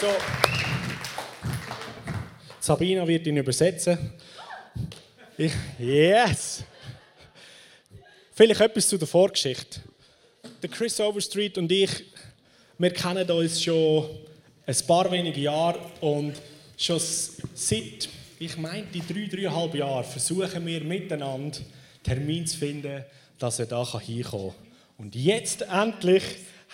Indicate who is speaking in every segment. Speaker 1: So. Sabina wird ihn übersetzen. Ich, yes! Vielleicht etwas zu der Vorgeschichte. Der Chris Overstreet und ich, wir kennen uns schon ein paar wenige Jahre und schon seit, ich meine, die drei, dreieinhalb Jahre versuchen wir miteinander Termin zu finden, dass er da hinkommen kann. Und jetzt endlich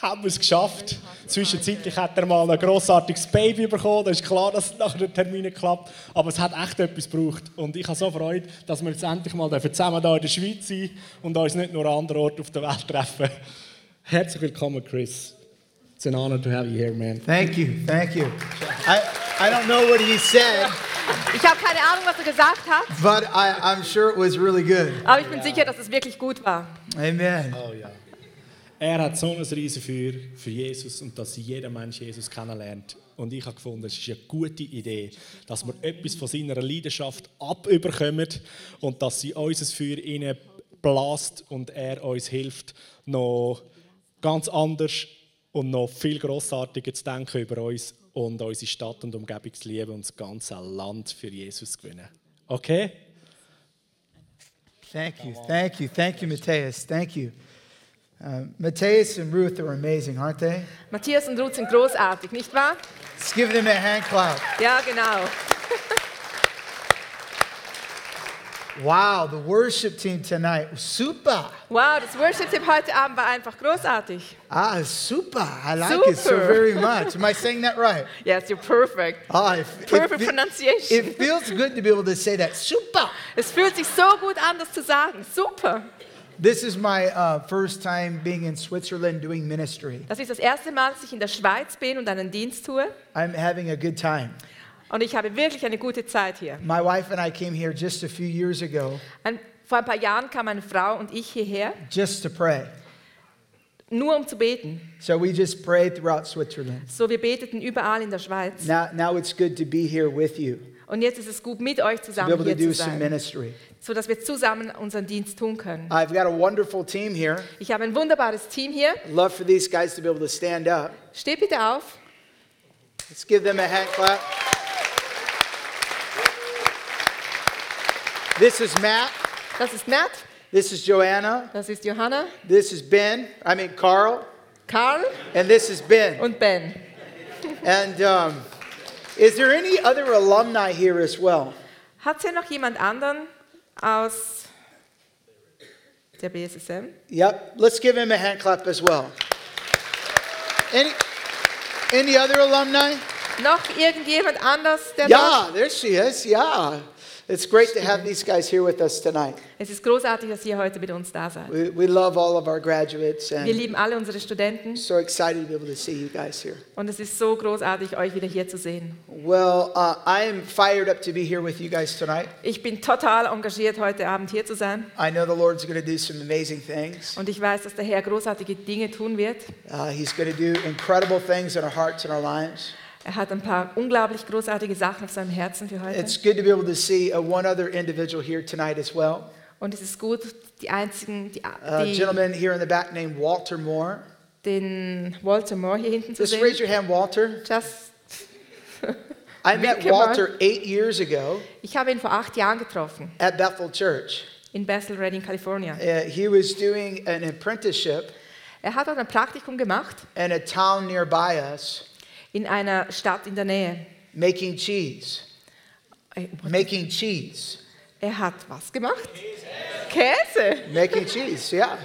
Speaker 1: haben wir es geschafft. Zwischenzeitlich hat er mal ein grossartiges Baby bekommen. Da ist klar, dass es nach den Terminen klappt. Aber es hat echt etwas gebraucht. Und ich habe so Freude, dass wir jetzt endlich mal zusammen hier in der Schweiz sein und uns nicht nur an anderen Orten auf der Welt treffen. Herzlich willkommen, Chris. It's an honor to have you here, man.
Speaker 2: Thank you, thank you. I, I don't know what he said,
Speaker 3: Ich habe keine Ahnung, was er gesagt hat,
Speaker 2: but I, I'm sure it was really good.
Speaker 3: aber ich bin sicher, dass es wirklich gut war.
Speaker 2: Amen.
Speaker 1: Oh ja. Er hat so ein riesen Feuer für Jesus und dass jeder Mensch Jesus kennenlernt. Und ich habe gefunden, es ist eine gute Idee, dass wir etwas von seiner Leidenschaft abüberkommen und dass sie unser Feuer innen blast und er uns hilft, noch ganz anders und noch viel grossartiger zu denken über uns und unsere Stadt und Umgebung zu lieben und das ganze Land für Jesus zu gewinnen. Okay?
Speaker 2: Thank you, thank you, thank you, Mateus. Thank you. Uh, Mateus and Ruth are amazing, aren't they?
Speaker 3: Matthias und Ruth sind großartig, nicht wahr?
Speaker 2: Let's give them a hand clap.
Speaker 3: Ja, genau.
Speaker 2: Wow, the worship team tonight, super.
Speaker 3: Wow, das Worship-Tip heute Abend war einfach großartig.
Speaker 2: Ah, super. I like it so
Speaker 3: Super.
Speaker 2: very much. Am I saying that right?
Speaker 3: Yes, you're perfect.
Speaker 2: Ah, if,
Speaker 3: Perfect
Speaker 2: it,
Speaker 3: pronunciation.
Speaker 2: it feels good to be able to say that. Super.
Speaker 3: Es fühlt sich so gut an, das zu sagen. Super.
Speaker 2: This is my uh, first time being in Switzerland doing ministry.
Speaker 3: Das ist das erste Mal, dass ich in der Schweiz bin und einen Dienst tue.
Speaker 2: I'm having a good time.
Speaker 3: Und ich habe wirklich eine gute Zeit hier.
Speaker 2: My wife and I came here just a few years ago
Speaker 3: Ein, vor ein paar Jahren kam meine Frau und ich hierher,
Speaker 2: just to pray.
Speaker 3: nur um zu beten.
Speaker 2: So we just prayed throughout Switzerland.
Speaker 3: So, wir beteten überall in der Schweiz.
Speaker 2: Now, now it's good to be here with you,
Speaker 3: Und jetzt ist es gut, mit euch
Speaker 2: to be
Speaker 3: zusammen
Speaker 2: able to
Speaker 3: hier
Speaker 2: do
Speaker 3: zu
Speaker 2: some
Speaker 3: sein.
Speaker 2: ministry.
Speaker 3: so dass wir zusammen unseren Dienst tun können.
Speaker 2: I've got a wonderful team here.
Speaker 3: Ich habe ein wunderbares Team hier.
Speaker 2: I'd love for these guys to be able to stand up.
Speaker 3: Steht bitte auf.
Speaker 2: Let's give them a hand clap. This is Matt.
Speaker 3: Das ist Matt,
Speaker 2: This is Joanna.
Speaker 3: das ist Johanna,
Speaker 2: This is Ben. I mean, Carl.
Speaker 3: Karl
Speaker 2: And this is Ben.
Speaker 3: und Ben.
Speaker 2: And um, is there any other alumni here as well?
Speaker 3: Hat hier noch jemand anderen aus der BSSM?
Speaker 2: Yep, let's give him a hand clap as well. Any, any other alumni?
Speaker 3: Noch irgendjemand anders? Der noch?
Speaker 2: Yeah, there she is. Yeah. It's great to have these guys here with us tonight.
Speaker 3: Es ist großartig, dass ihr heute mit uns da seid.
Speaker 2: We, we love all of our graduates
Speaker 3: Wir
Speaker 2: and
Speaker 3: lieben alle unsere Studenten
Speaker 2: so excited to be able to see you guys here.
Speaker 3: und es ist so großartig, euch wieder hier zu sehen.
Speaker 2: Well, uh, I am fired up to be here with you guys tonight.
Speaker 3: Ich bin total engagiert, heute Abend hier zu sein
Speaker 2: I know the Lord's going to do some amazing things.
Speaker 3: und ich weiß, dass der Herr großartige Dinge tun wird.
Speaker 2: Uh, he's going to do incredible things in our hearts and our lives.
Speaker 3: Er hat ein paar unglaublich großartige Sachen auf seinem Herzen für heute.
Speaker 2: It's good to be able to see uh, one other individual here tonight as well.
Speaker 3: und es ist gut, die einzigen, die,
Speaker 2: A
Speaker 3: die,
Speaker 2: gentleman here in the back named Walter Moore.
Speaker 3: den Walter Moore hier hinten zu
Speaker 2: Just raise
Speaker 3: sehen.
Speaker 2: your hand, Walter.
Speaker 3: Just,
Speaker 2: I met
Speaker 3: Wink him
Speaker 2: Walter eight years ago
Speaker 3: ich habe ihn vor acht Jahren getroffen
Speaker 2: at Bethel Church.
Speaker 3: in Bethel Redding, Kalifornien.
Speaker 2: Uh, he was doing an apprenticeship
Speaker 3: Er hat dort ein Praktikum gemacht
Speaker 2: in a town nearby us
Speaker 3: in einer Stadt in der Nähe.
Speaker 2: making cheese.
Speaker 3: Äh,
Speaker 2: Making cheese.
Speaker 3: Er hat was gemacht? Käse.
Speaker 2: Making cheese, yeah.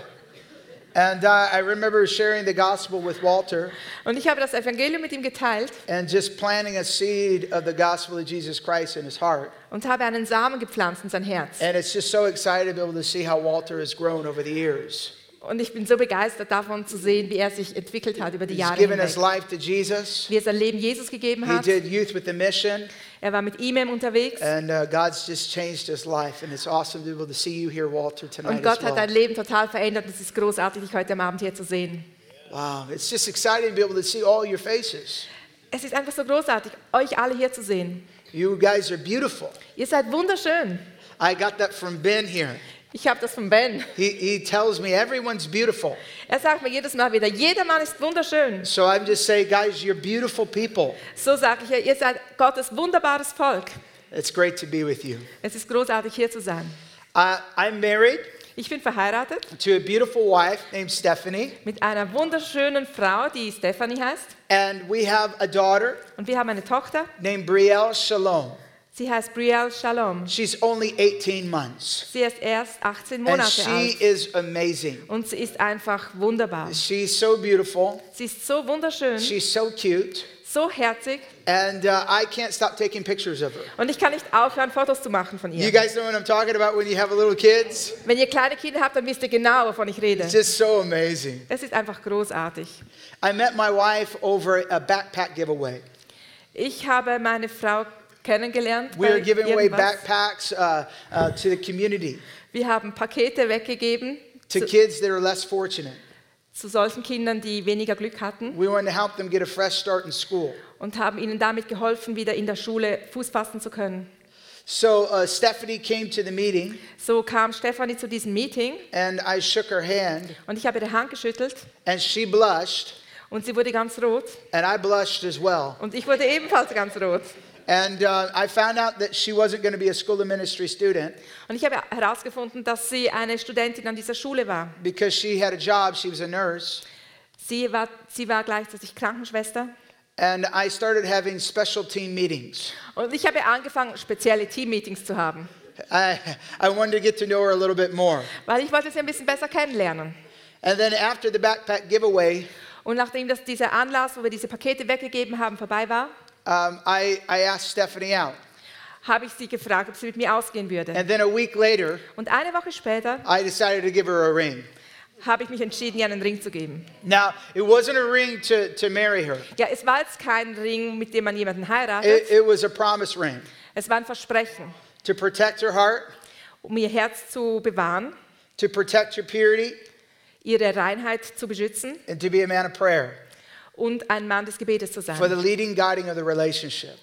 Speaker 2: And uh, I remember sharing the gospel with Walter
Speaker 3: Und ich habe das Evangelium mit ihm geteilt
Speaker 2: and just planting a seed of the gospel of Jesus Christ in his heart.
Speaker 3: und habe einen Samen gepflanzt in sein Herz.
Speaker 2: And it's just so exciting to be able to see how Walter has grown over the years.
Speaker 3: Und ich bin so begeistert davon zu sehen, wie er sich entwickelt hat über die
Speaker 2: He's
Speaker 3: Jahre
Speaker 2: given his
Speaker 3: hinweg.
Speaker 2: life to Jesus.
Speaker 3: Wie er sein Leben Jesus gegeben
Speaker 2: He
Speaker 3: hat.
Speaker 2: did youth with the mission,
Speaker 3: Er war mit E-Mail unterwegs
Speaker 2: and uh, God's just changed his life. And it's awesome to be able to see you here, Walter,
Speaker 3: und
Speaker 2: tonight.
Speaker 3: Gott
Speaker 2: as
Speaker 3: hat dein
Speaker 2: well.
Speaker 3: Leben total verändert. und Es ist großartig, dich heute am Abend hier zu sehen.
Speaker 2: Wow, it's just exciting to be able to see all your faces.
Speaker 3: Es ist einfach so großartig, euch alle hier zu sehen.
Speaker 2: You guys are beautiful.
Speaker 3: Ihr seid wunderschön.
Speaker 2: I got that from Ben here.
Speaker 3: Ich habe das von Ben.
Speaker 2: He, he tells me everyone's beautiful.
Speaker 3: Er sagt mir jedes Mal wieder, jeder Mann ist wunderschön.
Speaker 2: So I'm just saying, guys, you're beautiful people.
Speaker 3: So sage ich, ja, ihr seid Gottes wunderbares Volk.
Speaker 2: It's great to be with you.
Speaker 3: Es ist großartig, hier zu sein.
Speaker 2: Uh, I'm married
Speaker 3: Ich bin verheiratet
Speaker 2: to a beautiful wife named Stephanie,
Speaker 3: mit einer wunderschönen Frau, die Stephanie heißt.
Speaker 2: and we have a daughter
Speaker 3: Und wir haben eine Tochter,
Speaker 2: named Brielle Shalom.
Speaker 3: sie heißt Brielle Shalom.
Speaker 2: She's only 18 months,
Speaker 3: Sie ist erst 18
Speaker 2: and
Speaker 3: Monate
Speaker 2: she
Speaker 3: alt.
Speaker 2: is amazing.
Speaker 3: Und sie ist einfach wunderbar.
Speaker 2: She's so beautiful.
Speaker 3: Sie ist so wunderschön,
Speaker 2: She's so cute,
Speaker 3: so herzig.
Speaker 2: and uh, I can't stop taking pictures of her.
Speaker 3: Und ich kann nicht aufhören, Fotos zu machen von
Speaker 2: You
Speaker 3: ihr.
Speaker 2: guys know what I'm talking about when you have little kids?
Speaker 3: Wenn ihr kleine Kinder habt, dann wisst ihr genau, wovon ich rede.
Speaker 2: It's just so amazing.
Speaker 3: Es ist einfach großartig.
Speaker 2: I met my wife over a backpack giveaway.
Speaker 3: Ich habe meine Frau kennengelernt.
Speaker 2: We are
Speaker 3: bei
Speaker 2: giving away
Speaker 3: irgendwas.
Speaker 2: backpacks uh, uh, to the community,
Speaker 3: Wir haben Pakete weggegeben
Speaker 2: to
Speaker 3: zu,
Speaker 2: kids that are less fortunate.
Speaker 3: zu solchen Kindern, die weniger Glück hatten
Speaker 2: We want to help them get a fresh start in school.
Speaker 3: und haben ihnen damit geholfen, wieder in der Schule Fuß fassen zu können.
Speaker 2: So uh, Stephanie came to the meeting,
Speaker 3: So kam Stefanie zu diesem Meeting
Speaker 2: and I shook her hand,
Speaker 3: und ich habe ihre Hand geschüttelt
Speaker 2: and she blushed,
Speaker 3: und sie wurde ganz rot
Speaker 2: and I blushed as well.
Speaker 3: und ich wurde ebenfalls ganz rot.
Speaker 2: And uh, I found out that she wasn't going to be a school of ministry student
Speaker 3: Und ich habe herausgefunden, dass sie eine Studentin an dieser Schule war.
Speaker 2: because she had a job. She was a nurse.
Speaker 3: Sie war, sie war gleichzeitig Krankenschwester.
Speaker 2: And I started having special team meetings.
Speaker 3: Und ich habe angefangen, spezielle Teammeetings zu haben,
Speaker 2: I, I wanted to get to know her a little bit more.
Speaker 3: weil ich wollte sie ein bisschen besser kennenlernen.
Speaker 2: And then after the backpack giveaway,
Speaker 3: Und nachdem das dieser Anlass, wo wir diese Pakete weggegeben haben, vorbei war,
Speaker 2: um, I, I asked Stephanie out.
Speaker 3: habe ich sie gefragt, ob sie mit mir ausgehen würde.
Speaker 2: And then a week later,
Speaker 3: Und eine Woche später
Speaker 2: I decided to give her a ring.
Speaker 3: habe ich mich entschieden, ihr einen Ring zu geben.
Speaker 2: Now, it wasn't a ring to, to marry her,
Speaker 3: Ja, es war jetzt kein Ring, mit dem man jemanden
Speaker 2: it,
Speaker 3: heiratet.
Speaker 2: it was a promise ring
Speaker 3: Es war ein Versprechen,
Speaker 2: to protect her heart,
Speaker 3: um ihr Herz zu bewahren,
Speaker 2: to protect her purity,
Speaker 3: ihre Reinheit zu beschützen
Speaker 2: and to be a man of prayer
Speaker 3: und ein Mann des Gebetes zu
Speaker 2: for the
Speaker 3: sein,
Speaker 2: leading guiding of the relationship.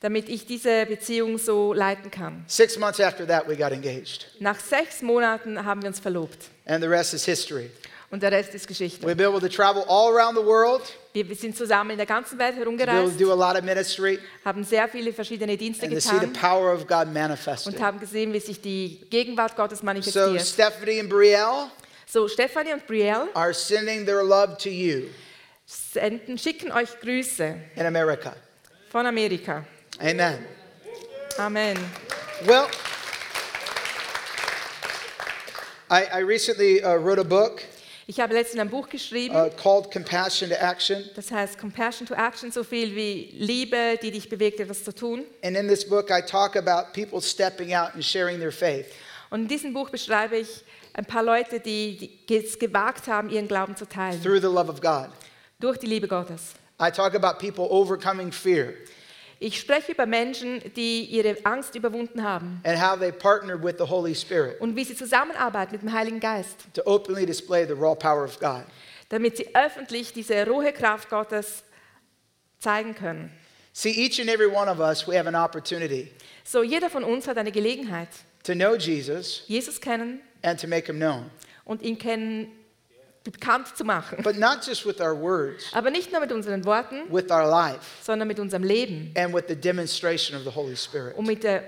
Speaker 3: damit ich diese Beziehung so leiten kann.
Speaker 2: Six months after that, we got engaged.
Speaker 3: Nach sechs Monaten haben wir uns verlobt
Speaker 2: And the rest is history.
Speaker 3: und der Rest ist Geschichte.
Speaker 2: We've been able to travel all around the world,
Speaker 3: Wir wir sind zusammen in der ganzen Welt
Speaker 2: to be able to
Speaker 3: herumgereist,
Speaker 2: do a lot of ministry,
Speaker 3: haben sehr viele verschiedene Dienste
Speaker 2: and to see the
Speaker 3: getan.
Speaker 2: power of God manifested.
Speaker 3: und haben gesehen, wie sich die Gegenwart Gottes
Speaker 2: So
Speaker 3: manifestiert.
Speaker 2: Stephanie and Brielle
Speaker 3: So, Stefanie und Brielle
Speaker 2: are sending their love to you
Speaker 3: senden, schicken euch Grüße
Speaker 2: in America.
Speaker 3: von Amerika.
Speaker 2: Amen.
Speaker 3: Amen.
Speaker 2: Well, I, I recently uh, wrote a book
Speaker 3: Ich habe letztens ein Buch geschrieben,
Speaker 2: uh, called Compassion to Action.
Speaker 3: das heißt Compassion to Action, so viel wie Liebe, die dich bewegt, etwas zu tun.
Speaker 2: And in this book, I talk about people stepping out and sharing their faith.
Speaker 3: Und in diesem Buch beschreibe ich ein paar Leute, die die es gewagt haben, ihren Glauben zu teilen,
Speaker 2: through the love of God.
Speaker 3: durch die Liebe Gottes.
Speaker 2: I talk about people overcoming fear
Speaker 3: Ich spreche über Menschen, die ihre Angst überwunden haben
Speaker 2: and how they partnered with the Holy Spirit
Speaker 3: und wie sie zusammenarbeiten mit dem Heiligen Geist.
Speaker 2: to openly display the raw power of God.
Speaker 3: damit sie öffentlich diese rohe Kraft Gottes zeigen können.
Speaker 2: See, each and every one of us, we have an opportunity
Speaker 3: So, jeder von uns hat eine Gelegenheit,
Speaker 2: to know Jesus
Speaker 3: Jesus kennen
Speaker 2: and to make him known,
Speaker 3: und ihn kennen, bekannt zu machen.
Speaker 2: but not just with our words,
Speaker 3: Aber nicht nur mit unseren Worten,
Speaker 2: with our life
Speaker 3: sondern mit unserem Leben
Speaker 2: and with the demonstration of the Holy Spirit.
Speaker 3: und mit der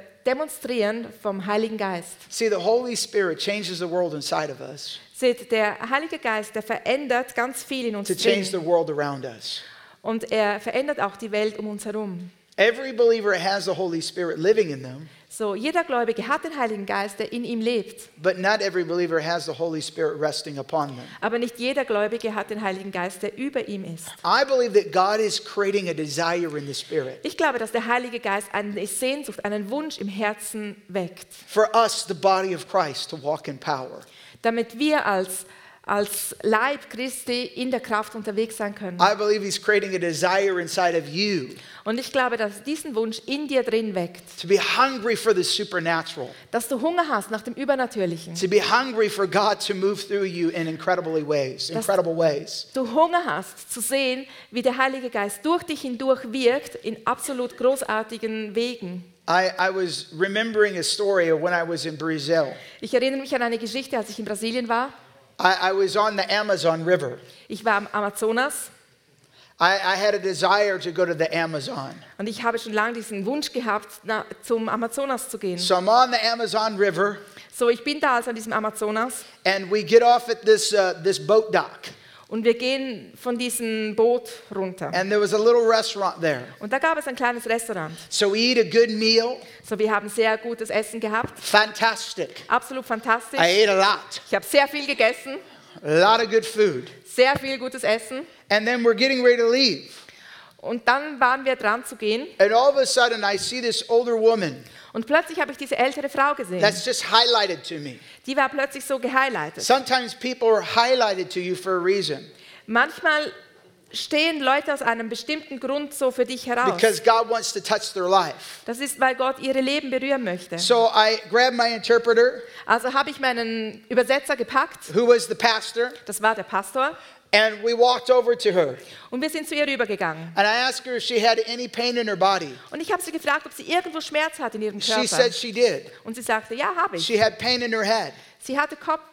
Speaker 3: Demonstrieren vom Heiligen Geist.
Speaker 2: See, the Holy Spirit changes the world inside of us
Speaker 3: Seht, der Heilige Geist, der verändert ganz viel in uns
Speaker 2: to change the
Speaker 3: drin
Speaker 2: world around us.
Speaker 3: und er verändert auch die Welt um uns herum.
Speaker 2: Every believer has the Holy Spirit living in them,
Speaker 3: So, jeder Gläubige hat den Heiligen Geist, der in ihm lebt.
Speaker 2: but not every believer has the Holy Spirit resting upon them.
Speaker 3: Aber nicht jeder Gläubige hat den Heiligen Geist, der über ihm ist.
Speaker 2: I believe that God is creating a desire in the spirit
Speaker 3: Ich glaube, dass der Heilige Geist eine Sehnsucht, einen Wunsch im Herzen weckt,
Speaker 2: for us, the body of Christ, to walk in power.
Speaker 3: damit wir als, als Leib Christi in der Kraft unterwegs sein können.
Speaker 2: I believe He's creating a desire inside of you
Speaker 3: Und ich glaube, dass es diesen Wunsch in dir drin weckt,
Speaker 2: to be hungry for the supernatural,
Speaker 3: dass du Hunger hast nach dem Übernatürlichen,
Speaker 2: to be hungry for God to move through you in incredibly ways, incredible ways.
Speaker 3: du Hunger hast zu sehen, wie der Heilige Geist durch dich hindurch wirkt in absolut großartigen Wegen.
Speaker 2: I, I was remembering a story of when I was in Brazil.
Speaker 3: Ich erinnere mich an eine Geschichte, als ich in Brasilien war.
Speaker 2: I, I was on the Amazon River.
Speaker 3: Ich war am Amazonas
Speaker 2: I, I had a desire to go to the Amazon.
Speaker 3: und ich habe schon lange diesen Wunsch gehabt, na, zum Amazonas zu gehen.
Speaker 2: So I'm on the Amazon River,
Speaker 3: So, ich bin da also an diesem Amazonas
Speaker 2: and we get off at this, uh, this boat dock.
Speaker 3: und wir gehen von diesem Boot runter.
Speaker 2: And there was a little restaurant there.
Speaker 3: Und da gab es ein kleines Restaurant.
Speaker 2: So we eat a good meal.
Speaker 3: So, wir haben sehr gutes Essen gehabt.
Speaker 2: Fantastic.
Speaker 3: Absolut
Speaker 2: I
Speaker 3: fantastisch.
Speaker 2: ate a lot,
Speaker 3: Ich habe sehr viel gegessen,
Speaker 2: a lot of good food.
Speaker 3: sehr viel gutes Essen.
Speaker 2: And then we're getting ready to leave.
Speaker 3: Und dann waren wir dran zu gehen
Speaker 2: And all of a sudden, I see this older woman
Speaker 3: und plötzlich habe ich diese ältere Frau gesehen.
Speaker 2: that's just highlighted to me.
Speaker 3: Die war plötzlich so gehighlightet.
Speaker 2: Sometimes people are highlighted to you for a reason
Speaker 3: Manchmal stehen Leute aus einem bestimmten Grund so für dich heraus.
Speaker 2: because God wants to touch their life.
Speaker 3: Das ist, weil Gott ihre Leben berühren möchte.
Speaker 2: So I grabbed my interpreter,
Speaker 3: Also habe ich meinen Übersetzer gepackt,
Speaker 2: who was the pastor,
Speaker 3: das war der Pastor,
Speaker 2: and we walked over to her.
Speaker 3: und wir sind zu ihr rübergegangen.
Speaker 2: And I asked her if she had any pain in her body.
Speaker 3: Und ich habe sie gefragt, ob sie irgendwo Schmerz hat in ihrem
Speaker 2: She
Speaker 3: Körper.
Speaker 2: said she did.
Speaker 3: Und sie sagte, ja, habe ich.
Speaker 2: She had pain in her head.
Speaker 3: Sie hatte Kopfschmerzen.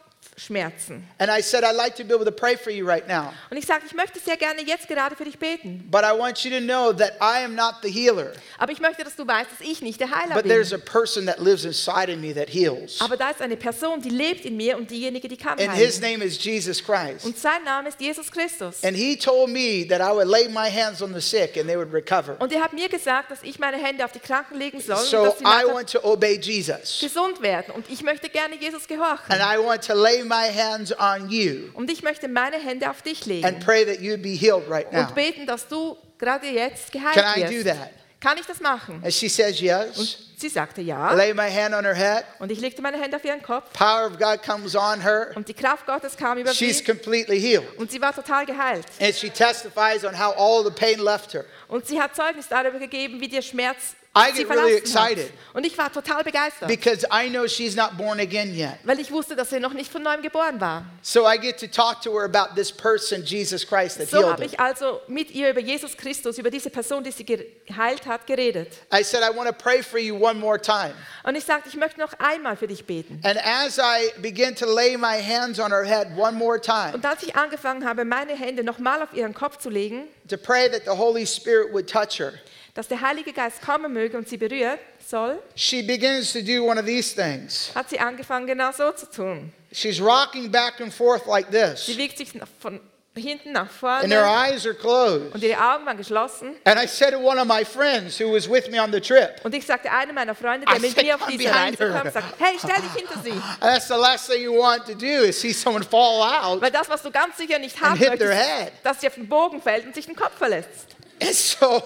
Speaker 2: And I said, I'd like to be able to pray for you right now.
Speaker 3: Und ich sagte, ich möchte sehr gerne jetzt gerade für dich beten.
Speaker 2: But I want you to know that I am not the healer,
Speaker 3: Aber ich möchte, dass du weißt, dass ich nicht der Heiler
Speaker 2: but there's
Speaker 3: bin.
Speaker 2: a person that lives inside of me that heals.
Speaker 3: Aber da ist eine Person, die lebt in mir und diejenige, die kann
Speaker 2: And his
Speaker 3: heilen.
Speaker 2: name is Jesus Christ.
Speaker 3: Und sein Name ist Jesus Christus.
Speaker 2: And he told me that I would lay my hands on the sick and they would recover.
Speaker 3: Und er hat mir gesagt, dass ich meine Hände auf die Kranken legen soll und
Speaker 2: So
Speaker 3: dass sie
Speaker 2: I
Speaker 3: nachher
Speaker 2: want to obey Jesus.
Speaker 3: gesund werden. Und ich möchte gerne Jesus gehorchen.
Speaker 2: And I want to lay my hands on you
Speaker 3: Und ich möchte meine Hände auf dich
Speaker 2: and
Speaker 3: legen
Speaker 2: pray that you'd be healed right now.
Speaker 3: und beten, dass du gerade jetzt geheilt
Speaker 2: Can I do
Speaker 3: wirst.
Speaker 2: that?
Speaker 3: Kann ich das machen?
Speaker 2: And she says yes.
Speaker 3: Sie sagte
Speaker 2: I
Speaker 3: ja.
Speaker 2: lay my hand on her head.
Speaker 3: Und ich legte meine Hände auf ihren Kopf
Speaker 2: Power of God comes on her.
Speaker 3: und die Kraft Gottes kam über
Speaker 2: She's
Speaker 3: sie
Speaker 2: completely healed.
Speaker 3: und sie war total geheilt.
Speaker 2: And she testifies on how all the pain left her.
Speaker 3: Und sie hat Zeugnis darüber gegeben, wie der Schmerz
Speaker 2: I
Speaker 3: sie
Speaker 2: get really
Speaker 3: verlassen hat.
Speaker 2: excited.
Speaker 3: Und ich war total begeistert,
Speaker 2: Because I know she's not born again yet.
Speaker 3: weil ich wusste, dass sie noch nicht von neuem geboren war.
Speaker 2: So I get to talk to her about this person, Jesus Christ, that
Speaker 3: So
Speaker 2: healed
Speaker 3: habe
Speaker 2: her.
Speaker 3: ich also mit ihr über Jesus Christus, über diese Person, die sie geheilt hat, geredet.
Speaker 2: I said, I want to pray for you one more time.
Speaker 3: Und ich sagte, ich möchte noch einmal für dich beten.
Speaker 2: And as I begin to lay my hands on her head one more time
Speaker 3: Und als ich angefangen habe, meine Hände nochmal auf ihren Kopf zu legen,
Speaker 2: to pray that the Holy Spirit would touch her,
Speaker 3: dass der Heilige Geist kommen möge und sie berühren soll,
Speaker 2: she begins to do one of these things.
Speaker 3: hat sie angefangen, genau so zu tun.
Speaker 2: She's rocking back and forth like
Speaker 3: Sie
Speaker 2: this,
Speaker 3: wiegt sich nach- von hinten nach
Speaker 2: and her
Speaker 3: vorne
Speaker 2: eyes are closed.
Speaker 3: und ihre Augen waren geschlossen.
Speaker 2: And I said to one of my friends who was with me on the trip,
Speaker 3: Und ich sagte einem meiner Freunde,
Speaker 2: I
Speaker 3: der mit
Speaker 2: said,
Speaker 3: mir auf
Speaker 2: "Come
Speaker 3: diese
Speaker 2: behind
Speaker 3: Reise
Speaker 2: her."
Speaker 3: kam, sagt, hey, stell dich hinter sie.
Speaker 2: That's the last thing you want to do is see someone fall out.
Speaker 3: Weil das, was du ganz sicher nicht
Speaker 2: And
Speaker 3: haben
Speaker 2: hit their
Speaker 3: möchtest,
Speaker 2: head.
Speaker 3: dass sie auf den Bogen fällt und sich den Kopf verletzt.
Speaker 2: And so,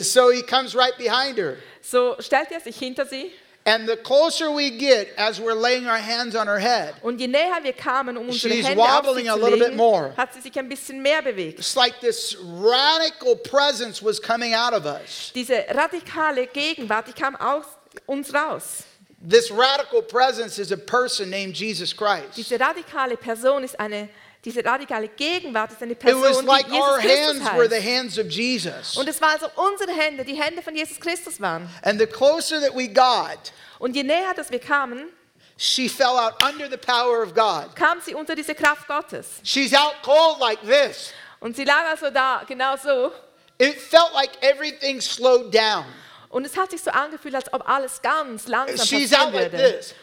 Speaker 2: so he comes right behind her.
Speaker 3: So stellt er sich hinter sie.
Speaker 2: And the closer we get as we're laying our hands on her head,
Speaker 3: Und je näher wir kamen, um unsere
Speaker 2: She's
Speaker 3: Hände auf
Speaker 2: wobbling
Speaker 3: sie
Speaker 2: a
Speaker 3: zu
Speaker 2: little bit more.
Speaker 3: legen, hat sie sich ein bisschen mehr bewegt.
Speaker 2: it's like this radical presence was coming out of us.
Speaker 3: Diese radikale Gegenwart, die kam aus uns raus.
Speaker 2: This radical presence is a person named Jesus Christ.
Speaker 3: Diese radikale Person ist eine, diese radikale Gegenwart ist eine
Speaker 2: It
Speaker 3: Person,
Speaker 2: was
Speaker 3: die
Speaker 2: like
Speaker 3: Jesus
Speaker 2: our hands
Speaker 3: Christus heißt.
Speaker 2: were the hands of Jesus.
Speaker 3: Und es war also unsere Hände, die Hände von Jesus Christus waren.
Speaker 2: And the closer that we got,
Speaker 3: Und je näher, dass wir kamen,
Speaker 2: she fell out under the power of God.
Speaker 3: kam sie unter diese Kraft Gottes.
Speaker 2: She's out cold like this.
Speaker 3: Und sie lag also da, genau so.
Speaker 2: It felt like everything slowed down.
Speaker 3: Und es hat sich so angefühlt, als ob alles ganz langsam
Speaker 2: She's out
Speaker 3: passieren
Speaker 2: like
Speaker 3: würde.
Speaker 2: this.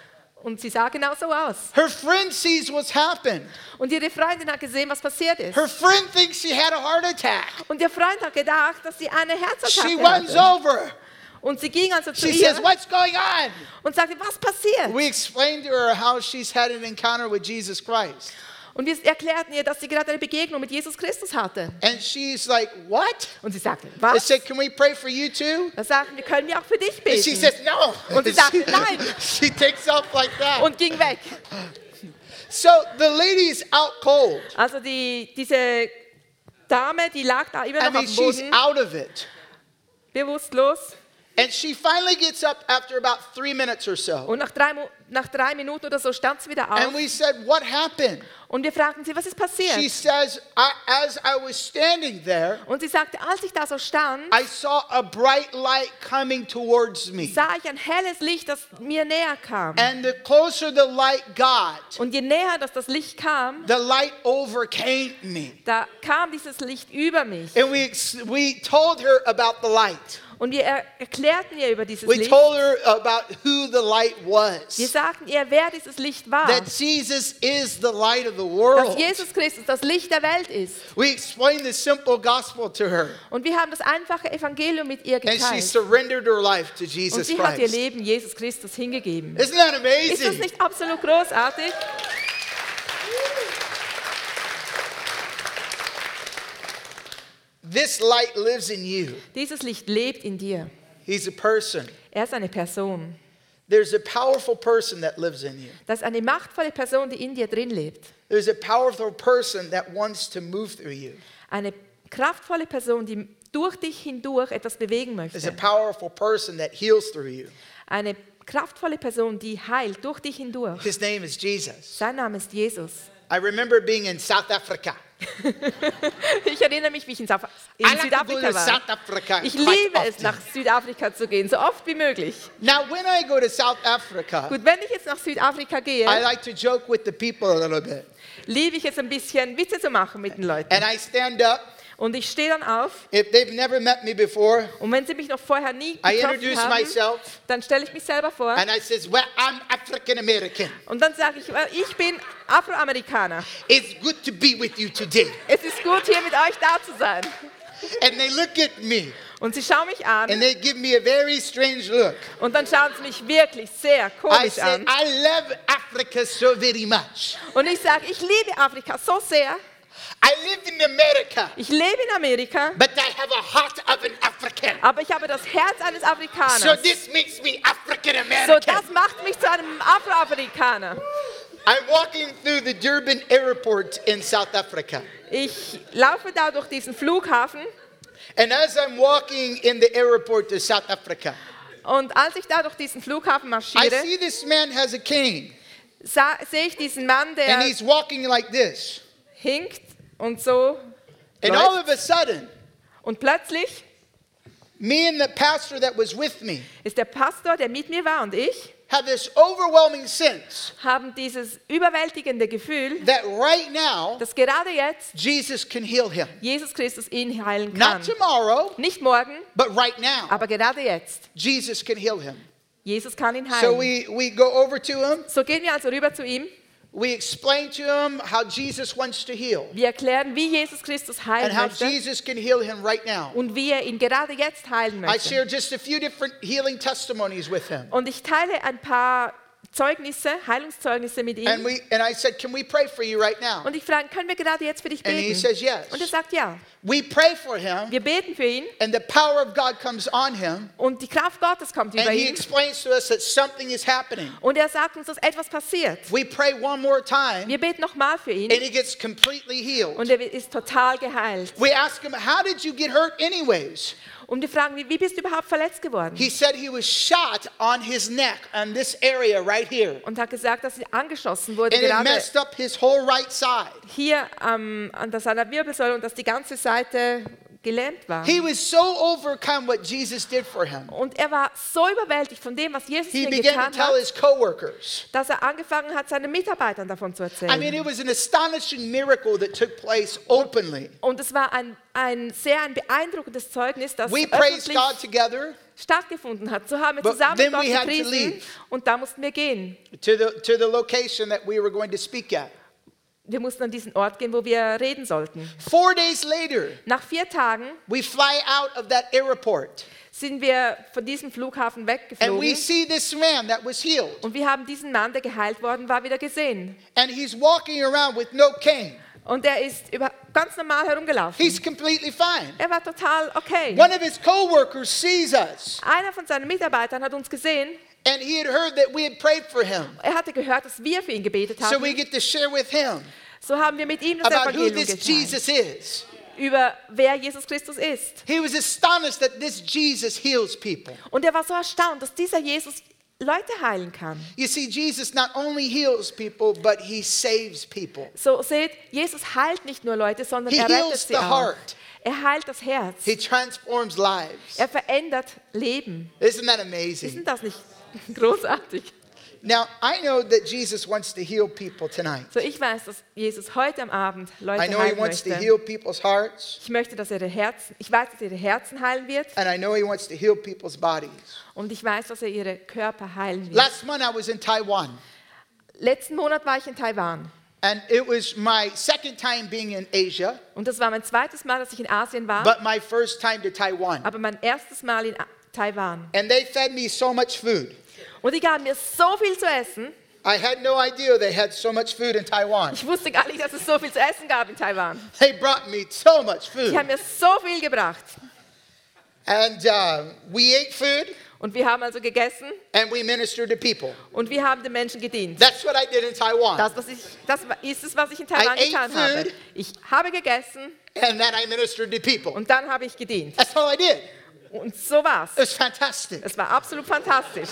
Speaker 3: Und sie sah genau so aus.
Speaker 2: Her friend sees what's happened.
Speaker 3: Und ihre Freundin hat gesehen, was passiert ist.
Speaker 2: Her friend thinks she had a heart attack.
Speaker 3: Und ihr Freund hat gedacht, dass sie eine
Speaker 2: She
Speaker 3: Herzattacke
Speaker 2: runs
Speaker 3: hatte.
Speaker 2: over.
Speaker 3: Und sie ging also zu
Speaker 2: She says,
Speaker 3: ihr
Speaker 2: What's going on?
Speaker 3: und sagte, was passiert?
Speaker 2: We explained to her how she's had an encounter with Jesus Christ.
Speaker 3: Und wir erklärten ihr, dass sie gerade eine Begegnung mit Jesus Christus hatte.
Speaker 2: And she's like, What?
Speaker 3: Und sie sagte,
Speaker 2: I
Speaker 3: was?
Speaker 2: said, Can we pray for you too?
Speaker 3: Da sagten wir, können wir auch für dich
Speaker 2: And she
Speaker 3: beten?
Speaker 2: says, No.
Speaker 3: Und sie
Speaker 2: she,
Speaker 3: sagte, "Nein."
Speaker 2: she takes off like that.
Speaker 3: Und ging weg.
Speaker 2: So the lady's out cold.
Speaker 3: Also die, diese Dame, die lag da immer
Speaker 2: I
Speaker 3: noch
Speaker 2: mean,
Speaker 3: am
Speaker 2: she's
Speaker 3: Boden,
Speaker 2: out of it.
Speaker 3: bewusstlos.
Speaker 2: And she finally gets up after about three minutes or so.
Speaker 3: Und nach drei, Mu- nach drei Minuten oder so stand sie wieder
Speaker 2: And
Speaker 3: auf.
Speaker 2: we said, What happened?
Speaker 3: Und wir fragten sie, was ist
Speaker 2: She
Speaker 3: passiert?
Speaker 2: says, I, As I was standing there,
Speaker 3: Und sie sagte, als ich da so stand,
Speaker 2: I saw a bright light coming towards me.
Speaker 3: sah ich ein helles Licht, das mir näher kam.
Speaker 2: And the closer the light got,
Speaker 3: Und je näher dass das Licht kam,
Speaker 2: the light overcame me.
Speaker 3: da kam dieses Licht über mich.
Speaker 2: And we, ex- we told her about the light.
Speaker 3: Und wir er erklärten ihr über dieses
Speaker 2: We
Speaker 3: Licht.
Speaker 2: told her about who the light
Speaker 3: Wir
Speaker 2: was.
Speaker 3: sagten ihr, wer dieses Licht war.
Speaker 2: That Jesus is the light of the
Speaker 3: Dass
Speaker 2: world.
Speaker 3: Jesus Christus das Licht der Welt ist.
Speaker 2: We explained the simple gospel to her.
Speaker 3: Und wir haben das einfache Evangelium mit ihr
Speaker 2: And she
Speaker 3: geteilt.
Speaker 2: surrendered her life to
Speaker 3: Und
Speaker 2: Jesus
Speaker 3: sie hat ihr
Speaker 2: Christ.
Speaker 3: Leben Jesus Christus hingegeben.
Speaker 2: Isn't that
Speaker 3: Ist das
Speaker 2: amazing?
Speaker 3: nicht absolut großartig?
Speaker 2: This light lives in you.
Speaker 3: Dieses Licht lebt in dir.
Speaker 2: He's a person.
Speaker 3: Er ist eine Person.
Speaker 2: There's a powerful person that lives in you.
Speaker 3: Das ist eine machtvolle Person, die in dir drin lebt.
Speaker 2: There's a powerful person that wants to move through you.
Speaker 3: Eine kraftvolle Person, die durch dich hindurch etwas bewegen
Speaker 2: There's a
Speaker 3: möchte.
Speaker 2: powerful person that heals through you.
Speaker 3: Eine kraftvolle Person, die heilt durch dich hindurch.
Speaker 2: His name is Jesus.
Speaker 3: Sein Name ist Jesus.
Speaker 2: I remember being in South Africa.
Speaker 3: Ich erinnere mich, wie ich in, Saf in
Speaker 2: I like to go
Speaker 3: Südafrika
Speaker 2: to
Speaker 3: war.
Speaker 2: South Africa.
Speaker 3: Ich
Speaker 2: quite
Speaker 3: liebe es,
Speaker 2: often.
Speaker 3: nach Südafrika zu gehen, so oft wie möglich.
Speaker 2: Now, when I go to South Africa,
Speaker 3: Gut, wenn ich jetzt nach Südafrika
Speaker 2: I
Speaker 3: gehe,
Speaker 2: like to joke with the people a little bit.
Speaker 3: liebe ich es ein bisschen, Witze zu machen mit den Leuten.
Speaker 2: And I stand up.
Speaker 3: Und ich stehe dann auf
Speaker 2: If they've never met me before,
Speaker 3: und wenn sie mich noch vorher nie
Speaker 2: I
Speaker 3: getroffen
Speaker 2: introduce
Speaker 3: haben,
Speaker 2: myself
Speaker 3: dann stelle ich mich selber vor
Speaker 2: and I says, "Well, I'm African American.
Speaker 3: und dann sage ich, "Well, ich bin Afroamerikaner.
Speaker 2: It's good to be with you today."
Speaker 3: Es ist gut, hier mit euch da zu sein.
Speaker 2: And they look at me
Speaker 3: Und sie schauen mich
Speaker 2: and
Speaker 3: an
Speaker 2: they give me a very strange look.
Speaker 3: und dann schauen sie mich wirklich sehr
Speaker 2: I
Speaker 3: komisch
Speaker 2: said,
Speaker 3: an.
Speaker 2: I love Africa so very much.
Speaker 3: Und ich sage, ich liebe Afrika so sehr.
Speaker 2: I live in America,
Speaker 3: Ich lebe in Amerika,
Speaker 2: but I have a heart of an African.
Speaker 3: aber ich habe das Herz eines Afrikaners.
Speaker 2: So this makes me African
Speaker 3: So,
Speaker 2: American.
Speaker 3: das macht mich zu einem Afroamerikaner.
Speaker 2: I'm walking through the Durban airport in South Africa.
Speaker 3: Ich laufe da durch diesen Flughafen
Speaker 2: And as I'm walking in the airport to South Africa,
Speaker 3: und als ich da durch diesen Flughafen
Speaker 2: I
Speaker 3: marschiere,
Speaker 2: see this man has a cane
Speaker 3: sah- sehe ich diesen Mann,
Speaker 2: and
Speaker 3: der
Speaker 2: he's walking like this.
Speaker 3: hinkt und so.
Speaker 2: And
Speaker 3: läuft.
Speaker 2: all of a sudden,
Speaker 3: Und plötzlich
Speaker 2: me and the pastor that was with me
Speaker 3: ist der Pastor, der mit mir war und ich,
Speaker 2: have this overwhelming sense
Speaker 3: haben dieses überwältigende Gefühl,
Speaker 2: that right now
Speaker 3: dass gerade jetzt
Speaker 2: Jesus can heal him.
Speaker 3: Jesus Christus ihn heilen
Speaker 2: Not
Speaker 3: kann.
Speaker 2: tomorrow,
Speaker 3: Nicht morgen,
Speaker 2: but right now.
Speaker 3: aber gerade jetzt.
Speaker 2: Jesus can heal him.
Speaker 3: Jesus kann ihn
Speaker 2: So
Speaker 3: heilen.
Speaker 2: we, we go over to him.
Speaker 3: So gehen wir also rüber zu ihm.
Speaker 2: We explain to him how Jesus wants to heal
Speaker 3: Wir erklären, wie Jesus Christus
Speaker 2: and
Speaker 3: heilen
Speaker 2: how
Speaker 3: möchte.
Speaker 2: Jesus can heal him right now.
Speaker 3: und wie er ihn gerade jetzt heilen
Speaker 2: I
Speaker 3: möchte.
Speaker 2: share just a few different healing testimonies with him.
Speaker 3: Und ich teile ein paar Zeugnisse, Heilungszeugnisse mit
Speaker 2: And,
Speaker 3: ihm.
Speaker 2: we, and I said, Can we pray for you right now?
Speaker 3: Und ich frage, können wir gerade jetzt für dich
Speaker 2: And he
Speaker 3: beten?
Speaker 2: says yes.
Speaker 3: Und er sagt ja.
Speaker 2: We pray for him,
Speaker 3: Wir beten für ihn
Speaker 2: and the power of God comes on him,
Speaker 3: und die Kraft Gottes kommt
Speaker 2: and
Speaker 3: über
Speaker 2: he
Speaker 3: ihn.
Speaker 2: explains to us that something is happening.
Speaker 3: Und er sagt uns, dass etwas passiert.
Speaker 2: We pray one more time,
Speaker 3: Wir beten nochmal für
Speaker 2: and
Speaker 3: ihn
Speaker 2: he gets completely healed.
Speaker 3: und er ist total geheilt.
Speaker 2: We ask him, How did you get hurt, anyways?
Speaker 3: Und wir fragen, wie wie bist du überhaupt verletzt geworden?
Speaker 2: He said he was shot on his neck, on this area right here.
Speaker 3: Und hat gesagt, dass er angeschossen wurde,
Speaker 2: And it
Speaker 3: gerade
Speaker 2: messed up his whole right side.
Speaker 3: hier ähm, an der- seiner Wirbelsäule und dass die ganze Seite gelähmt war.
Speaker 2: He was so overcome what Jesus did for him.
Speaker 3: Und er war so überwältigt von dem, was Jesus
Speaker 2: He
Speaker 3: hier
Speaker 2: began
Speaker 3: getan
Speaker 2: to tell
Speaker 3: hat,
Speaker 2: his coworkers.
Speaker 3: dass er angefangen hat, seinen Mitarbeitern davon zu
Speaker 2: I mean,
Speaker 3: erzählen.
Speaker 2: it was an astonishing miracle that took place openly.
Speaker 3: Und es war ein, ein sehr ein beeindruckendes Zeugnis, das
Speaker 2: We praised
Speaker 3: öffentlich
Speaker 2: God together
Speaker 3: stattgefunden hat. So haben wir
Speaker 2: But
Speaker 3: zusammen
Speaker 2: then
Speaker 3: Gott
Speaker 2: we had to
Speaker 3: gepriesen
Speaker 2: leave.
Speaker 3: und da mussten wir gehen.
Speaker 2: to the, to the location that we were going to speak at.
Speaker 3: Wir mussten an diesen Ort gehen, wo wir reden sollten.
Speaker 2: Four days later,
Speaker 3: Nach vier Tagen
Speaker 2: we fly out of that airport
Speaker 3: sind wir von diesem Flughafen
Speaker 2: and we
Speaker 3: weggeflogen
Speaker 2: see this man that was healed.
Speaker 3: und wir haben diesen Mann, der geheilt worden war, wieder gesehen.
Speaker 2: And he's walking around with no cane.
Speaker 3: Und er ist über, ganz normal herumgelaufen.
Speaker 2: He's completely fine.
Speaker 3: Er war total okay.
Speaker 2: One of his coworkers sees us
Speaker 3: Einer von seinen Mitarbeitern hat uns gesehen.
Speaker 2: and he had heard that we had prayed for him.
Speaker 3: Er hatte gehört, dass wir für ihn gebetet
Speaker 2: So
Speaker 3: haben.
Speaker 2: we get to share with him
Speaker 3: So haben wir mit ihm das
Speaker 2: about who
Speaker 3: Evangelium
Speaker 2: this
Speaker 3: geteilt.
Speaker 2: Jesus is.
Speaker 3: über wer Jesus Christus ist.
Speaker 2: He was astonished that this Jesus heals people.
Speaker 3: Und er war so erstaunt, dass dieser Jesus Leute heilen kann.
Speaker 2: You see, Jesus not only heals people, but he saves people.
Speaker 3: So seht, Jesus heilt nicht nur Leute, sondern
Speaker 2: He
Speaker 3: er rettet
Speaker 2: heals
Speaker 3: sie
Speaker 2: the
Speaker 3: auch.
Speaker 2: heart.
Speaker 3: Er heilt das Herz.
Speaker 2: He transforms lives.
Speaker 3: Er verändert Leben.
Speaker 2: Isn't that
Speaker 3: Ist denn
Speaker 2: amazing?
Speaker 3: das nicht großartig?
Speaker 2: Now, I know that Jesus wants to heal people tonight.
Speaker 3: So ich weiß, dass Jesus heute am Abend Leute
Speaker 2: I know he
Speaker 3: heilen
Speaker 2: wants to
Speaker 3: möchte.
Speaker 2: heal people's hearts,
Speaker 3: Ich möchte, dass er ihre Herzen, ich weiß, dass er ihre Herzen heilen wird
Speaker 2: and I know he wants to heal people's bodies.
Speaker 3: und ich weiß, dass er ihre Körper heilen wird.
Speaker 2: Last month, I was in Taiwan,
Speaker 3: Letzten Monat war ich in Taiwan
Speaker 2: and it was my second time being in Asia,
Speaker 3: und das war mein zweites Mal, dass ich in Asien war,
Speaker 2: but my first time to Taiwan.
Speaker 3: aber mein erstes Mal in A- Taiwan.
Speaker 2: And they fed me so much food.
Speaker 3: Und die gaben mir so viel zu essen.
Speaker 2: I had no idea they had so much food in Taiwan.
Speaker 3: Ich wusste gar nicht, dass es so viel zu essen gab in Taiwan.
Speaker 2: They brought me so much food.
Speaker 3: Die haben mir so viel gebracht.
Speaker 2: And uh, we ate food
Speaker 3: Und wir haben also gegessen
Speaker 2: and we ministered to people.
Speaker 3: und wir haben den Menschen gedient.
Speaker 2: That's what I did in Taiwan.
Speaker 3: Das, was ich, das war- ist es, was ich in Taiwan
Speaker 2: I ate
Speaker 3: getan
Speaker 2: food.
Speaker 3: habe. Ich habe gegessen
Speaker 2: and then I ministered to people.
Speaker 3: und dann habe ich gedient.
Speaker 2: That's all I did.
Speaker 3: Und so war's.
Speaker 2: It was fantastic.
Speaker 3: Es war absolut fantastisch.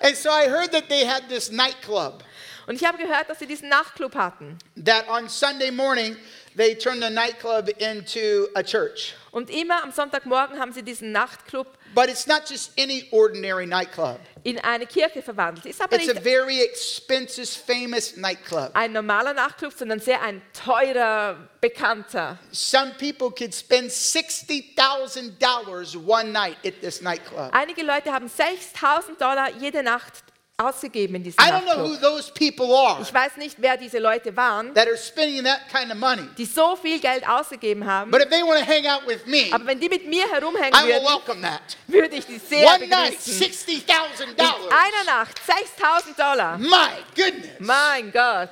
Speaker 2: And so I heard that they had this nightclub
Speaker 3: Und ich habe gehört, dass sie diesen Nachtclub hatten.
Speaker 2: that on Sunday morning they turned the nightclub into a church.
Speaker 3: Und immer am Sonntagmorgen haben sie diesen Nachtclub
Speaker 2: But it's not just any ordinary nightclub.
Speaker 3: in eine Kirche verwandelt. Ist aber
Speaker 2: It's a
Speaker 3: nicht
Speaker 2: very expensive, famous nightclub.
Speaker 3: ein normaler Nachtclub, sondern sehr ein teurer, bekannter.
Speaker 2: Some people could spend $60,000 one night at this nightclub.
Speaker 3: Einige Leute haben 6000 Dollar jede Nacht ausgegeben in diesem
Speaker 2: I don't know who
Speaker 3: Nachtclub.
Speaker 2: those people are
Speaker 3: Ich weiß nicht, wer diese Leute waren,
Speaker 2: that are spending that kind of money.
Speaker 3: die so viel Geld ausgegeben haben.
Speaker 2: But if they want to hang out with me,
Speaker 3: Aber wenn die mit mir herumhängen
Speaker 2: I will
Speaker 3: würden,
Speaker 2: welcome that.
Speaker 3: würde ich die sehr
Speaker 2: One night,
Speaker 3: begrüßen.
Speaker 2: sixty
Speaker 3: In
Speaker 2: thousand
Speaker 3: einer
Speaker 2: dollars.
Speaker 3: Nacht 6000 Dollar.
Speaker 2: My goodness!
Speaker 3: Mein Gott.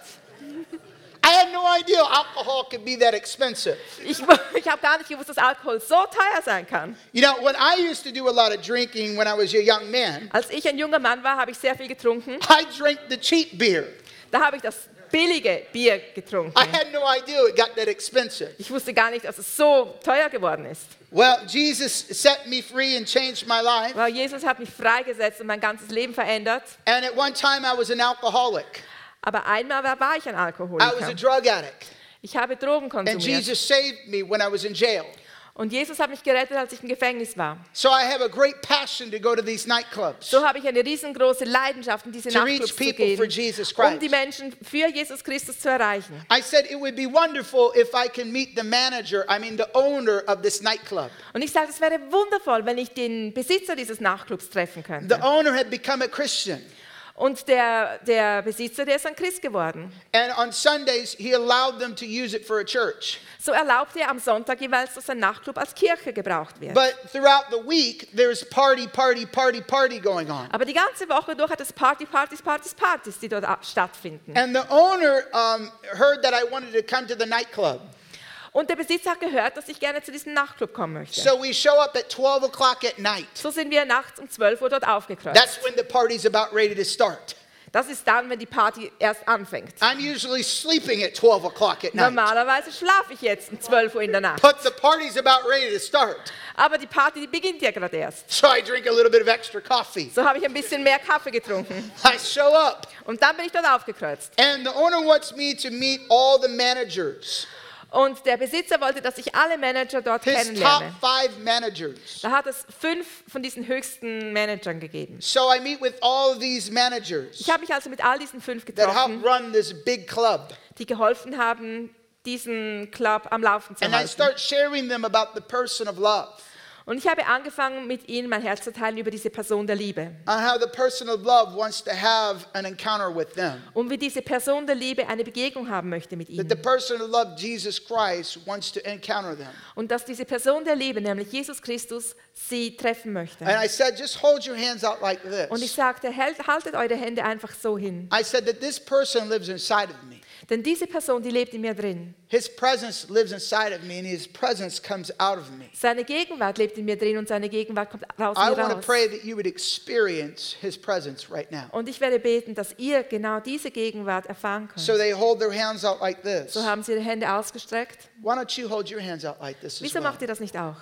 Speaker 2: I had no idea alcohol could be that expensive.
Speaker 3: Ich, w- ich habe gar nicht gewusst, dass Alkohol so teuer sein kann.
Speaker 2: You know, when I used to do a lot of drinking when I was a young man,
Speaker 3: Als ich ein junger Mann war, habe ich sehr viel getrunken.
Speaker 2: I drank the cheap beer.
Speaker 3: Da habe ich das billige Bier getrunken.
Speaker 2: I had no idea it got that expensive.
Speaker 3: Ich wusste gar nicht, dass es so teuer geworden ist.
Speaker 2: Well, Jesus set me free and changed my life.
Speaker 3: Wow, Jesus hat mich freigesetzt und mein ganzes Leben verändert.
Speaker 2: And at one time, I was an alcoholic.
Speaker 3: Aber einmal war, war ich ein
Speaker 2: I was a
Speaker 3: Alkoholiker.
Speaker 2: drug addict.
Speaker 3: Ich habe Drogen
Speaker 2: Ah, also And
Speaker 3: konsumiert.
Speaker 2: Jesus saved me when I was in jail.
Speaker 3: Und Jesus hat mich gerettet, als ich im Gefängnis war.
Speaker 2: So I have a great passion to go to these nightclubs.
Speaker 3: So habe ich eine riesengroße Leidenschaft, in diese
Speaker 2: To reach
Speaker 3: Nachtclubs zu
Speaker 2: people
Speaker 3: gehen,
Speaker 2: for Jesus
Speaker 3: um
Speaker 2: Christ.
Speaker 3: die Menschen für Jesus Christus zu erreichen.
Speaker 2: I said it would be wonderful if I can meet the manager, I mean the owner of this nightclub.
Speaker 3: Und ich sage, es wäre wundervoll, wenn ich den Besitzer dieses Nachtclubs treffen könnte.
Speaker 2: The owner had become a Christian.
Speaker 3: Und der, der Besitzer, der ist ein Christ geworden.
Speaker 2: And on Sundays, he allowed them to use it for a church.
Speaker 3: So erlaubt er am Sonntag jeweils, dass ein Nachtclub als Kirche gebraucht wird.
Speaker 2: But throughout the week, there's party, party, party, party going on.
Speaker 3: Aber die ganze Woche durch hat es Party, Partys, Partys, Partys, die dort a- stattfinden.
Speaker 2: And the owner um, heard that I wanted to come to the nightclub.
Speaker 3: Und der Besitzer hat gehört, dass ich gerne zu diesem Nachtclub kommen möchte.
Speaker 2: So we show up at 12 o'clock at night.
Speaker 3: So sind wir nachts um 12 Uhr dort aufgekreuzt.
Speaker 2: That's when the party's about ready to start.
Speaker 3: Das ist dann, wenn die Party erst anfängt.
Speaker 2: I'm usually sleeping at 12 o'clock at night.
Speaker 3: Normalerweise schlafe ich jetzt um 12 Uhr in der Nacht.
Speaker 2: But the party's about ready to start.
Speaker 3: Aber die Party, die beginnt ja gerade erst.
Speaker 2: So I drink a little bit of extra coffee.
Speaker 3: So habe ich ein bisschen mehr Kaffee getrunken.
Speaker 2: I show up.
Speaker 3: Und dann bin ich dort aufgekreuzt.
Speaker 2: And the owner wants me to meet all the managers,
Speaker 3: Und der Besitzer wollte, dass ich alle Manager dort
Speaker 2: his top
Speaker 3: kennenlerne.
Speaker 2: five managers.
Speaker 3: Da hat es fünf von diesen höchsten Managern gegeben.
Speaker 2: So I meet with all these managers
Speaker 3: Ich habe mich also mit all diesen fünf
Speaker 2: that help
Speaker 3: getroffen,
Speaker 2: run this big club.
Speaker 3: die geholfen haben, diesen Club am Laufen zu
Speaker 2: And I
Speaker 3: halten.
Speaker 2: start sharing them about the person of love,
Speaker 3: Und ich habe angefangen, mit ihnen mein Herz zu teilen über diese Person der Liebe.
Speaker 2: on how the person of love wants to have an encounter with them.
Speaker 3: Und wie diese Person der Liebe eine Begegnung haben möchte mit
Speaker 2: That
Speaker 3: ihnen.
Speaker 2: the person of love, Jesus Christ, wants to encounter them.
Speaker 3: Und dass diese Person der Liebe, nämlich Jesus Christus, sie treffen möchte.
Speaker 2: And I said, just hold your hands out like
Speaker 3: Und ich
Speaker 2: this.
Speaker 3: sagte, hält, haltet eure Hände einfach so hin.
Speaker 2: I said that this person lives inside of me.
Speaker 3: Denn diese Person, die lebt in mir drin.
Speaker 2: His presence lives inside of me, and His presence comes out of me.
Speaker 3: Seine Gegenwart lebt in mir drin und seine Gegenwart kommt raus
Speaker 2: I
Speaker 3: mir
Speaker 2: want to
Speaker 3: raus.
Speaker 2: pray that you would experience His presence right now.
Speaker 3: Und ich werde beten, dass ihr genau diese Gegenwart erfahren könnt.
Speaker 2: So they hold their hands out like this.
Speaker 3: so haben sie ihre Hände ausgestreckt.
Speaker 2: Why don't you hold your hands out like this as
Speaker 3: Wieso
Speaker 2: well?
Speaker 3: macht ihr das nicht auch?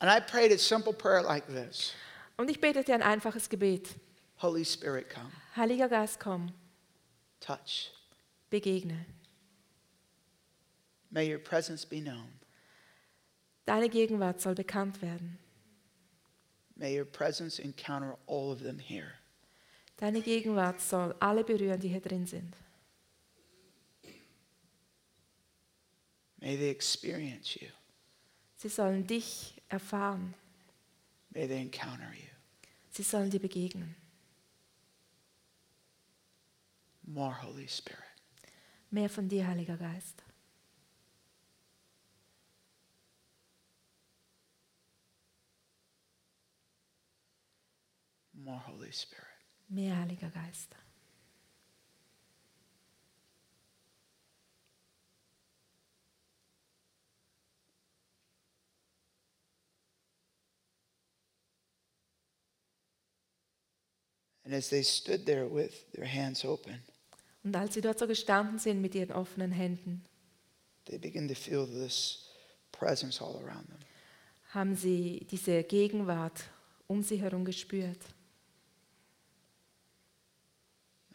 Speaker 2: And I prayed a simple prayer like this
Speaker 3: Und ich betete ein einfaches Gebet.
Speaker 2: Holy Spirit, come,
Speaker 3: Heiliger Geist, komm,
Speaker 2: touch.
Speaker 3: begegne.
Speaker 2: May your presence be known.
Speaker 3: Deine Gegenwart soll bekannt werden.
Speaker 2: May your presence encounter all of them here.
Speaker 3: Deine Gegenwart soll alle berühren, die hier drin sind.
Speaker 2: May they experience you.
Speaker 3: Sie sollen dich erfahren.
Speaker 2: May they encounter you.
Speaker 3: Sie sollen dir begegnen.
Speaker 2: More Holy Spirit.
Speaker 3: Mehr von dir, Heiliger Geist.
Speaker 2: More Holy Spirit.
Speaker 3: Mehr, Heiliger Geist.
Speaker 2: And as they stood there with their hands open,
Speaker 3: Und als sie dort so gestanden sind mit ihren offenen Händen,
Speaker 2: they began to feel this presence all around them.
Speaker 3: haben sie diese Gegenwart um sie herum gespürt.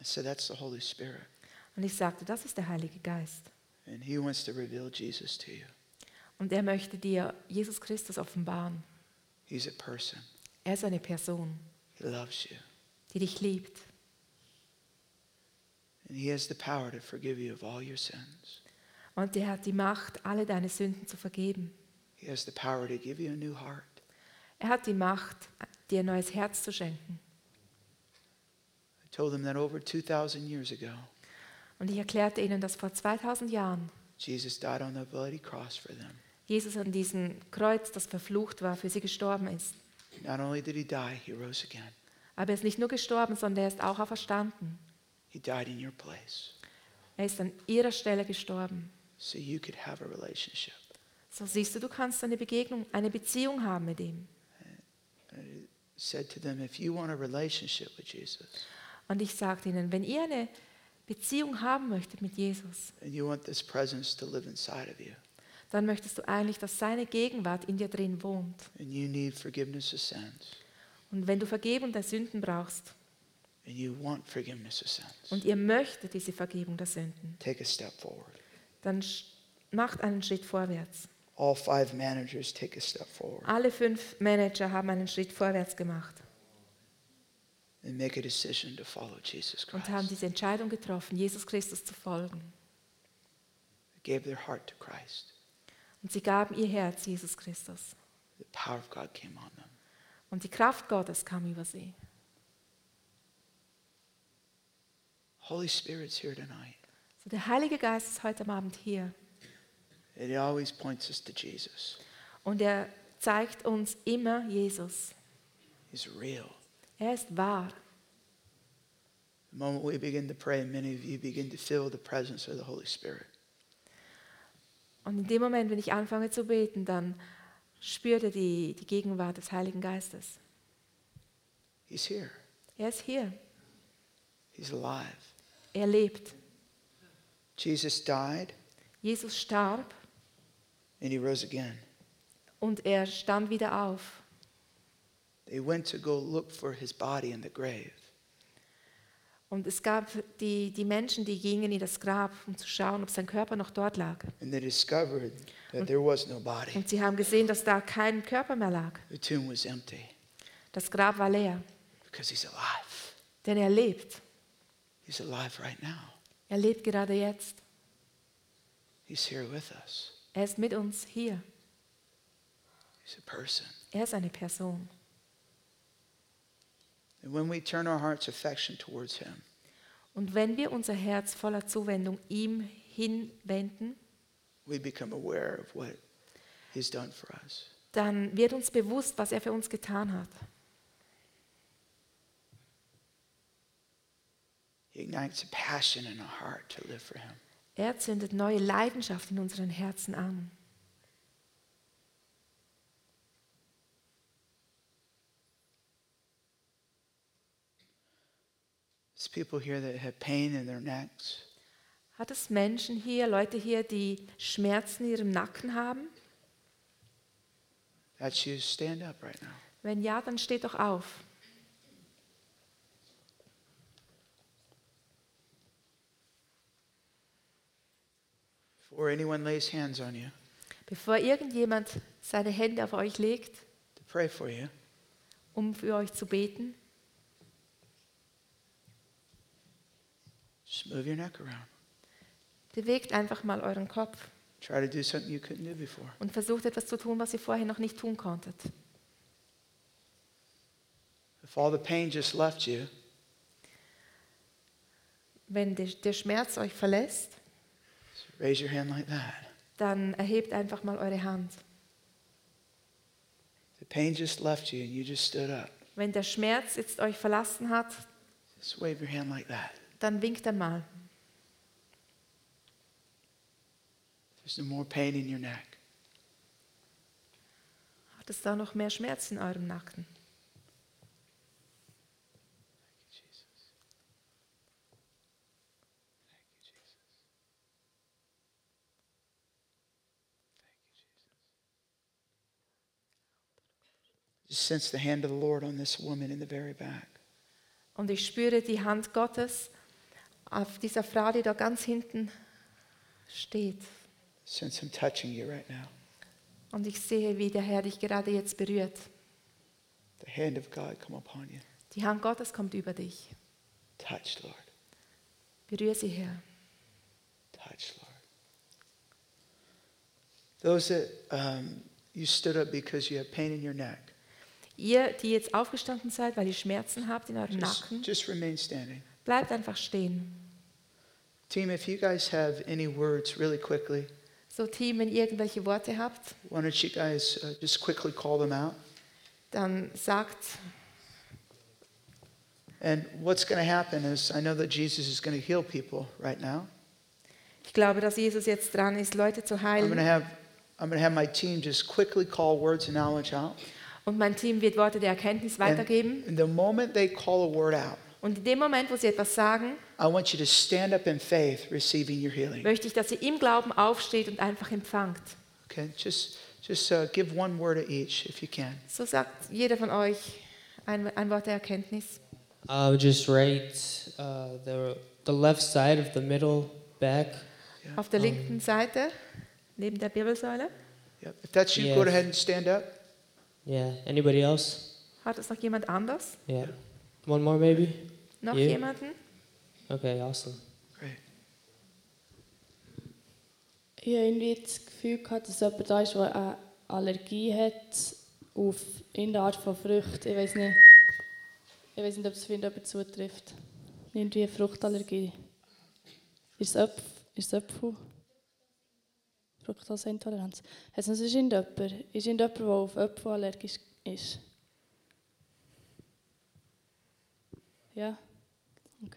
Speaker 2: I said, That's the Holy Spirit.
Speaker 3: Und ich sagte, das ist der Heilige Geist.
Speaker 2: And He wants to reveal Jesus to you.
Speaker 3: Und er möchte dir Jesus Christus offenbaren.
Speaker 2: He's a person,
Speaker 3: Er ist eine Person,
Speaker 2: He loves you.
Speaker 3: die dich liebt.
Speaker 2: And He has the power to forgive you of all your sins.
Speaker 3: Und er hat die Macht, alle deine Sünden zu vergeben.
Speaker 2: He has the power to give you a new heart.
Speaker 3: Er hat die Macht, dir ein neues Herz zu schenken.
Speaker 2: I told them that over 2,000 years ago,
Speaker 3: Und ich erklärte ihnen, dass vor 2000 Jahren
Speaker 2: Jesus died on the bloody cross for them.
Speaker 3: Jesus an diesem Kreuz, das verflucht war, für sie gestorben ist.
Speaker 2: Not only did He die, He rose again.
Speaker 3: Aber er ist nicht nur gestorben, sondern er ist auch auferstanden.
Speaker 2: He died in your place
Speaker 3: Er ist an ihrer Stelle gestorben.
Speaker 2: so you could have a relationship.
Speaker 3: So siehst du, du kannst eine Begegnung, eine Beziehung haben mit ihm.
Speaker 2: Said to them, If you want a relationship with Jesus
Speaker 3: Und ich sagte ihnen, wenn ihr eine Beziehung haben möchtet mit Jesus,
Speaker 2: and you want this presence to live inside of you
Speaker 3: dann möchtest du eigentlich, dass seine Gegenwart in dir drin wohnt.
Speaker 2: and you need forgiveness of sins
Speaker 3: Und wenn du Vergebung der Sünden brauchst
Speaker 2: and you want forgiveness of sins,
Speaker 3: und ihr möchtet diese Vergebung der Sünden,
Speaker 2: take a step forward.
Speaker 3: dann sch- macht einen Schritt vorwärts.
Speaker 2: All five managers take a step forward
Speaker 3: Alle fünf Manager haben einen Schritt vorwärts gemacht
Speaker 2: and make a decision to follow Jesus
Speaker 3: und haben
Speaker 2: Christ.
Speaker 3: diese Entscheidung getroffen, Jesus Christus zu folgen.
Speaker 2: Gave their heart to Christ.
Speaker 3: Und sie gaben ihr Herz Jesus Christus.
Speaker 2: The power of God came on them.
Speaker 3: Und die Kraft Gottes kam über sie.
Speaker 2: Holy Spirit's here tonight.
Speaker 3: So der Heilige Geist ist heute am Abend hier
Speaker 2: And He always points us to Jesus.
Speaker 3: und er zeigt uns immer Jesus.
Speaker 2: He's real.
Speaker 3: Er ist wahr.
Speaker 2: The moment we begin to pray, many of you begin to feel the presence of the Holy Spirit.
Speaker 3: Und in dem Moment, wenn ich anfange zu beten, dann spürt er die, die Gegenwart des Heiligen Geistes.
Speaker 2: He's here.
Speaker 3: Er ist hier.
Speaker 2: He's alive.
Speaker 3: Er lebt.
Speaker 2: Jesus died
Speaker 3: Jesus starb
Speaker 2: and he rose again.
Speaker 3: und er stand wieder auf.
Speaker 2: They went to go look for his body in the grave.
Speaker 3: Und es gab die, die Menschen, die gingen in das Grab, um zu schauen, ob sein Körper noch dort lag.
Speaker 2: And they discovered that there was no body.
Speaker 3: Und sie haben gesehen, dass da kein Körper mehr lag.
Speaker 2: The tomb was empty
Speaker 3: Das Grab war leer,
Speaker 2: because he's alive.
Speaker 3: denn er lebt.
Speaker 2: He's alive right now.
Speaker 3: Er lebt gerade jetzt.
Speaker 2: He's here with us.
Speaker 3: Er ist mit uns hier.
Speaker 2: He's a person.
Speaker 3: Er ist eine Person.
Speaker 2: And when we turn our heart's affection towards him,
Speaker 3: Und wenn wir unser Herz voller Zuwendung ihm hinwenden,
Speaker 2: we become aware of what he's done for us.
Speaker 3: dann wird uns bewusst, was er für uns getan hat.
Speaker 2: He ignites a passion in our heart to live for Him.
Speaker 3: Er zündet neue Leidenschaft in unseren Herzen an.
Speaker 2: There's people here that have pain in their necks.
Speaker 3: Hat es Menschen hier, Leute hier, die Schmerzen in ihrem Nacken haben?
Speaker 2: That's you. Stand up right now.
Speaker 3: Wenn ja, dann steht doch auf.
Speaker 2: Before anyone lays hands on you
Speaker 3: Bevor irgendjemand seine Hände auf euch legt,
Speaker 2: to pray for you,
Speaker 3: um für euch zu beten,
Speaker 2: just move your neck around.
Speaker 3: bewegt einfach mal euren Kopf
Speaker 2: Try to do something you couldn't do before.
Speaker 3: und versucht etwas zu tun, was ihr vorher noch nicht tun konntet.
Speaker 2: If all the pain just left you,
Speaker 3: Wenn der der Schmerz euch verlässt,
Speaker 2: just raise your hand like that.
Speaker 3: dann erhebt einfach mal eure Hand.
Speaker 2: The pain just left you and you just stood up.
Speaker 3: Wenn der Schmerz jetzt euch verlassen hat,
Speaker 2: Just wave your hand like that.
Speaker 3: dann winkt einmal.
Speaker 2: There's no more pain in your neck.
Speaker 3: Hat es da noch mehr Schmerz in eurem Nacken?
Speaker 2: Jesus. Thank you, Jesus. Thank you, Jesus. Just sense the hand of the Lord on this woman in the very back.
Speaker 3: Und ich spüre die Hand Gottes auf dieser Frau, die da ganz hinten steht.
Speaker 2: Sense Him touching you right now.
Speaker 3: Und ich sehe, wie der Herr dich gerade jetzt berührt.
Speaker 2: The hand of God come upon you.
Speaker 3: Die Hand Gottes kommt über dich.
Speaker 2: Touch, Lord.
Speaker 3: Berühre sie, Herr.
Speaker 2: Touch, Lord. Those that um, you stood up because you have pain in your neck,
Speaker 3: Ihr, die jetzt aufgestanden seid, weil ihr Schmerzen habt in eurem
Speaker 2: just,
Speaker 3: Nacken,
Speaker 2: just remain standing.
Speaker 3: bleibt einfach stehen.
Speaker 2: Team, if you guys have any words really quickly,
Speaker 3: So, Team, wenn ihr irgendwelche Worte habt,
Speaker 2: why don't you guys uh, just quickly call them out?
Speaker 3: dann sagt,
Speaker 2: And what's going to happen is I know that Jesus is going to heal people right now.
Speaker 3: ich glaube, dass Jesus jetzt dran ist, Leute zu
Speaker 2: I'm going to
Speaker 3: heilen.
Speaker 2: have I'm going to have my team just quickly call words of knowledge out.
Speaker 3: Und mein Team wird Worte der Erkenntnis
Speaker 2: And-
Speaker 3: weitergeben.
Speaker 2: and the moment they call a word out,
Speaker 3: Und in dem Moment, wo sie etwas sagen,
Speaker 2: I want you to stand up in faith, receiving your healing.
Speaker 3: möchte ich, dass ihr im Glauben aufsteht und einfach empfangt.
Speaker 2: Okay, just just uh, give one word to each if you can.
Speaker 3: So sagt jeder von euch ein, ein Wort der Erkenntnis.
Speaker 4: Um, just right, uh, the the left side of the middle back.
Speaker 3: Auf der linken Seite, neben der Bibelsäule,
Speaker 2: Yep. If that's you, go
Speaker 4: Yes.
Speaker 2: ahead and stand up.
Speaker 4: Yeah. Anybody else?
Speaker 3: hat es noch jemand anders?
Speaker 4: Yeah. One more maybe.
Speaker 3: Noch
Speaker 4: Ja.
Speaker 3: jemanden?
Speaker 4: Okay. Awesome.
Speaker 2: Great.
Speaker 5: Ich habe irgendwie das Gefühl gehabt, dass jemand da ist, der eine Allergie hat auf irgendeine Art von Frucht. Ich weiß nicht, ich weiß nicht ob es für jemanden zutrifft. Irgendwie eine Fruchtallergie. Ist es Apf- ist es Apfel? Fructoseintoleranz. Hat es noch sonst irgendjemand? Ist irgendjemand, der auf Äpfel allergisch ist? Ja? Okay.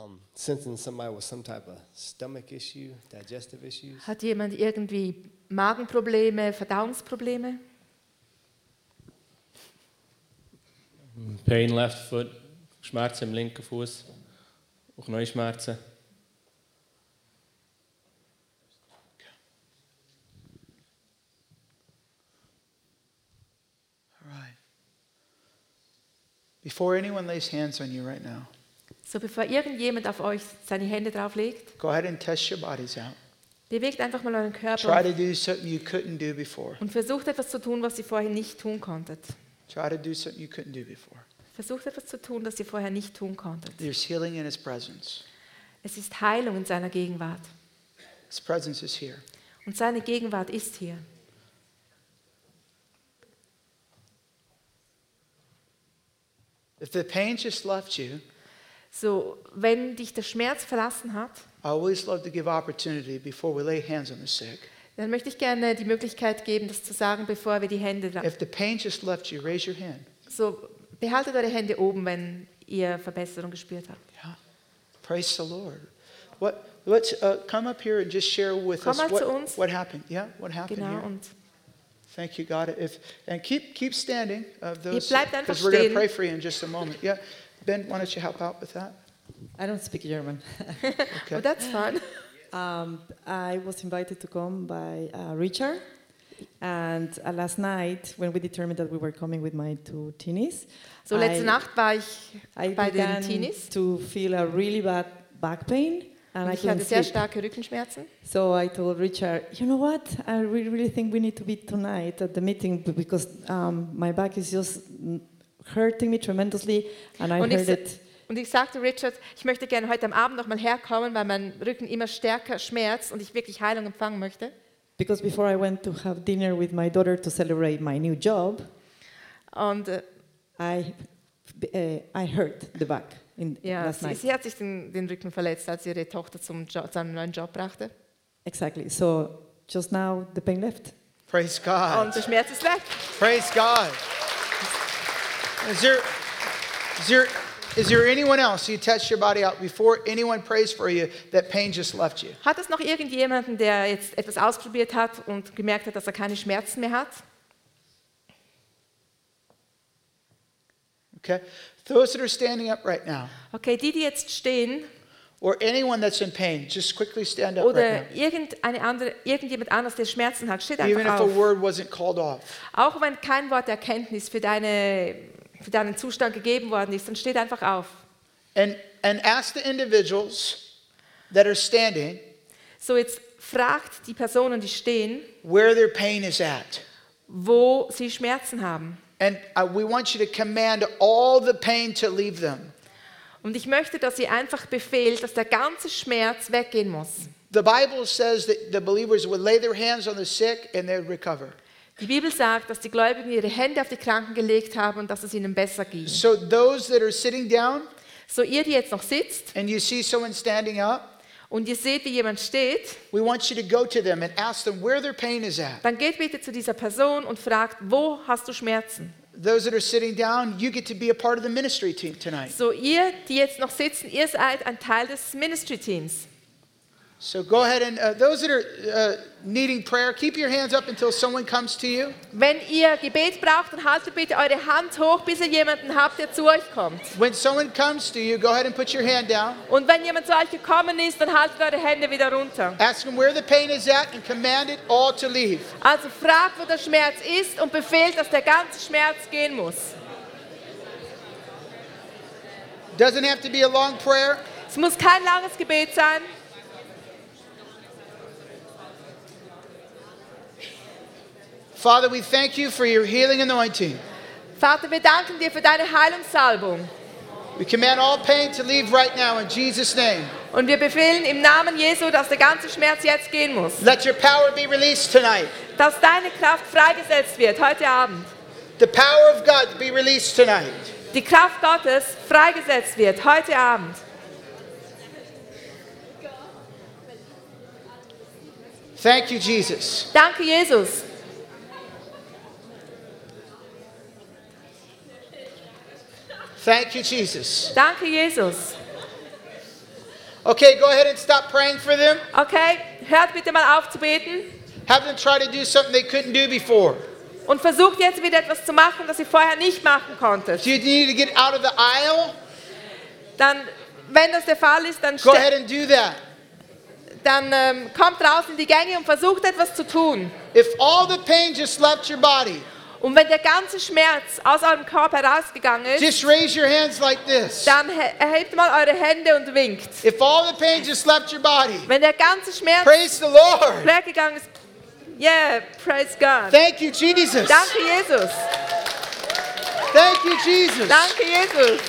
Speaker 6: um, sensing somebody with some type of stomach issue, digestive issues.
Speaker 3: Hat jemand irgendwie Magenprobleme, Verdauungsprobleme?
Speaker 7: Pain left foot, Schmerzen im linken Fuß, auch Knieschmerzen.
Speaker 2: All right. Before anyone lays hands on you right now,
Speaker 3: So bevor irgendjemand auf euch seine Hände drauflegt,
Speaker 2: go ahead and test your bodies out.
Speaker 3: bewegt einfach mal euren
Speaker 2: Try
Speaker 3: Körper
Speaker 2: to do something you couldn't do before.
Speaker 3: und versucht etwas zu tun, was ihr vorher nicht tun konntet.
Speaker 2: Try to do something you couldn't do before.
Speaker 3: Versucht etwas zu tun, das ihr vorher nicht tun konntet.
Speaker 2: There's healing in His presence.
Speaker 3: Es ist Heilung in seiner Gegenwart.
Speaker 2: His presence is here.
Speaker 3: Und seine Gegenwart ist hier.
Speaker 2: If the pain just left you,
Speaker 3: So, wenn dich der Schmerz verlassen hat,
Speaker 2: I always love to give opportunity before we lay hands on the sick.
Speaker 3: dann möchte ich gerne die Möglichkeit geben, das zu sagen, bevor wir die Hände. dra-
Speaker 2: If the pain just left you, raise your hand.
Speaker 3: So, Behaltet eure Hände oben, wenn ihr Verbesserung gespürt habt.
Speaker 2: Praise the Lord. What? Let's uh, come up here and just share with
Speaker 3: Komm mal
Speaker 2: us
Speaker 3: zu uns.
Speaker 2: what, what happened. Yeah, what happened
Speaker 3: Genau,
Speaker 2: here.
Speaker 3: und
Speaker 2: Thank you, God. If and keep keep standing of those
Speaker 3: bleibt einfach
Speaker 2: we're going to
Speaker 3: stehen.
Speaker 2: pray for you in just a moment. Yeah, Ben, why don't you help out with that?
Speaker 8: I don't speak German.
Speaker 3: oh, that's fun.
Speaker 8: Um, I was invited to come by uh, Richard. And uh, last night, when we determined that we were coming with my two teenies,
Speaker 3: So letzte
Speaker 8: I-
Speaker 3: Nacht war ich
Speaker 8: I
Speaker 3: By the
Speaker 8: began
Speaker 3: teenies?
Speaker 8: to feel a really bad back pain. And
Speaker 3: und
Speaker 8: I
Speaker 3: ich hatte
Speaker 8: couldn't
Speaker 3: sehr
Speaker 8: sleep.
Speaker 3: starke Rückenschmerzen.
Speaker 8: So I told Richard, you know what? I really, really think we need to be tonight at the meeting b- because um, my back is just mm, hurting me tremendously, and I
Speaker 3: Und ich
Speaker 8: heard
Speaker 3: se-
Speaker 8: it.
Speaker 3: Und ich sagte Richard, ich möchte gerne heute am Abend nochmal herkommen, weil mein Rücken immer stärker schmerzt und ich wirklich Heilung empfangen möchte.
Speaker 8: Because before I went to have dinner with my daughter to celebrate my new job,
Speaker 3: Und äh,
Speaker 8: I, uh, I hurt the back in
Speaker 3: ja,
Speaker 8: last
Speaker 3: sie,
Speaker 8: night.
Speaker 3: sie hat sich den, den Rücken verletzt, als sie ihre Tochter zum jo zu einem neuen Job brachte.
Speaker 8: Exactly. So just now the pain left.
Speaker 2: Praise God.
Speaker 3: Und der Schmerz ist weg.
Speaker 2: Praise God. Is there, is there, is there anyone else you touched your body out before anyone prays for you that pain just left you?
Speaker 3: Hat es noch irgendjemanden, der jetzt etwas ausprobiert hat und gemerkt hat, dass er keine Schmerzen mehr hat?
Speaker 2: Okay. Those that are standing up right now,
Speaker 3: Okay, die, die jetzt stehen
Speaker 2: or anyone that's in pain, just quickly stand up right
Speaker 3: oder irgendeine andere, irgendjemand anders, der Schmerzen hat, steht
Speaker 2: now. Even if
Speaker 3: einfach
Speaker 2: a
Speaker 3: auf.
Speaker 2: word wasn't called off.
Speaker 3: Auch wenn kein Wort der Erkenntnis für, deine, für deinen Zustand gegeben worden ist, dann steht einfach auf.
Speaker 2: And, and ask the individuals that are standing
Speaker 3: So, jetzt fragt die Personen, die stehen,
Speaker 2: where their pain is at.
Speaker 3: wo sie Schmerzen haben.
Speaker 2: And uh, we want you to command all the pain to leave them.
Speaker 3: Und ich möchte, dass ihr einfach befehlt, dass der ganze Schmerz weggehen muss.
Speaker 2: The Bible says that the believers would lay their hands on the sick and they'd recover.
Speaker 3: Die Bibel sagt, dass die Gläubigen ihre Hände auf die Kranken gelegt haben und dass es ihnen besser ging.
Speaker 2: So those that are sitting down
Speaker 3: So ihr, die jetzt noch sitzt
Speaker 2: and you see someone standing up,
Speaker 3: und ihr seht, wie jemand steht,
Speaker 2: we want you to go to them and ask them where their pain is at.
Speaker 3: dann geht bitte zu dieser Person und fragt, wo hast du Schmerzen?
Speaker 2: Those that are sitting down, you get to be a part of the ministry team tonight.
Speaker 3: So ihr, die jetzt noch sitzen, ihr seid ein Teil des Ministry Teams.
Speaker 2: So go ahead and uh, those that are uh, needing prayer, keep your hands up until someone comes to you.
Speaker 3: Wenn ihr Gebet braucht, dann haltet bitte eure Hand hoch, bis ihr jemanden habt, der zu euch kommt.
Speaker 2: When someone comes to you, go ahead and put your hand down.
Speaker 3: Und wenn jemand zu euch gekommen ist, dann haltet eure Hände wieder runter.
Speaker 2: Ask them where the pain is at and command it all to leave.
Speaker 3: Also fragt, wo der Schmerz ist und befehlt, dass der ganze Schmerz gehen muss.
Speaker 2: Doesn't have to be a long prayer.
Speaker 3: Es muss kein langes Gebet sein.
Speaker 2: Father, we thank you for your healing anointing.
Speaker 3: Vater, wir danken dir für deine Heilungssalbung.
Speaker 2: We command all pain to leave right now in Jesus' name.
Speaker 3: Und wir befehlen im Namen Jesu, dass der ganze Schmerz jetzt gehen muss.
Speaker 2: Let your power be released tonight.
Speaker 3: Dass deine Kraft freigesetzt wird heute Abend.
Speaker 2: The power of God be released tonight.
Speaker 3: Die Kraft Gottes freigesetzt wird heute Abend.
Speaker 2: Thank you, Jesus.
Speaker 3: Danke, Jesus.
Speaker 2: Thank you, Jesus.
Speaker 3: Danke, Jesus.
Speaker 2: Okay, go ahead and stop praying for them.
Speaker 3: Okay, hört bitte mal auf zu beten
Speaker 2: Have them try to do something they couldn't do before.
Speaker 3: und versucht jetzt wieder etwas zu machen, das ihr vorher nicht machen konntet.
Speaker 2: If you need to get out of the aisle,
Speaker 3: dann, wenn das der Fall ist, dann,
Speaker 2: go
Speaker 3: ste-
Speaker 2: ahead and do that.
Speaker 3: dann ähm, kommt raus in die Gänge und versucht etwas zu tun.
Speaker 2: If all the pain just left your body,
Speaker 3: Und wenn der ganze Schmerz aus eurem Körper herausgegangen ist,
Speaker 2: just raise your hands like this.
Speaker 3: dann he- erhebt mal eure Hände und winkt.
Speaker 2: If all the pain just left your body,
Speaker 3: Wenn der ganze Schmerz
Speaker 2: praise the Lord.
Speaker 3: weggegangen ist, yeah, praise God.
Speaker 2: Thank you, Jesus.
Speaker 3: Danke, Jesus.
Speaker 2: Thank you, Jesus.
Speaker 3: Danke, Jesus.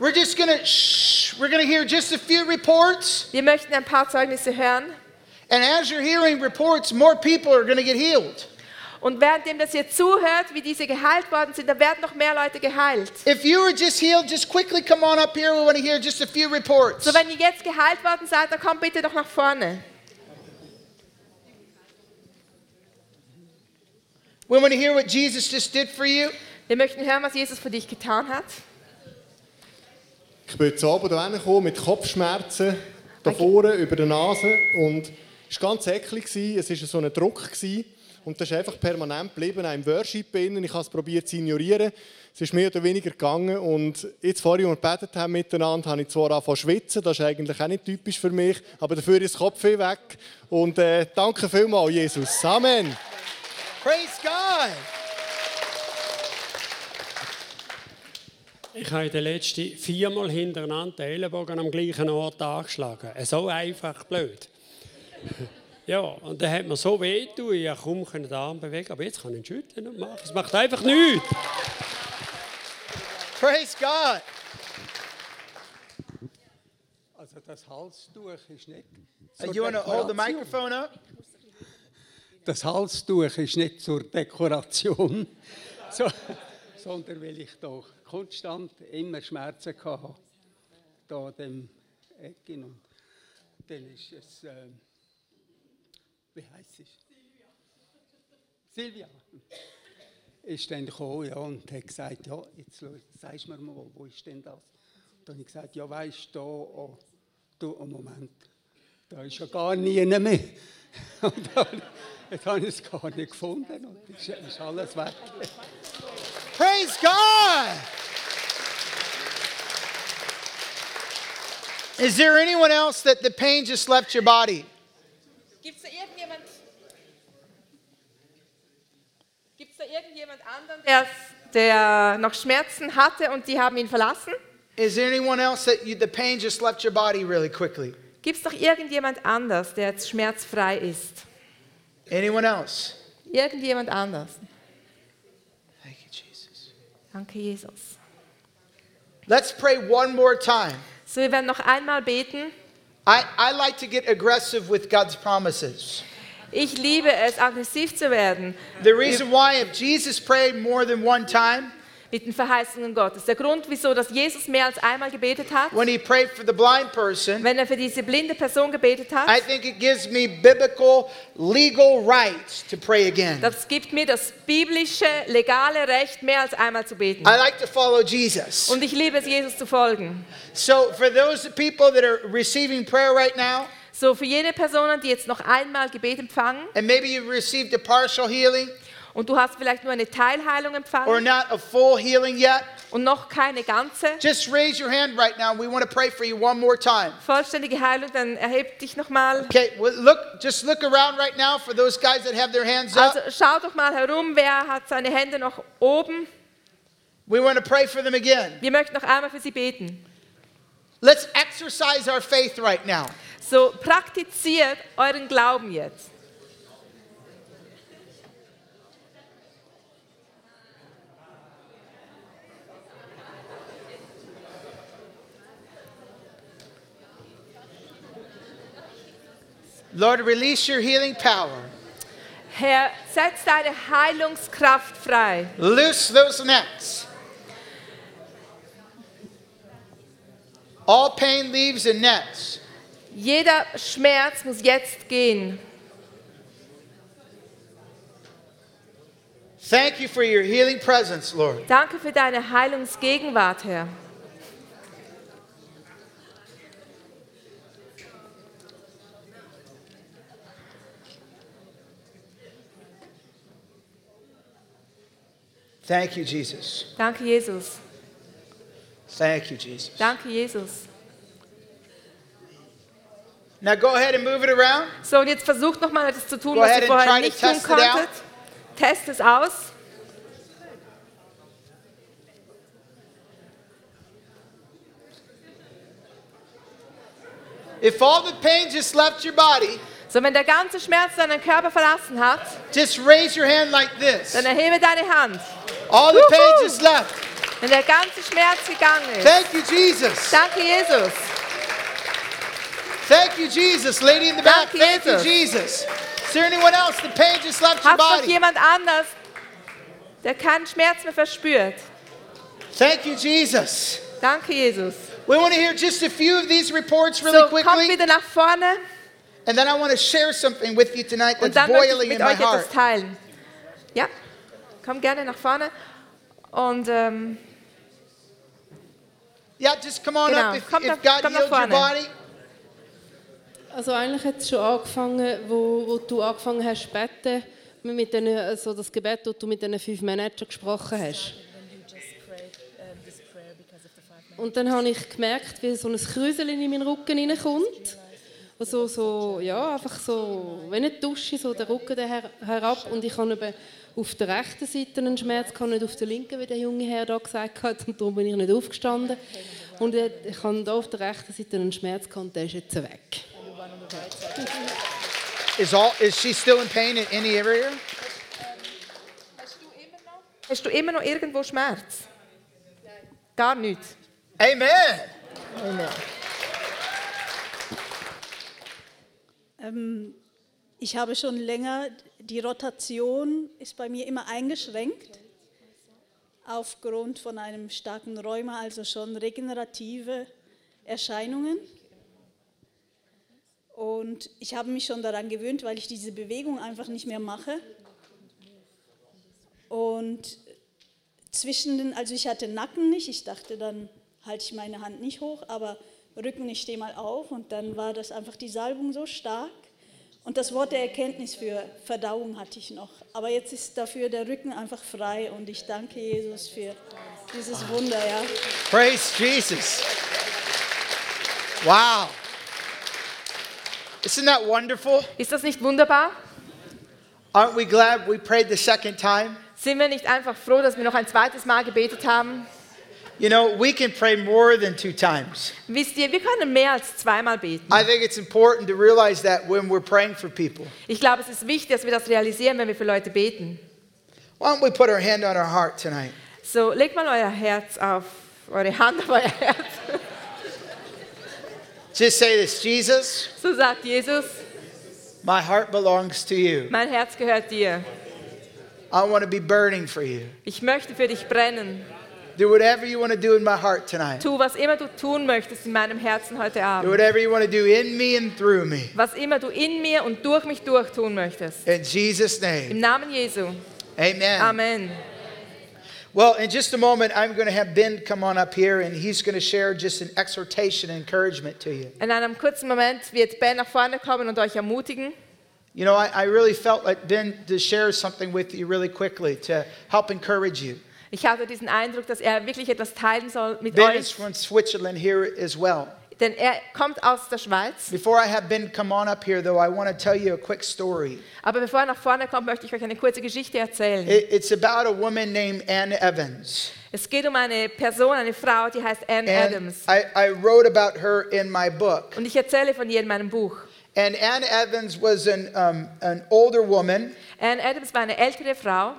Speaker 2: We're just gonna shh. We're gonna hear just a few reports,
Speaker 3: Wir möchten ein paar Zeugnisse hören.
Speaker 2: and as you're hearing reports, more people are gonna get healed.
Speaker 3: Und währenddem, dass ihr zuhört, wie diese geheilt worden sind, da werden noch mehr Leute geheilt.
Speaker 2: If you were just healed, just quickly come on up here. We want to hear just a few reports.
Speaker 3: So, wenn ihr jetzt geheilt worden seid, dann kommt bitte doch nach vorne.
Speaker 2: We want to hear what Jesus just did for you.
Speaker 3: Wir möchten hören, was Jesus für dich getan hat.
Speaker 7: Ich bin jetzt oben hierher gekommen mit Kopfschmerzen, da vorne über der Nase. Und es war ganz eklig, gewesen. es war so ein Druck. Gewesen. Und das ist einfach permanent geblieben, auch im Worship. Innen. Ich habe es probiert zu ignorieren. Es ist mehr oder weniger gegangen. Und jetzt, vorhin, als wir gebetet haben miteinander, habe ich zwar angefangen zu schwitzen. Das ist eigentlich auch nicht typisch für mich. Aber dafür ist das Kopfweh weg. Und äh, danke vielmals, Jesus. Amen.
Speaker 2: Praise God.
Speaker 1: Ich habe in den letzten viermal hintereinander den Ellenbogen am gleichen Ort angeschlagen. So einfach blöd. ja, und dann hat mir so weh getan, ich konnte kaum können den Arm bewegen, aber jetzt kann ich ihn schütteln und machen. Es macht einfach nichts.
Speaker 2: Praise God.
Speaker 6: Also das Halstuch ist nicht
Speaker 2: Uh,
Speaker 6: zur
Speaker 2: you want to hold the
Speaker 6: Dekoration.
Speaker 2: microphone up?
Speaker 6: Das Halstuch ist nicht zur Dekoration, so, sondern weil ich da konstant immer Schmerzen hatte. Da dem Ecken und dann ist es, ähm, wie heißt es? Silvia. Ist dann gekommen ja, und hat gesagt, ja, jetzt schau, sagst du mir mal, wo ist denn das? Dann habe ich gesagt, ja, weißt du, da, oh, du, einen Moment, da ist ja gar nie mehr. Und dann, jetzt habe ich es gar nicht gefunden und ist, ist alles weg.
Speaker 2: Praise God. Is there anyone else that the pain just left your body?
Speaker 3: Gibt es da irgendjemand? Gibt es da irgendjemand anderen, der, der noch Schmerzen hatte und die haben ihn verlassen?
Speaker 2: Is there anyone else that you, the pain just left your body really quickly?
Speaker 3: Gibt es doch irgendjemand anders, der jetzt schmerzfrei ist?
Speaker 2: Anyone else?
Speaker 3: Irgendjemand anders.
Speaker 2: Thank you, Jesus.
Speaker 3: Danke, Jesus.
Speaker 2: Let's pray one more time.
Speaker 3: So, wir werden noch einmal beten.
Speaker 2: I, I like to get aggressive with God's promises.
Speaker 3: Ich liebe es, aggressiv zu werden
Speaker 2: The reason why, if Jesus prayed more than one time,
Speaker 3: mit den Verheißungen Gottes. Der Grund, wieso dass Jesus mehr als einmal gebetet hat,
Speaker 2: when he prayed for the blind person,
Speaker 3: wenn er für diese blinde Person gebetet
Speaker 2: I
Speaker 3: hat,
Speaker 2: think it gives me biblical, legal rights to pray again.
Speaker 3: das gibt mir das biblische, legale Recht, mehr als einmal zu beten.
Speaker 2: I like to follow Jesus.
Speaker 3: Und ich liebe es, Jesus zu folgen.
Speaker 2: So, for those people that are receiving prayer right now,
Speaker 3: So, für jene Personen, die jetzt noch einmal Gebet empfangen
Speaker 2: and maybe you received a partial healing
Speaker 3: und du hast vielleicht nur eine Teilheilung
Speaker 2: or
Speaker 3: empfangen
Speaker 2: not a full healing yet,
Speaker 3: und noch keine ganze
Speaker 2: just raise your hand right now. We want to pray for you one more time.
Speaker 3: vollständige Heilung, dann erheb dich nochmal.
Speaker 2: Okay, well, look, just look around right now for those guys that have their hands up.
Speaker 3: Also schau doch mal herum, wer hat seine Hände noch oben.
Speaker 2: We want to pray for them again.
Speaker 3: Wir möchten noch einmal für sie beten.
Speaker 2: Let's exercise our faith right now.
Speaker 3: So, praktiziert euren Glauben jetzt.
Speaker 2: Lord, release your healing power.
Speaker 3: Herr, setz deine Heilungskraft frei.
Speaker 2: Loose those necks. All pain leaves in nets.
Speaker 3: Jeder Schmerz muss jetzt gehen.
Speaker 2: Thank you for your healing presence, Lord.
Speaker 3: Danke für deine Heilungsgegenwart, Herr.
Speaker 2: Thank you, Jesus.
Speaker 3: Danke, Jesus.
Speaker 2: Thank you, Jesus.
Speaker 3: Danke, Jesus.
Speaker 2: Now go ahead and move it around.
Speaker 3: So, und jetzt versucht nochmal etwas zu tun,
Speaker 2: Go
Speaker 3: was
Speaker 2: ahead
Speaker 3: ihr
Speaker 2: and
Speaker 3: vorher
Speaker 2: try to
Speaker 3: nicht tun
Speaker 2: test it out.
Speaker 3: konntet. Test es aus.
Speaker 2: If all the pain just left your body,
Speaker 3: So, wenn der ganze Schmerz deinen Körper verlassen hat,
Speaker 2: just raise your hand like this.
Speaker 3: dann erhebe deine Hand.
Speaker 2: All the pain
Speaker 3: Woohoo!
Speaker 2: just left.
Speaker 3: Wenn der ganze Schmerz gegangen ist.
Speaker 2: Thank you, Jesus.
Speaker 3: Danke, Jesus.
Speaker 2: Thank you, Jesus. Lady in the back,
Speaker 3: Thank you,
Speaker 2: thank you, Jesus. Is there anyone else? The pain just left your
Speaker 3: Hat noch
Speaker 2: body.
Speaker 3: jemand anders, der keinen Schmerz mehr verspürt?
Speaker 2: Thank you, Jesus.
Speaker 3: Danke, Jesus.
Speaker 2: We want to hear just a few of these reports really
Speaker 3: So, kommt
Speaker 2: quickly,
Speaker 3: wieder nach vorne
Speaker 2: and then I want to share something with you tonight
Speaker 3: und
Speaker 2: that's
Speaker 3: dann möchte ich
Speaker 2: boiling in
Speaker 3: mit
Speaker 2: my
Speaker 3: euch
Speaker 2: heart.
Speaker 3: etwas teilen. Ja, Komm gerne nach vorne. Und ähm,
Speaker 2: Yeah, just come on
Speaker 3: Genau.
Speaker 2: up if,
Speaker 3: Kommt
Speaker 2: if
Speaker 3: nach-
Speaker 2: God
Speaker 3: kommt nach
Speaker 2: healed your
Speaker 3: vorne.
Speaker 2: body.
Speaker 5: Also eigentlich hat es schon angefangen, wo, wo du angefangen hast zu beten, mit den, also das Gebet, das du mit diesen fünf Managern gesprochen hast. Und dann habe ich gemerkt, wie so ein Kräuselchen in meinen Rücken reinkommt. Also so, ja, einfach so, wenn ich dusche, so der Rücken da her, herab. Und ich habe eben auf der rechten Seite einen Schmerz, gehabt, nicht auf der linken, wie der junge Herr da gesagt hat. Und darum bin ich nicht aufgestanden. Und äh, ich habe da auf der rechten Seite einen Schmerz, gehabt, und der ist jetzt weg.
Speaker 2: Is all is she still in pain in any area?
Speaker 3: hast du immer noch irgendwo Schmerz? Gar nichts.
Speaker 2: Amen.
Speaker 3: Amen.
Speaker 9: Ähm, ich habe schon länger, die Rotation ist bei mir immer eingeschränkt aufgrund von einem starken Rheuma, also schon regenerative Erscheinungen. Und ich habe mich schon daran gewöhnt, weil ich diese Bewegung einfach nicht mehr mache. Und zwischen den, also ich hatte Nacken nicht, ich dachte, dann halte ich meine Hand nicht hoch, aber Rücken, ich stehe mal auf und dann war das einfach die Salbung so stark. Und das Wort der Erkenntnis für Verdauung hatte ich noch. Aber jetzt ist dafür der Rücken einfach frei und ich danke Jesus für dieses Wunder. Ja.
Speaker 2: Praise Jesus. Wow. Isn't that wonderful?
Speaker 3: Ist das nicht wunderbar?
Speaker 2: Aren't we glad we prayed the second time?
Speaker 3: Sind wir nicht einfach froh, dass wir noch ein zweites Mal gebetet haben?
Speaker 2: You know, we can pray more than two times.
Speaker 3: Wisst ihr, wir können mehr als zweimal beten.
Speaker 2: I think it's important to realize that when we're praying for people.
Speaker 3: Ich glaube, es ist wichtig, dass wir das realisieren, wenn wir für Leute beten.
Speaker 2: Why don't we put our hand on our heart tonight?
Speaker 3: So, legt mal euer Herz auf, eure Hand auf euer Herz.
Speaker 2: Just say this Jesus,
Speaker 3: So sagt Jesus,
Speaker 2: my heart belongs to you.
Speaker 3: mein Herz gehört dir.
Speaker 2: I want to be burning for you.
Speaker 3: Ich möchte für dich brennen.
Speaker 2: Do whatever you want to do in my heart tonight.
Speaker 3: Tu, was immer du tun möchtest in meinem Herzen heute
Speaker 2: Do
Speaker 3: Abend.
Speaker 2: whatever you want to do in me and through me.
Speaker 3: Was immer du in mir und durch mich durch tun möchtest.
Speaker 2: In Jesus'
Speaker 3: Im
Speaker 2: name.
Speaker 3: Namen Jesu.
Speaker 2: Amen.
Speaker 3: Amen.
Speaker 2: Well, in just a moment, I'm going to have Ben come on up here and he's going to share just an exhortation and encouragement to you.
Speaker 3: In einem kurzen Moment wird Ben nach vorne kommen und euch ermutigen.
Speaker 2: You know, I, I really felt like Ben to share something with you really quickly to help encourage you.
Speaker 3: Ich hatte diesen Eindruck, dass er wirklich etwas teilen soll mit
Speaker 2: Ben is
Speaker 3: euch,
Speaker 2: from Switzerland here as well.
Speaker 3: denn er kommt aus der Schweiz.
Speaker 2: Before I have Ben come on up here, though, I want to tell you a quick story.
Speaker 3: Aber bevor er nach vorne kommt, möchte ich euch eine kurze Geschichte erzählen.
Speaker 2: It, it's about a woman named Ann Evans.
Speaker 3: es geht um eine Person, eine Frau, die heißt Anne
Speaker 2: And
Speaker 3: Adams.
Speaker 2: I, I wrote about her in my book.
Speaker 3: Und ich erzähle von ihr in meinem Buch.
Speaker 2: And Ann Evans was an, um, an older woman
Speaker 3: Anne Adams war eine ältere Frau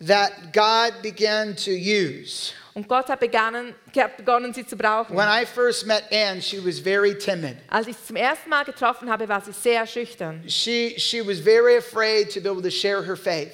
Speaker 2: that God began to use.
Speaker 3: und Gott hat begonnen, hat begonnen sie zu brauchen.
Speaker 2: When I first met Ann, she was very timid.
Speaker 3: Als ich sie zum ersten Mal getroffen habe, war sie sehr schüchtern.
Speaker 2: She, she was very afraid to be able to share her faith.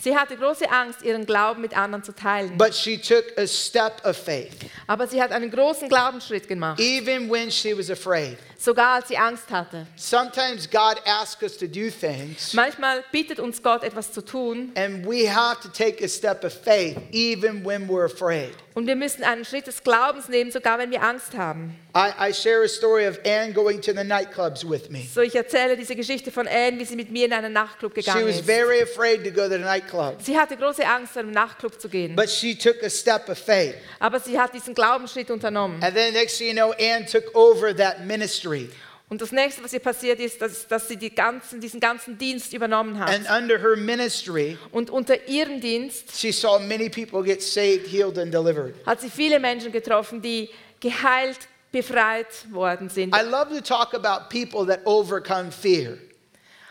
Speaker 3: Sie hatte große Angst, ihren Glauben mit anderen zu teilen.
Speaker 2: But she took a step of faith,
Speaker 3: Aber sie hat einen großen Glaubensschritt gemacht,
Speaker 2: even when she was afraid.
Speaker 3: sogar als sie Angst hatte.
Speaker 2: Sometimes God asks us to do things,
Speaker 3: Manchmal bittet uns Gott, etwas zu tun,
Speaker 2: and we have to take a step of faith, even when we're afraid.
Speaker 3: und wir müssen einen Schritt des Glaubens nehmen, sogar wenn wir Angst haben.
Speaker 2: I, I share a story of Anne going to the nightclubs with me.
Speaker 3: So, ich erzähle diese Geschichte von Anne, wie sie mit mir in einen Nachtclub
Speaker 2: She
Speaker 3: gegangen
Speaker 2: was
Speaker 3: ist.
Speaker 2: very afraid to go to the nightclub,
Speaker 3: Sie hatte große Angst, zu einem Nachtclub zu gehen,
Speaker 2: but she took a step of faith.
Speaker 3: aber sie hat diesen Glaubensschritt unternommen.
Speaker 2: And then next thing you know, Anne took over that ministry.
Speaker 3: Und das nächste, was ihr passiert ist, dass, dass sie die ganzen, diesen ganzen Dienst übernommen hat.
Speaker 2: And uh, under her ministry,
Speaker 3: Und unter ihrem Dienst
Speaker 2: she saw many people get saved, healed, and delivered.
Speaker 3: hat sie viele Menschen getroffen, die geheilt, befreit worden sind.
Speaker 2: I love to talk about people that overcome fear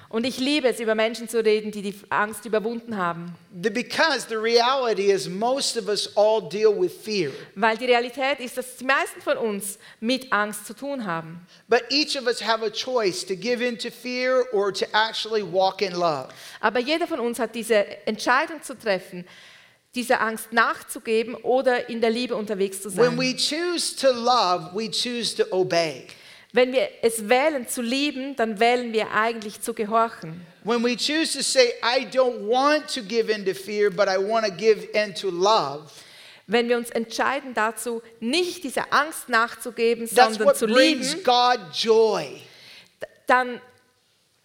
Speaker 3: Und ich liebe es, über Menschen zu reden, die die Angst überwunden haben.
Speaker 2: The- because the reality is most of us all deal with fear.
Speaker 3: Weil die Realität ist, dass die meisten von uns mit Angst zu tun haben.
Speaker 2: But each of us have a choice to give in to fear or to actually walk in love.
Speaker 3: Aber jeder von uns hat diese Entscheidung zu treffen, dieser Angst nachzugeben oder in der Liebe unterwegs zu
Speaker 2: When
Speaker 3: sein.
Speaker 2: we choose to love, we choose to obey.
Speaker 3: Wenn wir es wählen zu lieben, dann wählen wir eigentlich zu gehorchen.
Speaker 2: When we choose to say, I don't want to give in to fear, but I want to give in to love,
Speaker 3: Wenn wir uns entscheiden dazu, nicht dieser Angst nachzugeben,
Speaker 2: that's
Speaker 3: sondern
Speaker 2: what
Speaker 3: zu
Speaker 2: brings
Speaker 3: lieben,
Speaker 2: God joy.
Speaker 3: dann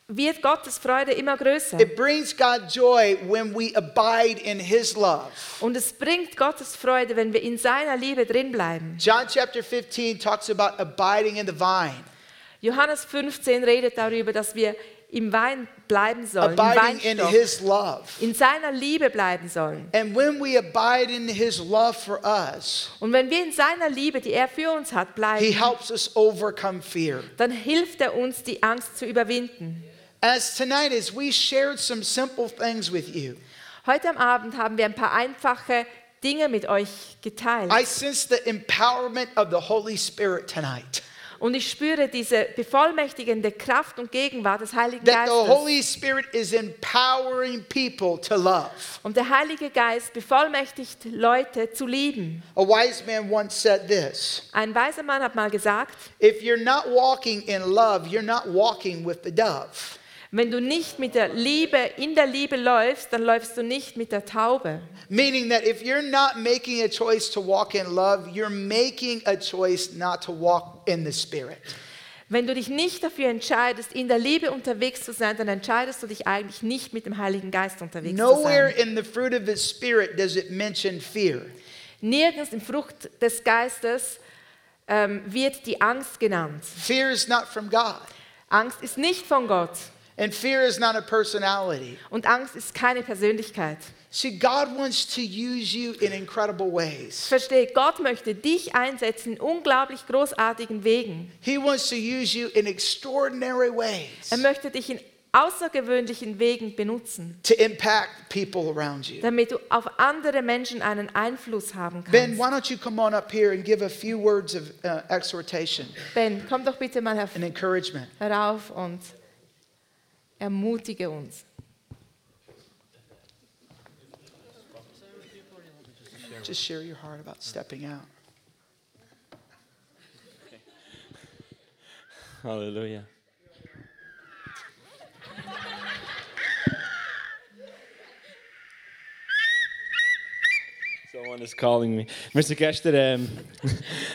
Speaker 3: wird Gottes Freude immer größer.
Speaker 2: It brings God joy when we abide in His love.
Speaker 3: Und es bringt Gottes Freude, wenn wir in seiner Liebe drin bleiben.
Speaker 2: John chapter 15 talks about abiding in the vine,
Speaker 3: Johannes 15 redet darüber, dass wir im Wein bleiben sollen, im
Speaker 2: abiding in
Speaker 3: Weinstock,
Speaker 2: His love.
Speaker 3: in seiner Liebe bleiben sollen.
Speaker 2: And when we abide in His love for us,
Speaker 3: Und wenn wir in seiner Liebe, die er für uns hat,
Speaker 2: He
Speaker 3: bleiben,
Speaker 2: helps us overcome fear.
Speaker 3: dann hilft er uns, die Angst zu überwinden.
Speaker 2: As tonight, as we shared some simple things with you,
Speaker 3: Heute am Abend haben wir ein paar einfache Dinge mit euch geteilt.
Speaker 2: I sense the empowerment of the Holy Spirit tonight.
Speaker 3: Und ich spüre diese bevollmächtigende Kraft und Gegenwart des Heiligen
Speaker 2: That the
Speaker 3: Geistes.
Speaker 2: Holy Spirit is empowering people to love.
Speaker 3: Und der Heilige Geist bevollmächtigt Leute zu lieben.
Speaker 2: A wise man once said this
Speaker 3: Ein weiser Mann hat mal gesagt,
Speaker 2: If you're not walking in love, you're not walking with the dove.
Speaker 3: wenn du nicht mit der Liebe in der Liebe läufst, dann läufst du nicht mit der Taube.
Speaker 2: Meaning that if you're not making a choice to walk in love, you're making a choice not to walk in the Spirit.
Speaker 3: Wenn du dich nicht dafür entscheidest, in der Liebe unterwegs zu sein, dann entscheidest du dich eigentlich nicht mit dem Heiligen Geist unterwegs zu
Speaker 2: Nowhere
Speaker 3: sein.
Speaker 2: in the fruit of the Spirit does it mention fear.
Speaker 3: Nirgends im Frucht des Geistes ähm, wird die Angst genannt.
Speaker 2: Fear is not from God,
Speaker 3: Angst ist nicht von Gott
Speaker 2: and fear is not a personality.
Speaker 3: und Angst ist keine Persönlichkeit.
Speaker 2: See, God wants to use you in incredible ways.
Speaker 3: Verstehe, Gott möchte dich einsetzen in unglaublich großartigen Wegen.
Speaker 2: He wants to use you in extraordinary ways
Speaker 3: Er möchte dich in außergewöhnlichen Wegen benutzen,
Speaker 2: to impact people around you.
Speaker 3: damit du auf andere Menschen einen Einfluss haben
Speaker 2: Ben,
Speaker 3: kannst.
Speaker 2: why don't you come on up here and give a few words of uh, exhortation
Speaker 3: Ben, komm doch bitte mal herv-
Speaker 2: and encouragement?
Speaker 3: herauf und ermutige uns.
Speaker 2: Just share your heart about stepping out.
Speaker 7: Halleluja. Someone is calling me. Wir sind gestern, ähm,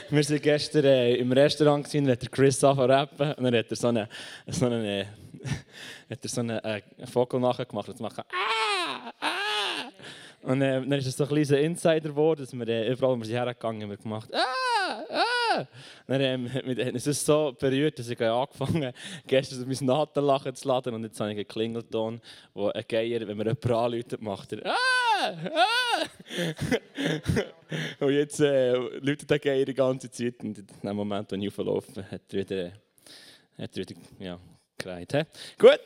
Speaker 7: wir sind gestern äh, im Restaurant gewesen, und hat der Chris angefangen zu rappen und dann hat er eh, so einen so einen, äh, hat er so einen, äh, Vogel nachgemacht und macht ah, ah. Und äh, dann ist es so ein kleiner Insider geworden, dass wir äh, überall, wo wir sind hergegangen haben, wir gemacht ah, ah. Und dann ähm, hat mich- hat uns das so berührt, dass ich äh, angefangen habe, gestern so mein Natenlachen zu laden und jetzt habe ich einen Klingelton, wo ein Geier, wenn man jemanden anläutet, macht er ah. und jetzt äh, läutet der Geier die ganze Zeit und in dem Moment, wenn ich auflaufe, hat er wieder, hat er wieder ja, gereiht. hä? Gut,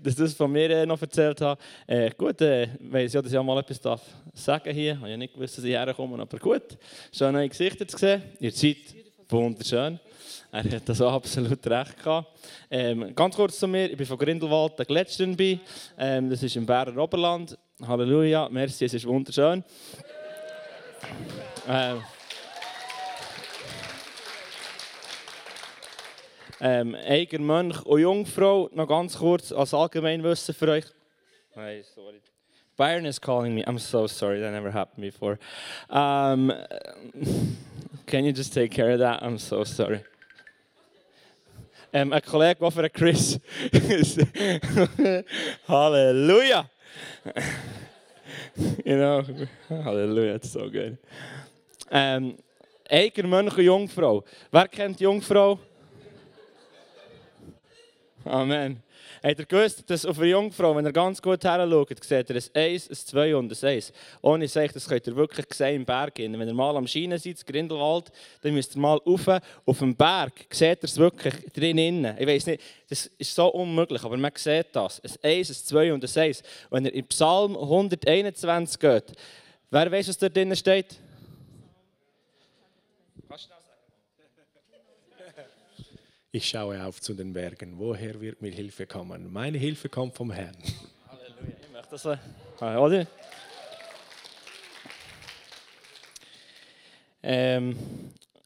Speaker 7: dass das von mir äh, noch erzählt habe. Äh, gut, äh, weiss ja, dass ich auch mal etwas darf sagen hier. habe ja nicht gewusst, dass ich herkomme, aber gut. Schön, neue Gesichter zu sehen. Ihr seid wunderschön. Er hat das auch absolut recht gehabt. Ähm, ganz kurz zu mir, ich bin von Grindelwald, der Gletscher bei. Ähm, das ist im Berner Oberland. Halleluja, merci, es ist wunderschön. ähm, ähm, Eiger, Mönch und Jungfrau, noch ganz kurz als Allgemeinwissen für euch. Hey, sorry. Byron is calling me. I'm so sorry. That never happened before. Um, can you just take care of that? I'm so sorry. Ähm, ein Kollege, der für einen Chris ist. Halleluja! you know, Halleluja, it's so good. Ähm, Eiger, Mönch und Jungfrau. Wer kennt die Jungfrau? Amen. Habt ihr gewusst, dass auf eine Jungfrau, wenn ihr ganz gut heranschaut, seht ihr ein 1, ein 2 und ein 1. Ohne ich sage, das könnt ihr wirklich sehen im Berg. Hin. Wenn ihr mal am Schienen seid, in Grindelwald, dann müsst ihr mal rauf. Auf dem Berg seht ihr es wirklich drin. Innen. Ich weiß nicht, das ist so unmöglich, aber man sieht das. Ein 1, ein 2 und ein 1. Wenn ihr in Psalm 121 geht, wer weiß, was dort drin steht?
Speaker 1: Ich schaue auf zu den Bergen. Woher wird mir Hilfe kommen? Meine Hilfe kommt vom Herrn.
Speaker 7: Ich möchte das, äh, ah, oder? Ähm,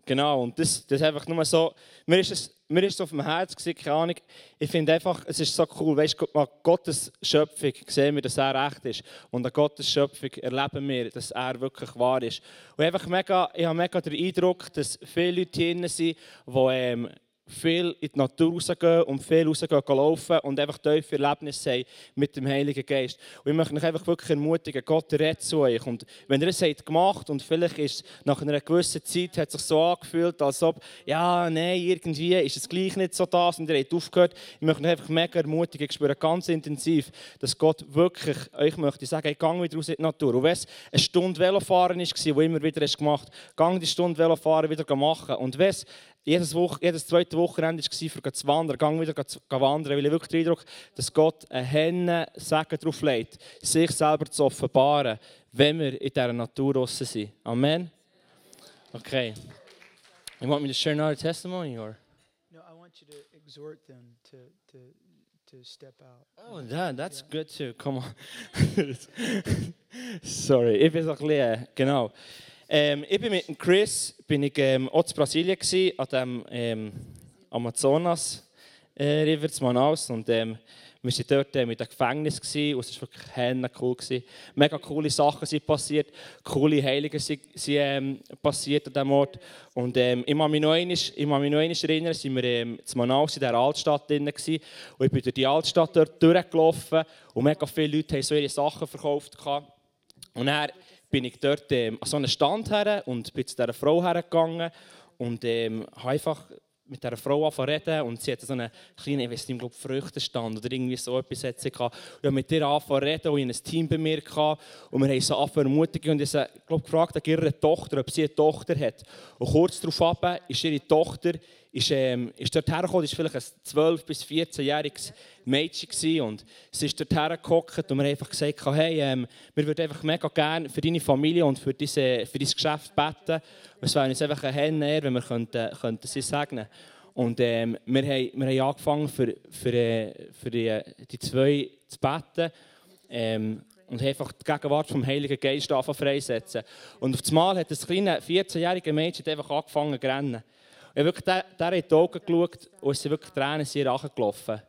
Speaker 7: Genau, und das, das ist einfach nur so, mir ist es mir ist es auf dem Herz gewesen, keine Ahnung, ich finde einfach, es ist so cool, weißt du, an Gottes Schöpfung sehen wir, dass er echt ist und an Gottes Schöpfung erleben wir, dass er wirklich wahr ist. Und einfach mega, ich habe mega den Eindruck, dass viele Leute hier drin sind, die ähm, viel in die Natur rausgehen und viel rausgehen gehen laufen und einfach tiefe Erlebnisse haben mit dem Heiligen Geist. Und ich möchte euch einfach wirklich ermutigen, Gott redet zu euch. Und wenn ihr es habt gemacht und vielleicht ist es nach einer gewissen Zeit hat es sich so angefühlt, als ob, ja, nein, irgendwie ist es gleich nicht so das und ihr habt aufgehört. Ich möchte euch einfach mega ermutigen, ich spüre ganz intensiv, dass Gott wirklich euch möchte sagen, hey, gang wieder raus in die Natur. Und wenn es eine Stunde Velofahren war, wo immer wieder hast gemacht hast, gang die Stunde Velofahren wieder machen. Und wenn es jedes, Woche, jedes zweite Wochenende war, um zu wandern. Gang wieder zu wandern, weil ich wirklich den Eindruck dass Gott einen Hennen Segen darauf legt, sich selber zu offenbaren, wenn wir in dieser Natur draussen sind. Amen? Okay. You want me to share another testimony? Or?
Speaker 2: No, I want you to exhort them to, to, to step out.
Speaker 7: Oh, that, that's good too. Come on. Sorry, ich bin so ein bisschen, äh, genau. Ähm, ich bin mit dem Chris bin ich, ähm, auch in Brasilien gewesen, an dem ähm, Amazonas äh, River zu Manaus und ähm, wir waren dort äh, mit dem Gefängnis gewesen, und es war wirklich henne cool. Gewesen. Mega coole Sachen sind passiert, coole Heilige sind, sind ähm, passiert an diesem Ort. Und ähm, ich kann mich noch einmal, ich kann mich noch einmal erinnern, sind wir ähm, in Manaus in dieser Altstadt drin gewesen, und ich bin durch die Altstadt dort durchgelaufen und mega viele Leute haben so ihre Sachen verkauft. Gehabt. Und dann bin ich dort ähm, an so einen Stand her und bin zu dieser Frau hergegangen und ähm, habe einfach mit dieser Frau angefangen zu reden und sie hatte so einen kleinen, ich weiß nicht, ich glaube, Früchtenstand oder irgendwie so etwas hat sie gehabt. Ich habe mit ihr angefangen zu reden und ich hatte ein Team bei mir gehabt und wir haben so angefangen zu ermutigen und ich habe sie, glaube, gefragt an ihre Tochter, ob sie eine Tochter hat. Und kurz darauf ab ist ihre Tochter ist, ähm, ist dort hergekommen, ist vielleicht ein 12- bis 14-jähriges Mädchen gewesen, und sie ist dort hergekommen und mir einfach gesagt, hey, ähm, wir würden einfach mega gerne für deine Familie und für, diese, für dein Geschäft beten. Und Es wäre uns einfach ein Hände, wenn wir könnten, könnten sie segnen Und ähm, wir, haben, wir haben angefangen, für, für, äh, für die, äh, die zwei zu beten. Ähm, und haben einfach die Gegenwart vom Heiligen Geist anfangen freisetzen. Und auf einmal hat das kleine 14-jährige Mädchen einfach angefangen zu rennen. Und ich habe wirklich der, der in die Augen geschaut und es sind wirklich Tränen in ihr Augen gelaufen.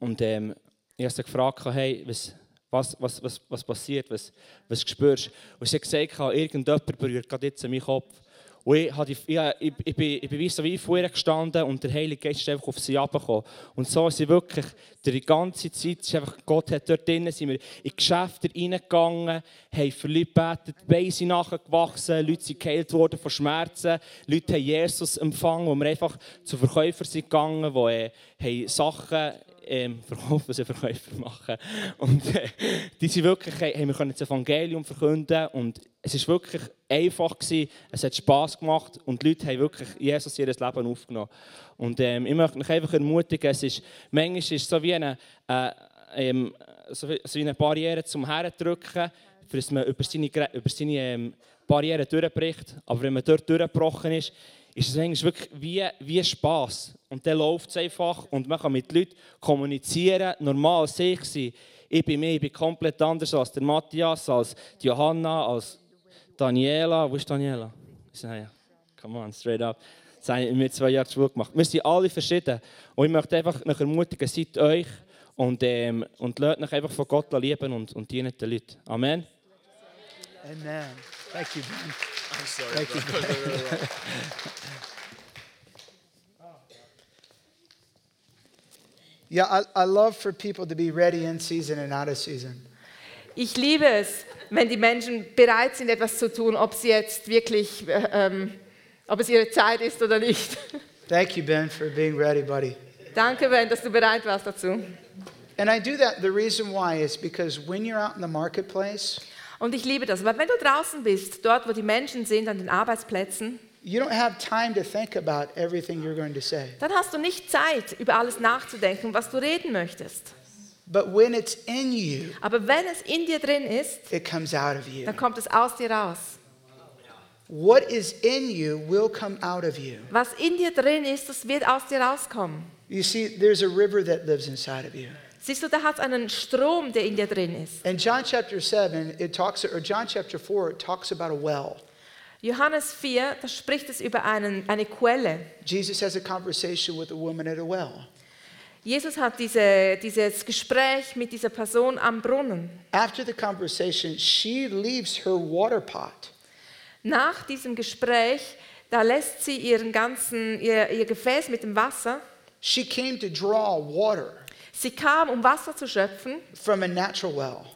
Speaker 7: Und ähm, ich habe sie gefragt, hey, was, was, was, was, was passiert, was, was spürst du? Und sie hat gesagt, irgendjemand berührt gerade jetzt meinen Kopf. Und ich, habe die, ich, ich, ich, bin, ich bin wie so wie vor ihr gestanden und der Heilige Geist ist einfach auf sie herabgekommen. Und so ist sie wirklich durch die ganze Zeit, es ist einfach, Gott hat dort drinnen, sind wir in Geschäfte reingegangen, haben für Leute gebetet, die Beine sind nachgewachsen, Leute sind geheilt worden von Schmerzen, Leute haben Jesus empfangen, wo wir einfach zu Verkäufern sind gegangen, die äh, haben Sachen ähm, verkauft, was ich Verkäufer machen. Und äh, die sind wirklich, hey, haben wir können das Evangelium verkünden und es ist wirklich einfach gewesen, es hat Spaß gemacht und die Leute haben wirklich Jesus in ihr Leben aufgenommen. Und ähm, ich möchte mich einfach ermutigen, es ist, manchmal ist es so wie eine, äh, ähm, so wie so wie eine Barriere zum Herdrücken, für dass man über seine, Gre- über seine ähm, Barriere durchbricht. Aber wenn man dort durchgebrochen ist, ist es manchmal wirklich wie, wie Spass. Und dann läuft es einfach und man kann mit Leuten kommunizieren, normal sich sein. Ich bin mir, ich bin komplett anders als der Matthias, als die Johanna, als Daniela. Wo ist Daniela? Ist- ah ja. Come on, straight up. Das haben wir zwei Jahre Schule gemacht. Wir sind alle verschieden. Und ich möchte einfach euch ermutigen, seid euch und, ähm, und lasst euch einfach von Gott lieben und, und dienen den Leuten. Amen.
Speaker 2: Amen. Thank you. Ben.
Speaker 10: I'm sorry,
Speaker 2: Thank
Speaker 10: bro.
Speaker 2: you. Ben. yeah, I, I love for people to be ready in season and out of season.
Speaker 3: Ich liebe es, wenn die Menschen bereit sind, etwas zu tun, ob sie jetzt wirklich, äh, ähm, ob es ihre Zeit ist oder nicht.
Speaker 2: Thank you, Ben, for being ready, buddy.
Speaker 3: Danke, Ben, dass du bereit warst dazu.
Speaker 2: And I do that, the reason why is because when you're out in the marketplace,
Speaker 3: Und ich liebe das, weil wenn du draußen bist, dort, wo die Menschen sind, an den Arbeitsplätzen,
Speaker 2: you don't have time to think about everything you're going to say.
Speaker 3: dann hast du nicht Zeit, über alles nachzudenken, was du reden möchtest.
Speaker 2: But when it's in you,
Speaker 3: Aber wenn es in dir drin ist,
Speaker 2: it comes out of you.
Speaker 3: dann kommt es aus dir raus.
Speaker 2: What is in you will come out of you.
Speaker 3: Was in dir drin ist, das wird aus dir rauskommen.
Speaker 2: You see, there's a river that lives inside of you.
Speaker 3: Siehst du, da hat es einen Strom, der in dir drin ist.
Speaker 2: In John chapter 7, it talks, or John chapter 4, it talks about a well.
Speaker 3: Johannes 4, da spricht es über einen, eine Quelle.
Speaker 2: Jesus has a conversation with a woman at a well.
Speaker 3: Jesus hat diese, dieses Gespräch mit dieser Person am Brunnen.
Speaker 2: After the conversation, she leaves her water pot.
Speaker 3: Nach diesem Gespräch, da lässt sie ihren ganzen, ihr, ihr Gefäß mit dem Wasser.
Speaker 2: She came to draw water
Speaker 3: Sie kam, um Wasser zu schöpfen
Speaker 2: from a natural well,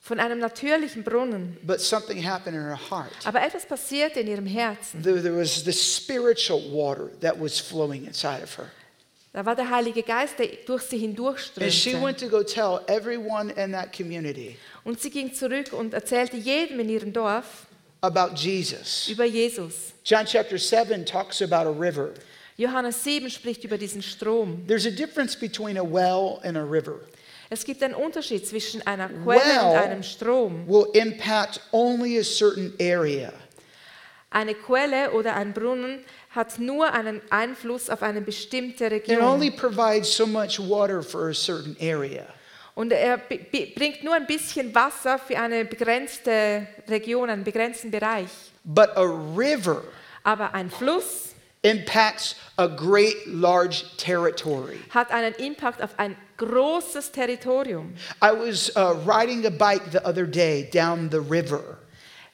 Speaker 3: von einem natürlichen Brunnen.
Speaker 2: but something happened in her heart.
Speaker 3: Aber etwas passierte in ihrem Herzen.
Speaker 2: There, there was this spiritual water that was flowing inside of her.
Speaker 3: Da war der Heilige Geist, der durch sie
Speaker 2: And she went
Speaker 3: hindurchströmte.
Speaker 2: to go tell everyone in that community
Speaker 3: Und sie ging zurück und erzählte jedem in ihrem Dorf
Speaker 2: about Jesus.
Speaker 3: über Jesus.
Speaker 2: John chapter 7 talks about a river.
Speaker 3: Johannes 7 spricht über diesen Strom.
Speaker 2: There's a difference between a well and a river.
Speaker 3: Es gibt einen Unterschied zwischen einer Quelle und einem Strom.
Speaker 2: Well will impact only a certain area.
Speaker 3: Eine Quelle oder ein Brunnen hat nur einen Einfluss auf eine bestimmte
Speaker 2: It only
Speaker 3: Region.
Speaker 2: provides so much water for a certain area.
Speaker 3: Und er b- b- bringt nur ein bisschen Wasser für eine begrenzte Region, einen begrenzten Bereich.
Speaker 2: But a river
Speaker 3: Aber ein Fluss
Speaker 2: impacts a great large territory.
Speaker 3: hat einen Impact auf ein großes Territorium.
Speaker 2: I was uh, riding a bike the other day down the river,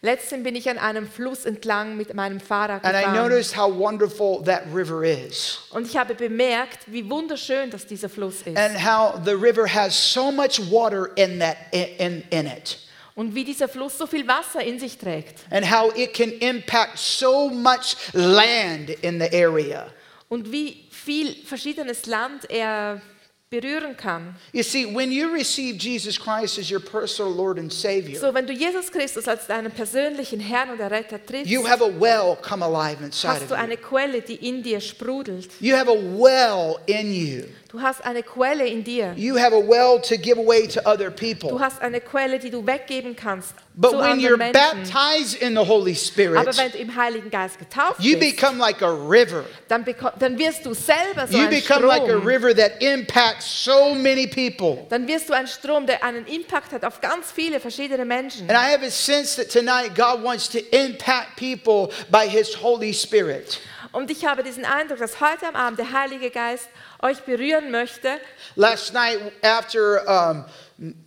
Speaker 3: Letztens bin ich an einem Fluss entlang mit meinem Fahrrad
Speaker 2: and I
Speaker 3: gefahren.
Speaker 2: noticed how wonderful that river is,
Speaker 3: Und ich habe bemerkt, wie wunderschön dass dieser Fluss ist.
Speaker 2: and how the river has so much water in that in, in it,
Speaker 3: Und wie dieser Fluss so viel Wasser in sich trägt.
Speaker 2: and how it can impact so much land in the area.
Speaker 3: Und wie viel verschiedenes Land er berühren kann.
Speaker 2: You see, when you receive Jesus Christ as your personal Lord and Savior,
Speaker 3: So, wenn du Jesus Christus als deinen persönlichen Herrn und Erretter triffst,
Speaker 2: you have a well come alive inside
Speaker 3: hast
Speaker 2: of
Speaker 3: du
Speaker 2: you.
Speaker 3: eine Quelle, die in dir sprudelt.
Speaker 2: You have a well in you.
Speaker 3: Du hast eine Quelle in dir.
Speaker 2: You have a well to give away to other
Speaker 3: Du
Speaker 2: people.
Speaker 3: hast eine Quelle, die du weggeben kannst
Speaker 2: But
Speaker 3: zu
Speaker 2: when you're
Speaker 3: anderen Menschen.
Speaker 2: baptized in the Holy Spirit,
Speaker 3: Aber wenn du im Heiligen Geist getauft
Speaker 2: you
Speaker 3: bist,
Speaker 2: become like a river.
Speaker 3: dann, beko- dann wirst du selber so
Speaker 2: You
Speaker 3: ein
Speaker 2: become like a
Speaker 3: Strom.
Speaker 2: river that impacts so many people.
Speaker 3: Dann wirst du ein Strom, der einen Impact hat auf ganz viele verschiedene Menschen.
Speaker 2: And I have a sense that tonight God wants to impact people by His Holy Spirit.
Speaker 3: Und ich habe diesen Eindruck, dass heute am Abend der Heilige Geist euch berühren möchte.
Speaker 2: Last night, after um,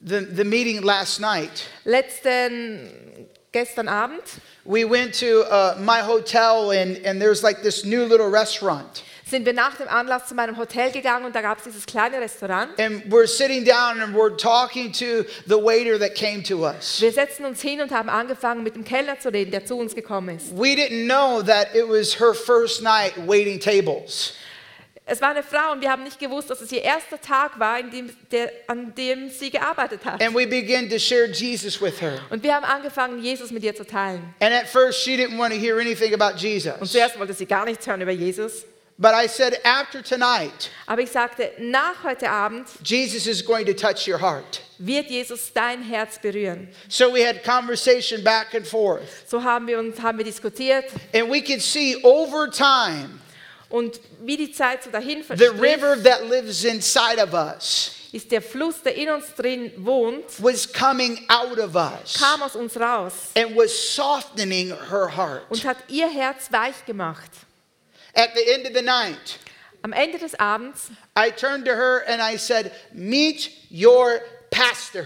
Speaker 2: the, the meeting last night,
Speaker 3: Letzten gestern Abend
Speaker 2: we went to uh, my hotel, and, and there's like this new little restaurant.
Speaker 3: sind wir nach dem Anlass zu meinem Hotel gegangen und da gab es dieses kleine Restaurant.
Speaker 2: And we're sitting down and we're talking to the waiter that came to us.
Speaker 3: Wir setzten uns hin und haben angefangen, mit dem Kellner zu reden, der zu uns gekommen ist.
Speaker 2: We didn't know that it was her first night waiting tables.
Speaker 3: Es war eine Frau und wir haben nicht gewusst, dass es ihr erster Tag war, in dem, der, an dem sie gearbeitet hat.
Speaker 2: And we began to share Jesus with her.
Speaker 3: Und wir haben angefangen, Jesus mit ihr zu teilen.
Speaker 2: And at first, she didn't want to hear anything about Jesus.
Speaker 3: Zuerst wollte sie gar nichts hören über Jesus.
Speaker 2: But I said, after tonight,
Speaker 3: Aber ich sagte, nach heute Abend
Speaker 2: Jesus is going to touch your heart.
Speaker 3: wird Jesus dein Herz berühren.
Speaker 2: So we had conversation back and forth.
Speaker 3: So haben wir uns haben wir diskutiert
Speaker 2: And we could see over time
Speaker 3: und wie die Zeit so dahin
Speaker 2: the
Speaker 3: verstrich,
Speaker 2: river that lives inside of us
Speaker 3: ist der Fluss, der in uns drin wohnt,
Speaker 2: was coming out of us
Speaker 3: kam aus uns raus
Speaker 2: and was softening her heart.
Speaker 3: und hat ihr Herz weich gemacht.
Speaker 2: At the end of the night,
Speaker 3: Am Ende des Abends
Speaker 2: I turned to her and I said, Meet your pastor.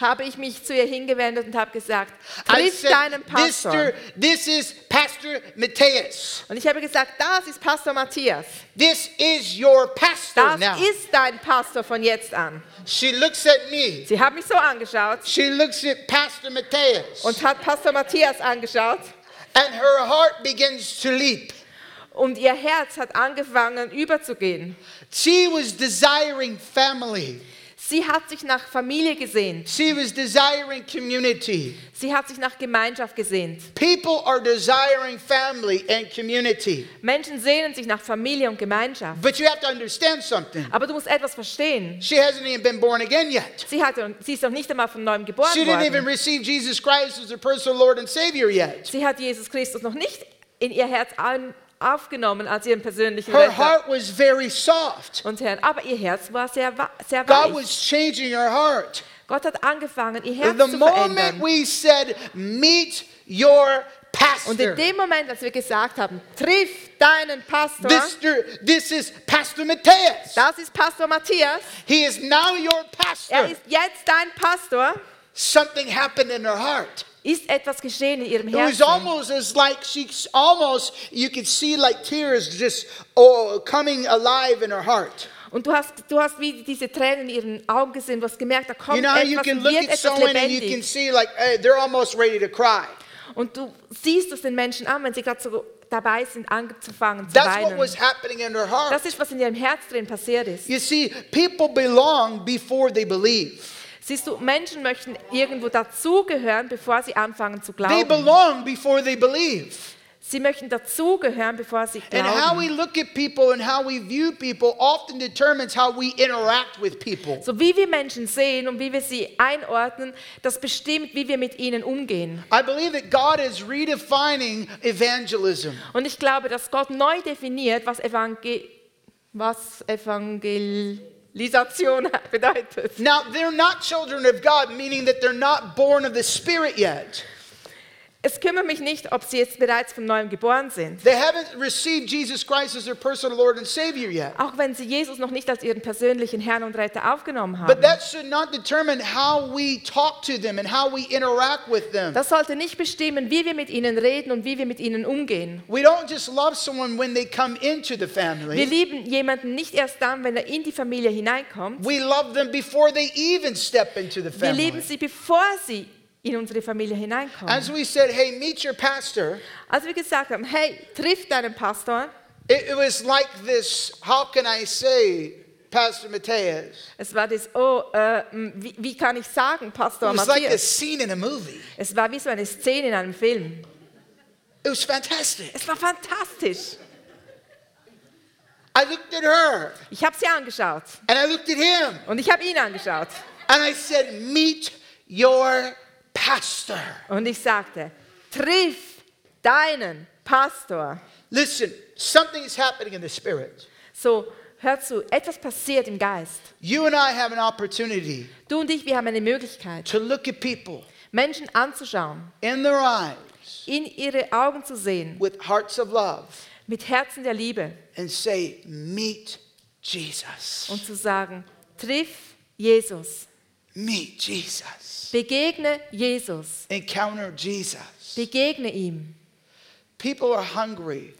Speaker 3: habe ich mich zu ihr hingewendet und habe gesagt,
Speaker 2: I
Speaker 3: triff deinen
Speaker 2: said,
Speaker 3: Pastor.
Speaker 2: Mister, this is Pastor Mateus.
Speaker 3: Und ich habe gesagt, das ist Pastor Matthias.
Speaker 2: This is your pastor
Speaker 3: Das
Speaker 2: Oh, now.
Speaker 3: ist dein Pastor von jetzt an.
Speaker 2: She looks at me.
Speaker 3: Sie hat mich so angeschaut
Speaker 2: She looks at Pastor Mateus.
Speaker 3: und hat Pastor Matthias angeschaut
Speaker 2: And her heart begins to leap.
Speaker 3: und ihr Herz hat angefangen überzugehen.
Speaker 2: She was desiring family.
Speaker 3: Sie hat sich nach Familie gesehnt.
Speaker 2: She was desiring community.
Speaker 3: Sie hat sich nach Gemeinschaft gesehnt.
Speaker 2: People are desiring family and community.
Speaker 3: Menschen sehnen sich nach Familie und Gemeinschaft.
Speaker 2: But you have to understand something.
Speaker 3: Aber du musst etwas verstehen.
Speaker 2: She hasn't even been born again yet.
Speaker 3: Sie, hat, sie ist noch nicht einmal von neuem geboren
Speaker 2: She didn't even
Speaker 3: worden.
Speaker 2: receive Jesus Christ as her personal Lord and Savior yet.
Speaker 3: Sie hat Jesus Christus noch nicht in ihr Herz an, aufgenommen als ihren persönlichen
Speaker 2: Her
Speaker 3: Retter
Speaker 2: heart was very soft.
Speaker 3: und Herrn. Aber ihr Herz war sehr, wa- sehr
Speaker 2: God
Speaker 3: weich.
Speaker 2: was changing her heart.
Speaker 3: Gott hat angefangen, ihr Herz
Speaker 2: The
Speaker 3: zu verändern.
Speaker 2: moment we said, Meet your pastor.
Speaker 3: Und in dem Moment, als wir gesagt haben, triff deinen Pastor,
Speaker 2: This, this is Pastor Matthias.
Speaker 3: das ist Pastor Matthias,
Speaker 2: He is now your pastor.
Speaker 3: er ist jetzt dein Pastor,
Speaker 2: Something happened in her heart.
Speaker 3: ist etwas geschehen in ihrem
Speaker 2: It was
Speaker 3: Herzen.
Speaker 2: almost as like she's almost, you could see like tears just oh, coming alive in her heart.
Speaker 3: Und du hast, du hast wie diese Tränen in ihren Augen gesehen, du hast gemerkt, da kommt
Speaker 2: you know, how you
Speaker 3: etwas
Speaker 2: can
Speaker 3: und
Speaker 2: look
Speaker 3: wird
Speaker 2: at
Speaker 3: etwas
Speaker 2: someone and you can
Speaker 3: lebendig.
Speaker 2: see like hey, they're almost ready to cry.
Speaker 3: Und du siehst es den Menschen an, wenn sie gerade so dabei sind, anzufangen zu
Speaker 2: That's what was
Speaker 3: weinen.
Speaker 2: happening in her
Speaker 3: Das
Speaker 2: heart.
Speaker 3: ist, was in ihrem Herz drin passiert ist.
Speaker 2: You see, people belong before they believe.
Speaker 3: Siehst du, Menschen möchten irgendwo dazugehören, bevor sie anfangen zu
Speaker 2: They
Speaker 3: glauben.
Speaker 2: belong before they believe.
Speaker 3: Sie möchten dazugehören, bevor sie
Speaker 2: And how we
Speaker 3: glauben.
Speaker 2: look at people and how we view people often determines how we interact with people.
Speaker 3: So wie wir Menschen sehen und wie wir sie einordnen, das bestimmt, wie wir mit ihnen umgehen.
Speaker 2: I believe that God is redefining evangelism.
Speaker 3: Und ich glaube, dass Gott neu definiert, was, Evangel was Evangelisation bedeutet.
Speaker 2: Now, they're not children of God, meaning that they're not born of the Spirit yet.
Speaker 3: Es kümmert mich nicht, ob sie jetzt bereits von neuem geboren sind.
Speaker 2: They haven't received Jesus Christ as their personal Lord and Savior yet.
Speaker 3: Auch wenn sie Jesus noch nicht als ihren persönlichen Herrn und Retter aufgenommen haben.
Speaker 2: But that should not determine how we talk to them and how we interact with them.
Speaker 3: Das sollte nicht bestimmen, wie wir mit ihnen reden und wie wir mit ihnen umgehen.
Speaker 2: We don't just love someone when they come into the
Speaker 3: Wir
Speaker 2: family.
Speaker 3: lieben jemanden nicht erst dann, wenn er in die Familie hineinkommt.
Speaker 2: We love them before they even step into the
Speaker 3: Wir lieben
Speaker 2: family.
Speaker 3: sie, bevor sie in unsere Familie hineinkommen.
Speaker 2: As we said, hey, meet your pastor,
Speaker 3: Als wir gesagt haben, hey, triff deinen Pastor,
Speaker 2: it, it was like this how can I say, Pastor Mateus?
Speaker 3: es war das, oh, äh, mh, wie, wie kann ich sagen,
Speaker 2: It
Speaker 3: Pastor
Speaker 2: was like a
Speaker 3: Matthias?
Speaker 2: scene in a movie.
Speaker 3: Es war wie so eine Szene in einem Film.
Speaker 2: It was fantastic.
Speaker 3: Es war fantastisch.
Speaker 2: I looked at her
Speaker 3: Ich habe sie angeschaut
Speaker 2: and I looked at him
Speaker 3: und ich habe ihn angeschaut.
Speaker 2: and I said, meet your pastor.
Speaker 3: Und ich sagte, triff deinen Pastor.
Speaker 2: Listen, something is happening in the spirit.
Speaker 3: So, hör zu, etwas passiert im Geist.
Speaker 2: You and I have an opportunity
Speaker 3: Du und ich, wir haben eine Möglichkeit,
Speaker 2: to look at people
Speaker 3: Menschen anzuschauen,
Speaker 2: in their eyes
Speaker 3: in ihre Augen zu sehen,
Speaker 2: with hearts of love
Speaker 3: mit Herzen der Liebe
Speaker 2: and say, meet Jesus.
Speaker 3: und zu sagen, triff Jesus,
Speaker 2: Meet Jesus.
Speaker 3: begegne Jesus,
Speaker 2: Encounter Jesus.
Speaker 3: begegne ihm.
Speaker 2: People are hungry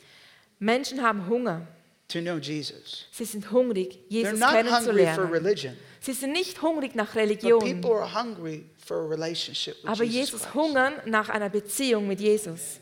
Speaker 3: Menschen haben Hunger,
Speaker 2: to know Jesus.
Speaker 3: sie sind hungrig,
Speaker 2: They're
Speaker 3: Jesus
Speaker 2: not hungry for
Speaker 3: kennenzulernen.
Speaker 2: religion,
Speaker 3: Sie sind nicht hungrig nach
Speaker 2: but people
Speaker 3: Religion,
Speaker 2: are hungry for a relationship with
Speaker 3: aber
Speaker 2: Jesus.
Speaker 3: Jesus
Speaker 2: Christ.
Speaker 3: hungern nach einer Beziehung mit Jesus.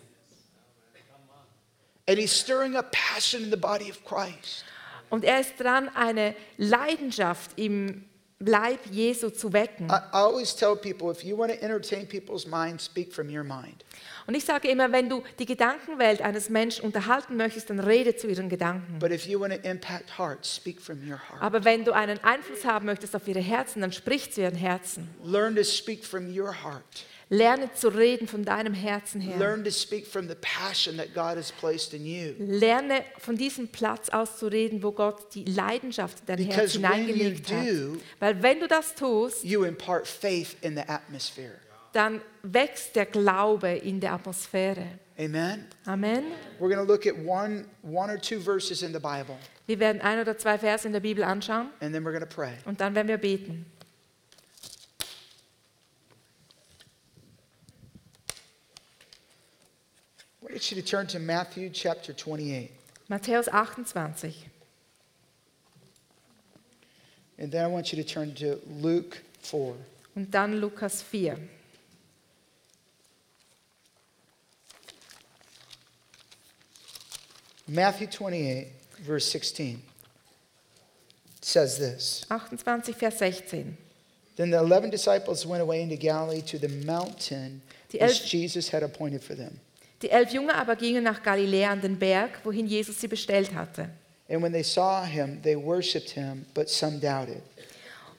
Speaker 2: And he's stirring up passion in the body of Christ.
Speaker 3: Und er ist dran, eine Leidenschaft im Leib Jesu zu wecken.
Speaker 2: I, I always tell people if you want to entertain people's minds, speak from your mind.
Speaker 3: Und ich sage immer, wenn du die Gedankenwelt eines Menschen unterhalten möchtest, dann rede zu ihren Gedanken.
Speaker 2: But if you want to impact hearts, speak from your heart.
Speaker 3: Aber wenn du einen Einfluss haben möchtest auf ihre Herzen, dann sprich zu ihren Herzen.
Speaker 2: Learn to speak from your heart.
Speaker 3: Lerne zu reden von deinem Herzen her.
Speaker 2: Learn to speak from the passion that God has placed in you.
Speaker 3: Lerne von diesem Platz aus zu reden, wo Gott die Leidenschaft in dein Herz
Speaker 2: Because when you
Speaker 3: hineingelegt hat.
Speaker 2: do,
Speaker 3: Weil wenn du das tust,
Speaker 2: you impart faith in the atmosphere.
Speaker 3: dann wächst der Glaube in der Atmosphäre.
Speaker 2: Amen.
Speaker 3: Amen.
Speaker 2: We're going to look at one one or two verses in the Bible
Speaker 3: Wir werden ein oder zwei Verse in der Bibel anschauen
Speaker 2: and then we're going to pray.
Speaker 3: und dann werden wir beten.
Speaker 2: I want you to turn to Matthew chapter 28.
Speaker 3: Matthäus 28.
Speaker 2: And then I want you to turn to Luke 4.
Speaker 3: Und dann Lukas 4.
Speaker 2: Matthew 28 verse 16 says this.
Speaker 3: 28, Vers 16.
Speaker 2: Then the 11 disciples went away into Galilee to the mountain
Speaker 3: Die
Speaker 2: which
Speaker 3: elf-
Speaker 2: Jesus had appointed for them.
Speaker 3: Die elf Jünger aber gingen nach Galiläa an den Berg, wohin Jesus sie bestellt hatte.
Speaker 2: And when they saw him, they worshiped him, but some doubted.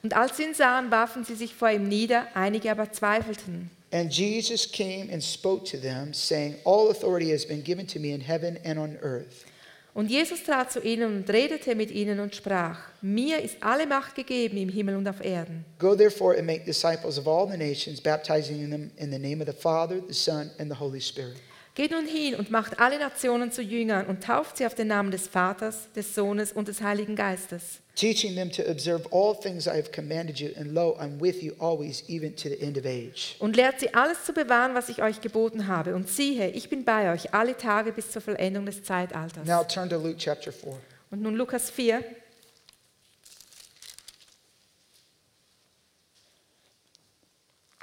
Speaker 3: Und als sie ihn sahen, warfen sie sich vor ihm nieder, einige aber zweifelten.
Speaker 2: And Jesus came and spoke to them, saying, All authority has been given to me in heaven and on earth.
Speaker 3: Und Jesus trat zu ihnen und redete mit ihnen und sprach, mir ist alle Macht gegeben im Himmel und auf Erden.
Speaker 2: Go therefore and make disciples of all the nations, baptizing them in the name of the Father, the Son, and the Holy Spirit.
Speaker 3: Geht nun hin und macht alle Nationen zu Jüngern und tauft sie auf den Namen des Vaters, des Sohnes und des Heiligen Geistes.
Speaker 2: teaching them to observe all things I have commanded you, and lo, I'm with you always, even to the end of age.
Speaker 3: Und lehrt sie alles zu bewahren, was ich euch geboten habe. Und siehe, ich bin bei euch alle Tage bis zur Vollendung des Zeitalters.
Speaker 2: Now turn to Luke chapter 4.
Speaker 3: Und nun Lukas 4.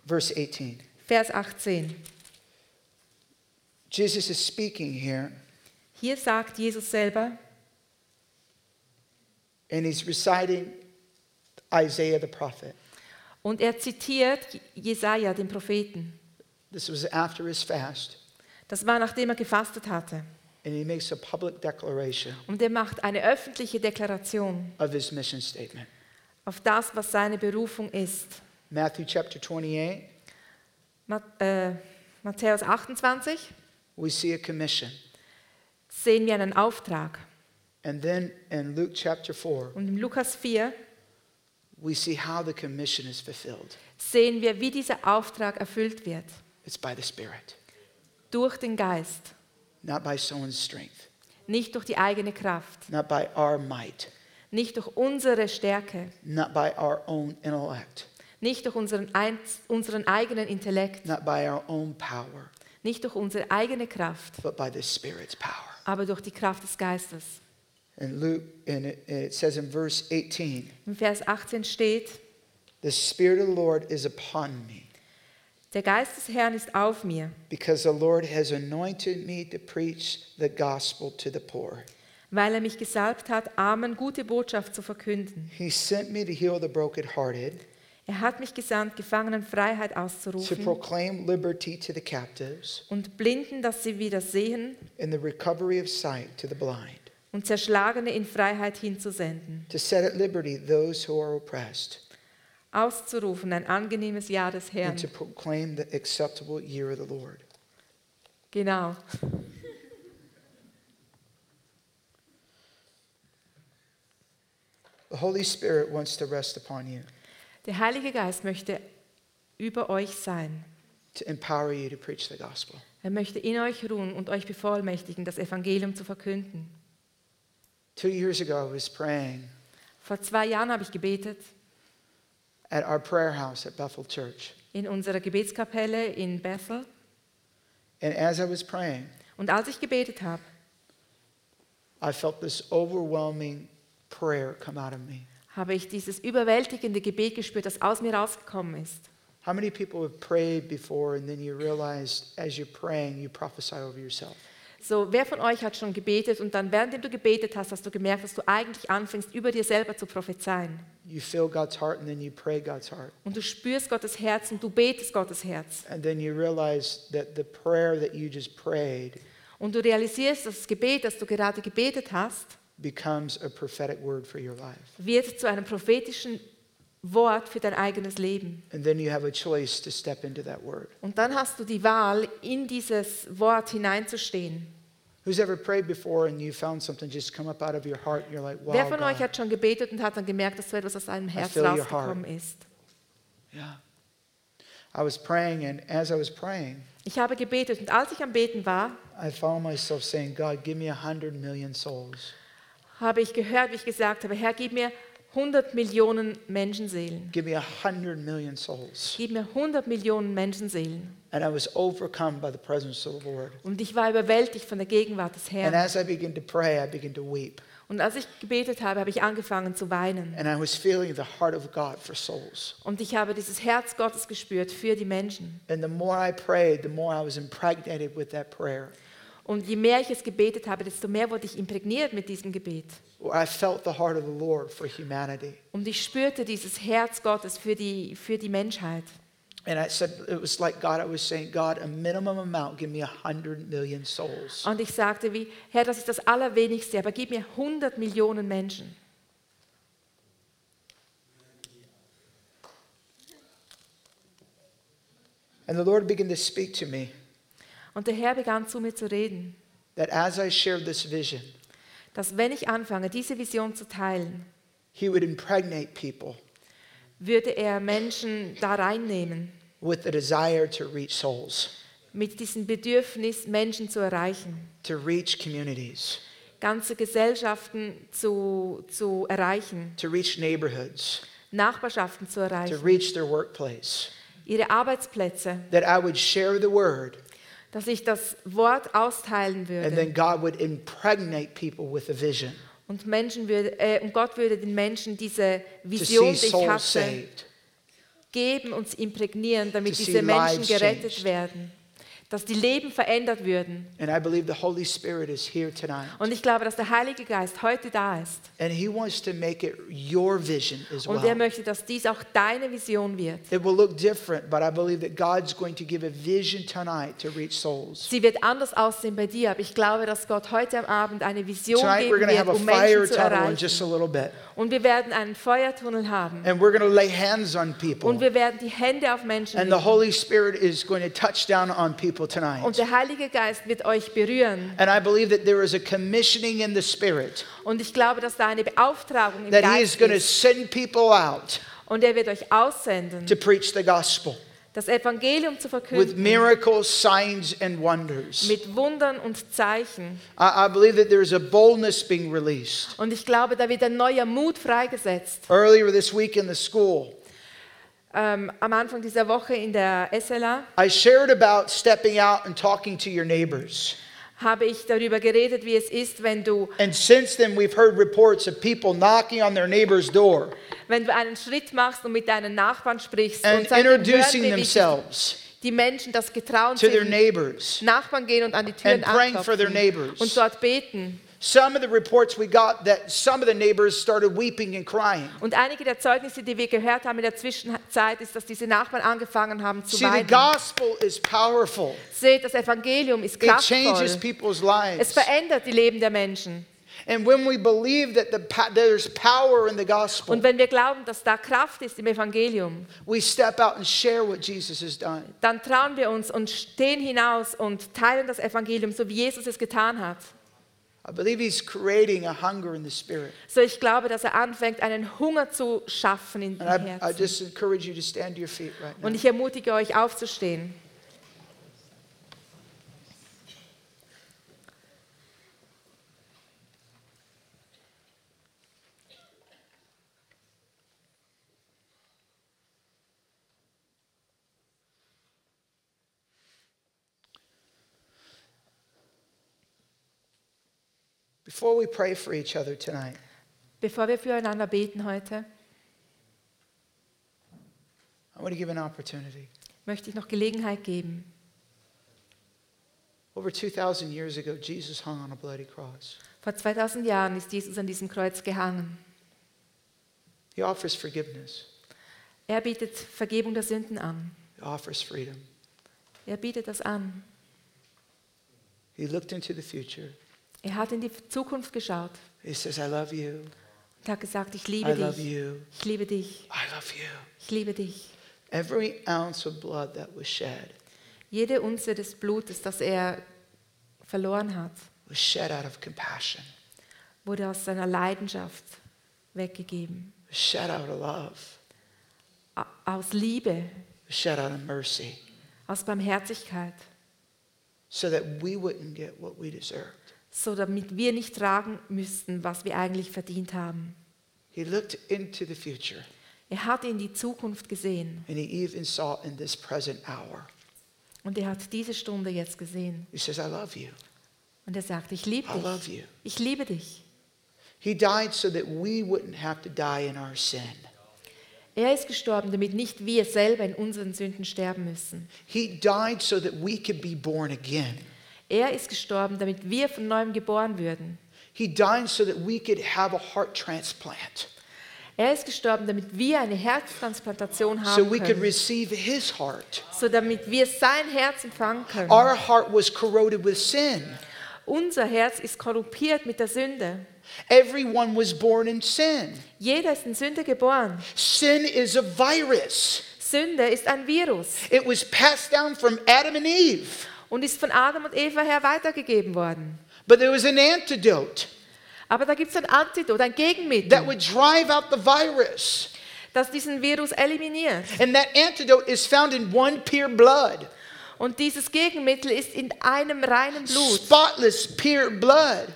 Speaker 2: verse 18.
Speaker 3: Vers 18.
Speaker 2: Jesus is speaking here,
Speaker 3: Hier sagt Jesus selber,
Speaker 2: and he's reciting Isaiah the prophet.
Speaker 3: und er zitiert Jesaja, den Propheten.
Speaker 2: This was after his fast,
Speaker 3: Das war, nachdem er gefastet hatte.
Speaker 2: and he makes a public declaration
Speaker 3: Und er macht eine öffentliche Deklaration
Speaker 2: of his mission statement.
Speaker 3: auf das, was seine Berufung ist.
Speaker 2: Matthew chapter 28,
Speaker 3: Mat- äh, Matthäus 28
Speaker 2: we see a commission.
Speaker 3: sehen wir einen Auftrag.
Speaker 2: And then in Luke chapter 4,
Speaker 3: Und in Lukas 4
Speaker 2: we see how the commission is fulfilled.
Speaker 3: sehen wir, wie dieser Auftrag erfüllt wird.
Speaker 2: It's by the Spirit,
Speaker 3: Durch den Geist,
Speaker 2: not by someone's strength,
Speaker 3: nicht durch die eigene Kraft,
Speaker 2: not by our might,
Speaker 3: nicht durch unsere Stärke,
Speaker 2: not by our own intellect,
Speaker 3: nicht durch unseren, einz- unseren eigenen Intellekt,
Speaker 2: not by our own power,
Speaker 3: nicht durch unsere eigene Kraft,
Speaker 2: but by the Spirit's power.
Speaker 3: aber durch die Kraft des Geistes.
Speaker 2: And Luke, and it, and it says in verse 18,
Speaker 3: Im Vers 18 steht,
Speaker 2: the Spirit of the Lord is upon me,
Speaker 3: der Geist des Herrn ist auf mir,
Speaker 2: because the Lord has anointed me to preach the gospel to the poor.
Speaker 3: weil er mich gesalbt hat, Armen gute Botschaft zu verkünden.
Speaker 2: He sent me to heal the brokenhearted,
Speaker 3: Er hat mich gesandt, Gefangenen Freiheit
Speaker 2: to
Speaker 3: auszurufen
Speaker 2: proclaim liberty to the captives,
Speaker 3: und Blinden, dass sie wieder sehen
Speaker 2: and the recovery of sight to the blind,
Speaker 3: und Zerschlagene in Freiheit hinzusenden.
Speaker 2: to set at liberty those who are oppressed,
Speaker 3: Auszurufen ein angenehmes Jahr des Herrn.
Speaker 2: and to proclaim the acceptable year of the Lord.
Speaker 3: Genau.
Speaker 2: The Holy Spirit wants to rest upon you,
Speaker 3: Der Heilige Geist möchte über euch sein.
Speaker 2: to empower you to preach the gospel.
Speaker 3: Er möchte in euch ruhen und euch bevollmächtigen, das Evangelium zu verkünden.
Speaker 2: Two years ago, I was praying
Speaker 3: Vor zwei Jahren habe ich gebetet
Speaker 2: at our prayer house at Bethel Church.
Speaker 3: in unserer Gebetskapelle in Bethel.
Speaker 2: And as I was praying,
Speaker 3: Und als ich gebetet habe,
Speaker 2: I felt this overwhelming prayer come out of me.
Speaker 3: habe ich dieses überwältigende Gebet gespürt, das aus mir rausgekommen ist.
Speaker 2: How many people have prayed before and then you realized as you're praying, you prophesy over yourself?
Speaker 3: So, wer von euch hat schon gebetet und dann, währenddem du gebetet hast, hast du gemerkt, dass du eigentlich anfängst, über dir selber zu prophezeien.
Speaker 2: You feel God's heart and then you pray God's heart.
Speaker 3: Und du spürst Gottes Herz und du betest Gottes Herz.
Speaker 2: And then you realize that the prayer that you just prayed
Speaker 3: Und du realisierst, dass das Gebet, das du gerade gebetet hast,
Speaker 2: becomes a prophetic word for your life.
Speaker 3: wird zu einem prophetischen Wort für dein eigenes Leben.
Speaker 2: And then you have a choice to step into that word.
Speaker 3: Und dann hast du die Wahl, in dieses Wort hineinzustehen.
Speaker 2: Who's ever prayed before and you found something just come up out of your heart and you're like, wow,
Speaker 3: Wer von euch
Speaker 2: God,
Speaker 3: hat schon gebetet und hat dann gemerkt, dass so etwas aus seinem Herz
Speaker 2: feel your
Speaker 3: rausgekommen ist?
Speaker 2: yeah. I was praying and as I was praying,
Speaker 3: Ich habe gebetet und als ich am Beten war,
Speaker 2: I found myself saying, God, give me a hundred million souls.
Speaker 3: habe ich gehört, wie ich gesagt habe, Herr, gib mir 100 Millionen Menschenseelen.
Speaker 2: Give me a hundred million souls.
Speaker 3: Gib mir 100 Millionen Menschenseelen.
Speaker 2: And I was overcome by the presence of the Lord.
Speaker 3: Und ich war überwältigt von der Gegenwart des
Speaker 2: And
Speaker 3: Herrn.
Speaker 2: as I began to pray, I began to weep.
Speaker 3: Und als ich gebetet habe, habe ich angefangen zu weinen.
Speaker 2: And I was feeling the heart of God for souls.
Speaker 3: Und ich habe dieses Herz Gottes gespürt für die Menschen.
Speaker 2: And the more I prayed, the more I was impregnated with that prayer.
Speaker 3: Und je mehr ich es gebetet habe, desto mehr wurde ich imprägniert mit diesem Gebet.
Speaker 2: Where I felt the heart of the Lord for humanity.
Speaker 3: Und ich spürte dieses Herz Gottes für die, für die Menschheit.
Speaker 2: And I said, it was like God, I was saying, God, a minimum amount, give me a hundred million souls.
Speaker 3: Und ich sagte wie, Herr, das ist das Allerwenigste, aber gib mir 100 Millionen Menschen.
Speaker 2: And the Lord began to speak to me
Speaker 3: Und der Herr begann zu mir zu reden,
Speaker 2: that as I shared this vision,
Speaker 3: dass wenn ich anfange, diese Vision zu teilen,
Speaker 2: He would impregnate people
Speaker 3: würde er Menschen da reinnehmen
Speaker 2: with the desire to reach souls.
Speaker 3: mit diesem Bedürfnis, Menschen zu erreichen,
Speaker 2: to reach communities,
Speaker 3: ganze Gesellschaften zu, zu erreichen,
Speaker 2: to reach neighborhoods,
Speaker 3: Nachbarschaften zu
Speaker 2: to
Speaker 3: erreichen,
Speaker 2: reach their workplace.
Speaker 3: ihre Arbeitsplätze,
Speaker 2: That I would share the word,
Speaker 3: dass ich das Wort austeilen
Speaker 2: and then
Speaker 3: würde
Speaker 2: God would impregnate people with a vision
Speaker 3: und, Menschen würde, äh, und Gott würde den Menschen diese
Speaker 2: to
Speaker 3: Vision,
Speaker 2: see
Speaker 3: die ich
Speaker 2: souls
Speaker 3: hatte,
Speaker 2: saved.
Speaker 3: geben und imprägnieren, damit
Speaker 2: To
Speaker 3: diese
Speaker 2: see
Speaker 3: Menschen
Speaker 2: lives
Speaker 3: gerettet
Speaker 2: changed.
Speaker 3: werden, dass die Leben verändert würden.
Speaker 2: And I believe the Holy Spirit is here tonight,
Speaker 3: Und ich glaube, dass der Heilige Geist heute da ist.
Speaker 2: and He wants to make it your vision as
Speaker 3: Und er
Speaker 2: well.
Speaker 3: möchte, dass dies auch deine Vision wird.
Speaker 2: It will look different, but I believe that God's going to give a vision tonight to reach souls.
Speaker 3: Sie wird anders aussehen bei dir, aber ich glaube, dass Gott heute am Abend eine Vision
Speaker 2: Tonight, we're
Speaker 3: geben
Speaker 2: going to
Speaker 3: wird,
Speaker 2: have a
Speaker 3: um
Speaker 2: fire
Speaker 3: Menschen zu
Speaker 2: tunnel in
Speaker 3: erreichen.
Speaker 2: just a little bit,
Speaker 3: Und wir werden einen Feuertunnel haben.
Speaker 2: and we're going to lay hands on
Speaker 3: Und
Speaker 2: people,
Speaker 3: wir werden die Hände auf Menschen
Speaker 2: and the
Speaker 3: legen.
Speaker 2: Holy Spirit is going to touch down on people tonight.
Speaker 3: Und der Heilige Geist wird euch berühren.
Speaker 2: And I believe that there is a commissioning in the Spirit,
Speaker 3: Und ich glaube, dass da eine Beauftragung im
Speaker 2: that He is
Speaker 3: Geist
Speaker 2: going to
Speaker 3: ist.
Speaker 2: send people out
Speaker 3: Und er wird euch aussenden,
Speaker 2: to preach the gospel
Speaker 3: das Evangelium zu
Speaker 2: with
Speaker 3: verkünden.
Speaker 2: miracles, signs, and wonders.
Speaker 3: Mit Wundern und Zeichen.
Speaker 2: I, I believe that there is a boldness being released.
Speaker 3: Und ich glaube, da wird ein neuer Mut freigesetzt.
Speaker 2: Earlier this week in the school,
Speaker 3: Ähm, am Anfang dieser Woche in der SLA
Speaker 2: I shared about stepping out and talking to your neighbors.
Speaker 3: habe ich darüber geredet, wie es ist, wenn du,
Speaker 2: And since then, we've heard reports of people knocking on their neighbor's door
Speaker 3: wenn du einen Schritt machst und mit deinen Nachbarn sprichst
Speaker 2: and
Speaker 3: und seitdem
Speaker 2: introducing
Speaker 3: hören wir, wie sich
Speaker 2: themselves
Speaker 3: die Menschen das getrauen
Speaker 2: to their
Speaker 3: sind,
Speaker 2: neighbors.
Speaker 3: Nachbarn gehen und an die Türen
Speaker 2: And praying for their
Speaker 3: anklopfen
Speaker 2: neighbors.
Speaker 3: und dort beten.
Speaker 2: Some of the reports we got that some of the neighbors started weeping and crying.
Speaker 3: Und einige der Zeugnisse, die wir gehört haben in der Zwischenzeit, ist, dass diese Nachbarn angefangen haben zu
Speaker 2: See, the
Speaker 3: weinen.
Speaker 2: gospel is powerful.
Speaker 3: Seht, das Evangelium ist
Speaker 2: It changes
Speaker 3: kraftvoll.
Speaker 2: people's
Speaker 3: Es
Speaker 2: lives.
Speaker 3: verändert die Leben der Menschen.
Speaker 2: And when we believe that the, pa- there's power in the gospel,
Speaker 3: Und wenn wir glauben, dass da Kraft ist im Evangelium,
Speaker 2: we step out and share what Jesus has done.
Speaker 3: dann trauen wir uns und stehen hinaus und teilen das Evangelium, so wie Jesus es getan hat.
Speaker 2: I believe he's creating a hunger in the spirit.
Speaker 3: So ich glaube, dass er anfängt, einen Hunger zu schaffen in den
Speaker 2: And I, I just
Speaker 3: Herzen.
Speaker 2: encourage you to stand to your feet right now.
Speaker 3: Und ich ermutige euch, aufzustehen.
Speaker 2: Before we pray for each other tonight,
Speaker 3: Bevor wir füreinander beten heute,
Speaker 2: I want to give an opportunity.
Speaker 3: möchte ich noch Gelegenheit geben.
Speaker 2: Over 2,000 years ago, Jesus hung on a bloody cross.
Speaker 3: Vor 2000 Jahren ist Jesus an diesem Kreuz gehangen.
Speaker 2: He offers forgiveness,
Speaker 3: Er bietet Vergebung der Sünden an.
Speaker 2: He offers freedom.
Speaker 3: Er bietet das an.
Speaker 2: He looked into the future.
Speaker 3: Er hat in die Zukunft geschaut
Speaker 2: He says, I love you.
Speaker 3: und hat gesagt, ich
Speaker 2: I
Speaker 3: liebe
Speaker 2: love
Speaker 3: dich.
Speaker 2: you.
Speaker 3: Ich liebe dich.
Speaker 2: I love you.
Speaker 3: Ich liebe dich.
Speaker 2: Every ounce of blood that was shed
Speaker 3: Jede Unze des Blutes, das er verloren hat,
Speaker 2: was shed out of compassion,
Speaker 3: wurde aus seiner Leidenschaft weggegeben.
Speaker 2: was shed out of love,
Speaker 3: A- Aus Liebe,
Speaker 2: was shed out of mercy,
Speaker 3: aus Barmherzigkeit,
Speaker 2: so that we wouldn't get what we deserved.
Speaker 3: so damit wir nicht tragen müssten, was wir eigentlich verdient haben.
Speaker 2: He looked into the future,
Speaker 3: Er hat in die Zukunft gesehen
Speaker 2: and he even saw in this present hour.
Speaker 3: und er hat diese Stunde jetzt gesehen.
Speaker 2: He says, I love you.
Speaker 3: Und er sagt, ich liebe
Speaker 2: I love
Speaker 3: dich.
Speaker 2: you.
Speaker 3: Ich liebe dich.
Speaker 2: He died so that we wouldn't have to die in our sin.
Speaker 3: Er ist gestorben, damit nicht wir selber in unseren Sünden sterben müssen.
Speaker 2: He died so that we could be born again.
Speaker 3: Er ist gestorben, damit wir von neuem geboren würden.
Speaker 2: He died so that we could have a heart transplant,
Speaker 3: Er ist gestorben, damit wir eine Herztransplantation
Speaker 2: so
Speaker 3: haben
Speaker 2: we could
Speaker 3: können,
Speaker 2: receive his heart.
Speaker 3: so damit wir sein Herz empfangen können.
Speaker 2: Our heart was corroded with sin.
Speaker 3: Unser Herz ist korrumpiert mit der Sünde.
Speaker 2: Everyone was born in sin.
Speaker 3: Jeder ist in Sünde geboren.
Speaker 2: Sin is a virus.
Speaker 3: Sünde ist ein Virus
Speaker 2: It was passed down from Adam and Eve,
Speaker 3: und ist von Adam und Eva her weitergegeben worden.
Speaker 2: but there was an antidote
Speaker 3: Aber da gibt es ein Antidot, ein
Speaker 2: that
Speaker 3: Gegenmittel,
Speaker 2: would drive out the virus.
Speaker 3: das diesen Virus eliminiert.
Speaker 2: And that antidote is found in one pure blood.
Speaker 3: Und dieses Gegenmittel ist in einem reinen Blut.
Speaker 2: spotless, pure blood.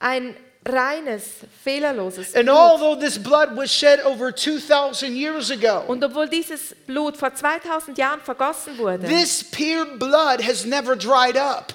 Speaker 3: Ein reines, fehlerloses
Speaker 2: And
Speaker 3: Blut.
Speaker 2: although this blood was shed over 2,000 years ago,
Speaker 3: Und obwohl dieses Blut vor 2000 Jahren vergossen wurde,
Speaker 2: this pure blood has never dried up.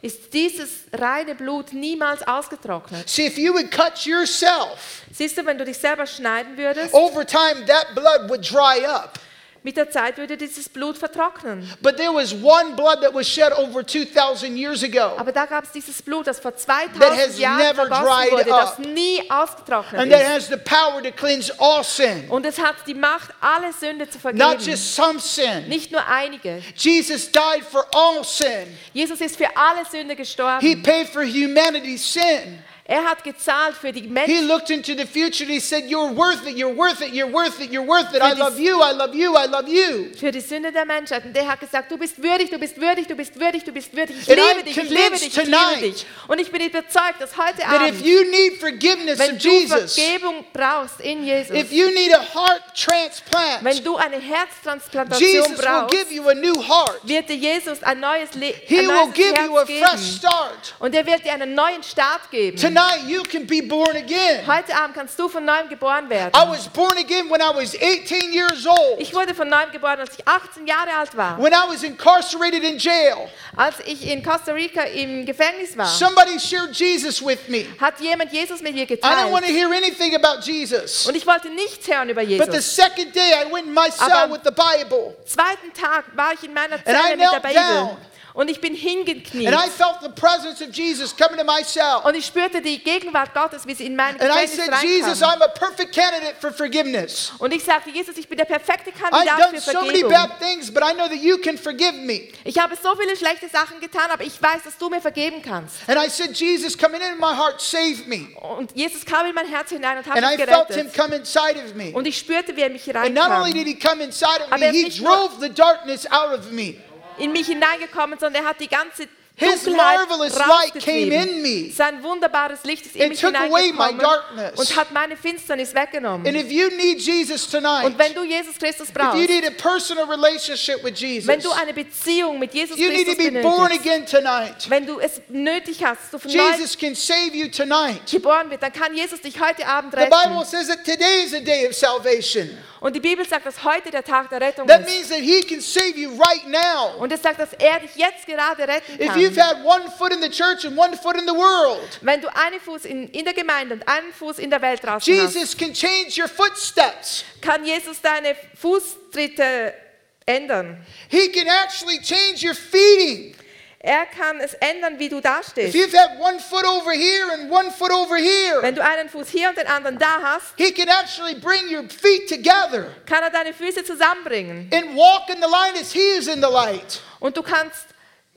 Speaker 3: ist dieses reine Blut niemals ausgetrocknet.
Speaker 2: See, if you would cut yourself,
Speaker 3: Siehst du, wenn du dich selber schneiden würdest,
Speaker 2: over time that blood would dry up.
Speaker 3: mit der Zeit würde dieses Blut vertrocknen.
Speaker 2: But there was one blood that was shed over 2,000 years ago
Speaker 3: Aber da gab es dieses Blut, das vor
Speaker 2: That has
Speaker 3: 2000 Jahren
Speaker 2: never dried
Speaker 3: vergossen wurde, das
Speaker 2: up.
Speaker 3: nie ausgetrocknet
Speaker 2: and that
Speaker 3: ist.
Speaker 2: has the power to cleanse all sin,
Speaker 3: Und es hat die Macht, alle Sünde zu
Speaker 2: not
Speaker 3: vergeben.
Speaker 2: just some sin.
Speaker 3: Nicht nur einige.
Speaker 2: Jesus died for all sin.
Speaker 3: Jesus ist für alle Sünde
Speaker 2: He
Speaker 3: gestorben.
Speaker 2: paid for humanity's sin.
Speaker 3: Er hat gezahlt für die
Speaker 2: He
Speaker 3: Menschen.
Speaker 2: looked into the future and he said, You're worth it, you're worth it, you're worth it, you're worth it. I
Speaker 3: Für die-
Speaker 2: love you, I love you, I love you.
Speaker 3: Für die Sünde der Menschheit. Und er hat gesagt, du bist würdig, du bist würdig, du bist würdig, du bist würdig. Ich
Speaker 2: And
Speaker 3: liebe
Speaker 2: I'm
Speaker 3: dich, ich liebe
Speaker 2: convinced
Speaker 3: dich, ich liebe
Speaker 2: tonight
Speaker 3: dich. Und ich bin überzeugt, dass heute
Speaker 2: That if
Speaker 3: Abend,
Speaker 2: you need forgiveness
Speaker 3: wenn
Speaker 2: of
Speaker 3: du
Speaker 2: Jesus,
Speaker 3: Vergebung brauchst in Jesus,
Speaker 2: if you need a heart transplant,
Speaker 3: wenn du eine Herztransplantation
Speaker 2: Jesus will give
Speaker 3: brauchst,
Speaker 2: you a new heart.
Speaker 3: wird dir Jesus ein neues, Le
Speaker 2: He will
Speaker 3: ein neues
Speaker 2: give you a fresh
Speaker 3: Herz geben.
Speaker 2: start.
Speaker 3: Und er wird dir einen neuen Start geben.
Speaker 2: Tonight you can be born again.
Speaker 3: Heute Abend kannst du von neuem geboren werden.
Speaker 2: I was born again when I was 18 years old,
Speaker 3: Ich wurde von neuem geboren, als ich 18 Jahre alt war.
Speaker 2: when I was incarcerated in jail.
Speaker 3: Als ich in Costa Rica im Gefängnis war,
Speaker 2: Somebody shared Jesus with me.
Speaker 3: hat jemand Jesus mit mir
Speaker 2: I didn't want to
Speaker 3: geteilt.
Speaker 2: hear anything about Jesus.
Speaker 3: Und ich wollte nichts hören über
Speaker 2: But the
Speaker 3: Jesus.
Speaker 2: second day I went in my cell
Speaker 3: Aber-
Speaker 2: with the Bible
Speaker 3: Zweiten Tag war ich in meiner
Speaker 2: I
Speaker 3: Zelle mit der
Speaker 2: knelt down.
Speaker 3: Bibel und ich bin hingekniet
Speaker 2: and I felt the presence of Jesus coming to my cell.
Speaker 3: und ich spürte die Gegenwart Gottes, wie sie in meinen
Speaker 2: And I
Speaker 3: Gefängnis
Speaker 2: said, Jesus,
Speaker 3: reinkam.
Speaker 2: I'm a perfect candidate for forgiveness.
Speaker 3: Und ich sagte, Jesus, ich bin der perfekte
Speaker 2: I've
Speaker 3: Kandidat
Speaker 2: done
Speaker 3: für
Speaker 2: so many
Speaker 3: Vergebung.
Speaker 2: bad things, but I know that you can forgive me.
Speaker 3: Ich habe so viele schlechte Sachen getan, aber ich weiß, dass du mir vergeben kannst.
Speaker 2: And I said, Jesus, coming into my heart, save me.
Speaker 3: Und Jesus kam in mein Herz hinein und hat
Speaker 2: And I
Speaker 3: mich
Speaker 2: felt him
Speaker 3: gerettet.
Speaker 2: come inside of me.
Speaker 3: Und ich spürte, wie er mich
Speaker 2: And not only
Speaker 3: hineinkam.
Speaker 2: did he come inside of
Speaker 3: Aber er
Speaker 2: me,
Speaker 3: ist
Speaker 2: he
Speaker 3: nicht nur-
Speaker 2: drove the darkness out of me.
Speaker 3: in mich hineingekommen, sondern er hat die ganze
Speaker 2: His
Speaker 3: Dunkelheit
Speaker 2: marvelous light came in
Speaker 3: rausgetrieben.
Speaker 2: me.
Speaker 3: Sein wunderbares Licht ist
Speaker 2: It
Speaker 3: in mich
Speaker 2: took away my
Speaker 3: hineingekommen
Speaker 2: darkness.
Speaker 3: und hat meine Finsternis weggenommen.
Speaker 2: And if you need Jesus tonight,
Speaker 3: Und wenn du Jesus
Speaker 2: if
Speaker 3: Christus
Speaker 2: you
Speaker 3: brauchst,
Speaker 2: need a personal relationship with
Speaker 3: wenn
Speaker 2: Jesus,
Speaker 3: du eine Beziehung mit Jesus
Speaker 2: you need to
Speaker 3: Christus
Speaker 2: be born
Speaker 3: benötigst,
Speaker 2: again tonight.
Speaker 3: wenn du es nötig hast, dass du von neuem
Speaker 2: Jesus can save you tonight.
Speaker 3: geboren wird, dann kann Jesus dich heute Abend
Speaker 2: The Bible
Speaker 3: retten.
Speaker 2: says that today is a day of salvation.
Speaker 3: Und die Bibel sagt, dass heute der Tag der Rettung
Speaker 2: That
Speaker 3: ist.
Speaker 2: means that he can save you right now.
Speaker 3: Und es sagt, dass er dich jetzt gerade retten
Speaker 2: If you've
Speaker 3: kann.
Speaker 2: had one foot in the church and one foot in the world,
Speaker 3: Wenn du einen Fuß in, in der Gemeinde und einen Fuß in der Welt draußen hast,
Speaker 2: Jesus can change your footsteps.
Speaker 3: kann Jesus deine Fußtritte ändern.
Speaker 2: He can actually change your feeding.
Speaker 3: Er kann es ändern, wie du
Speaker 2: If
Speaker 3: dastehst.
Speaker 2: you've had one foot over here and one foot over here,
Speaker 3: Wenn du einen Fuß hier und den anderen da hast,
Speaker 2: he can actually bring your feet together
Speaker 3: kann er deine Füße zusammenbringen.
Speaker 2: and walk in the light as he is in the light.
Speaker 3: Und du kannst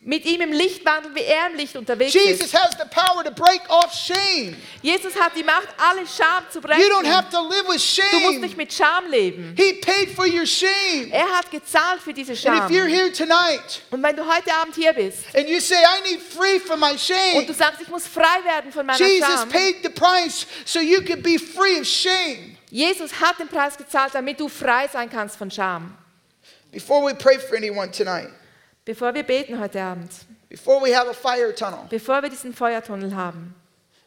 Speaker 3: mit ihm im Licht wandeln, wie er im Licht unterwegs
Speaker 2: Jesus
Speaker 3: ist.
Speaker 2: has the power to break off shame.
Speaker 3: Jesus hat die Macht, alle Scham zu brechen.
Speaker 2: You don't have to live with
Speaker 3: Du musst
Speaker 2: shame.
Speaker 3: nicht mit Scham leben.
Speaker 2: He paid for your shame.
Speaker 3: Er hat gezahlt für diese
Speaker 2: And if
Speaker 3: Scham.
Speaker 2: you're here tonight
Speaker 3: Und wenn du heute Abend hier bist
Speaker 2: and you say, I need free from my
Speaker 3: und
Speaker 2: shame,
Speaker 3: du sagst, ich muss frei werden von meiner
Speaker 2: Jesus
Speaker 3: Scham,
Speaker 2: paid the price so you could be free of shame.
Speaker 3: Jesus hat den Preis gezahlt, damit du frei sein kannst von Scham.
Speaker 2: Before we pray for anyone tonight,
Speaker 3: Bevor wir beten heute Abend,
Speaker 2: before we have a fire tunnel,
Speaker 3: bevor wir diesen Feuertunnel haben,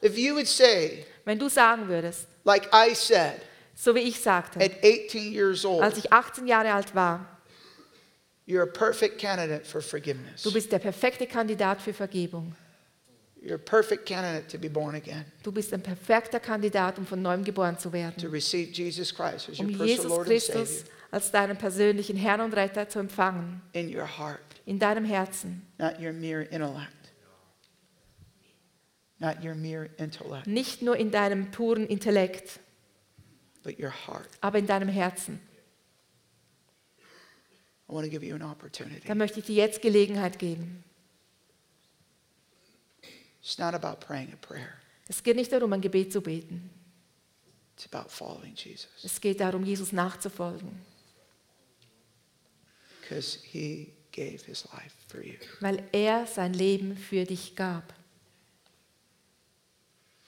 Speaker 2: if you would say,
Speaker 3: wenn du sagen würdest,
Speaker 2: like I said
Speaker 3: so wie ich sagte,
Speaker 2: at 18 years
Speaker 3: als
Speaker 2: old,
Speaker 3: ich 18 Jahre alt war,
Speaker 2: you're a perfect candidate for forgiveness.
Speaker 3: du bist der perfekte Kandidat für Vergebung.
Speaker 2: You're a perfect candidate to be born again,
Speaker 3: Du bist ein perfekter Kandidat, um von neuem geboren zu
Speaker 2: to
Speaker 3: werden,
Speaker 2: receive Jesus Christ as your
Speaker 3: um
Speaker 2: personal
Speaker 3: Jesus
Speaker 2: Lord and Savior
Speaker 3: Christus als deinen persönlichen Herrn und Retter zu empfangen,
Speaker 2: in your heart,
Speaker 3: in deinem Herzen,
Speaker 2: not your mere intellect. Not your mere intellect,
Speaker 3: nicht nur in deinem puren Intellekt,
Speaker 2: but your heart.
Speaker 3: aber in deinem Herzen.
Speaker 2: I want to give you an opportunity.
Speaker 3: Da möchte ich dir jetzt Gelegenheit geben.
Speaker 2: It's not about praying a prayer,
Speaker 3: Es geht nicht darum, ein Gebet zu beten.
Speaker 2: it's about following Jesus
Speaker 3: Es geht darum, Jesus nachzufolgen,
Speaker 2: because he gave his life for you.
Speaker 3: weil er sein Leben für dich gab.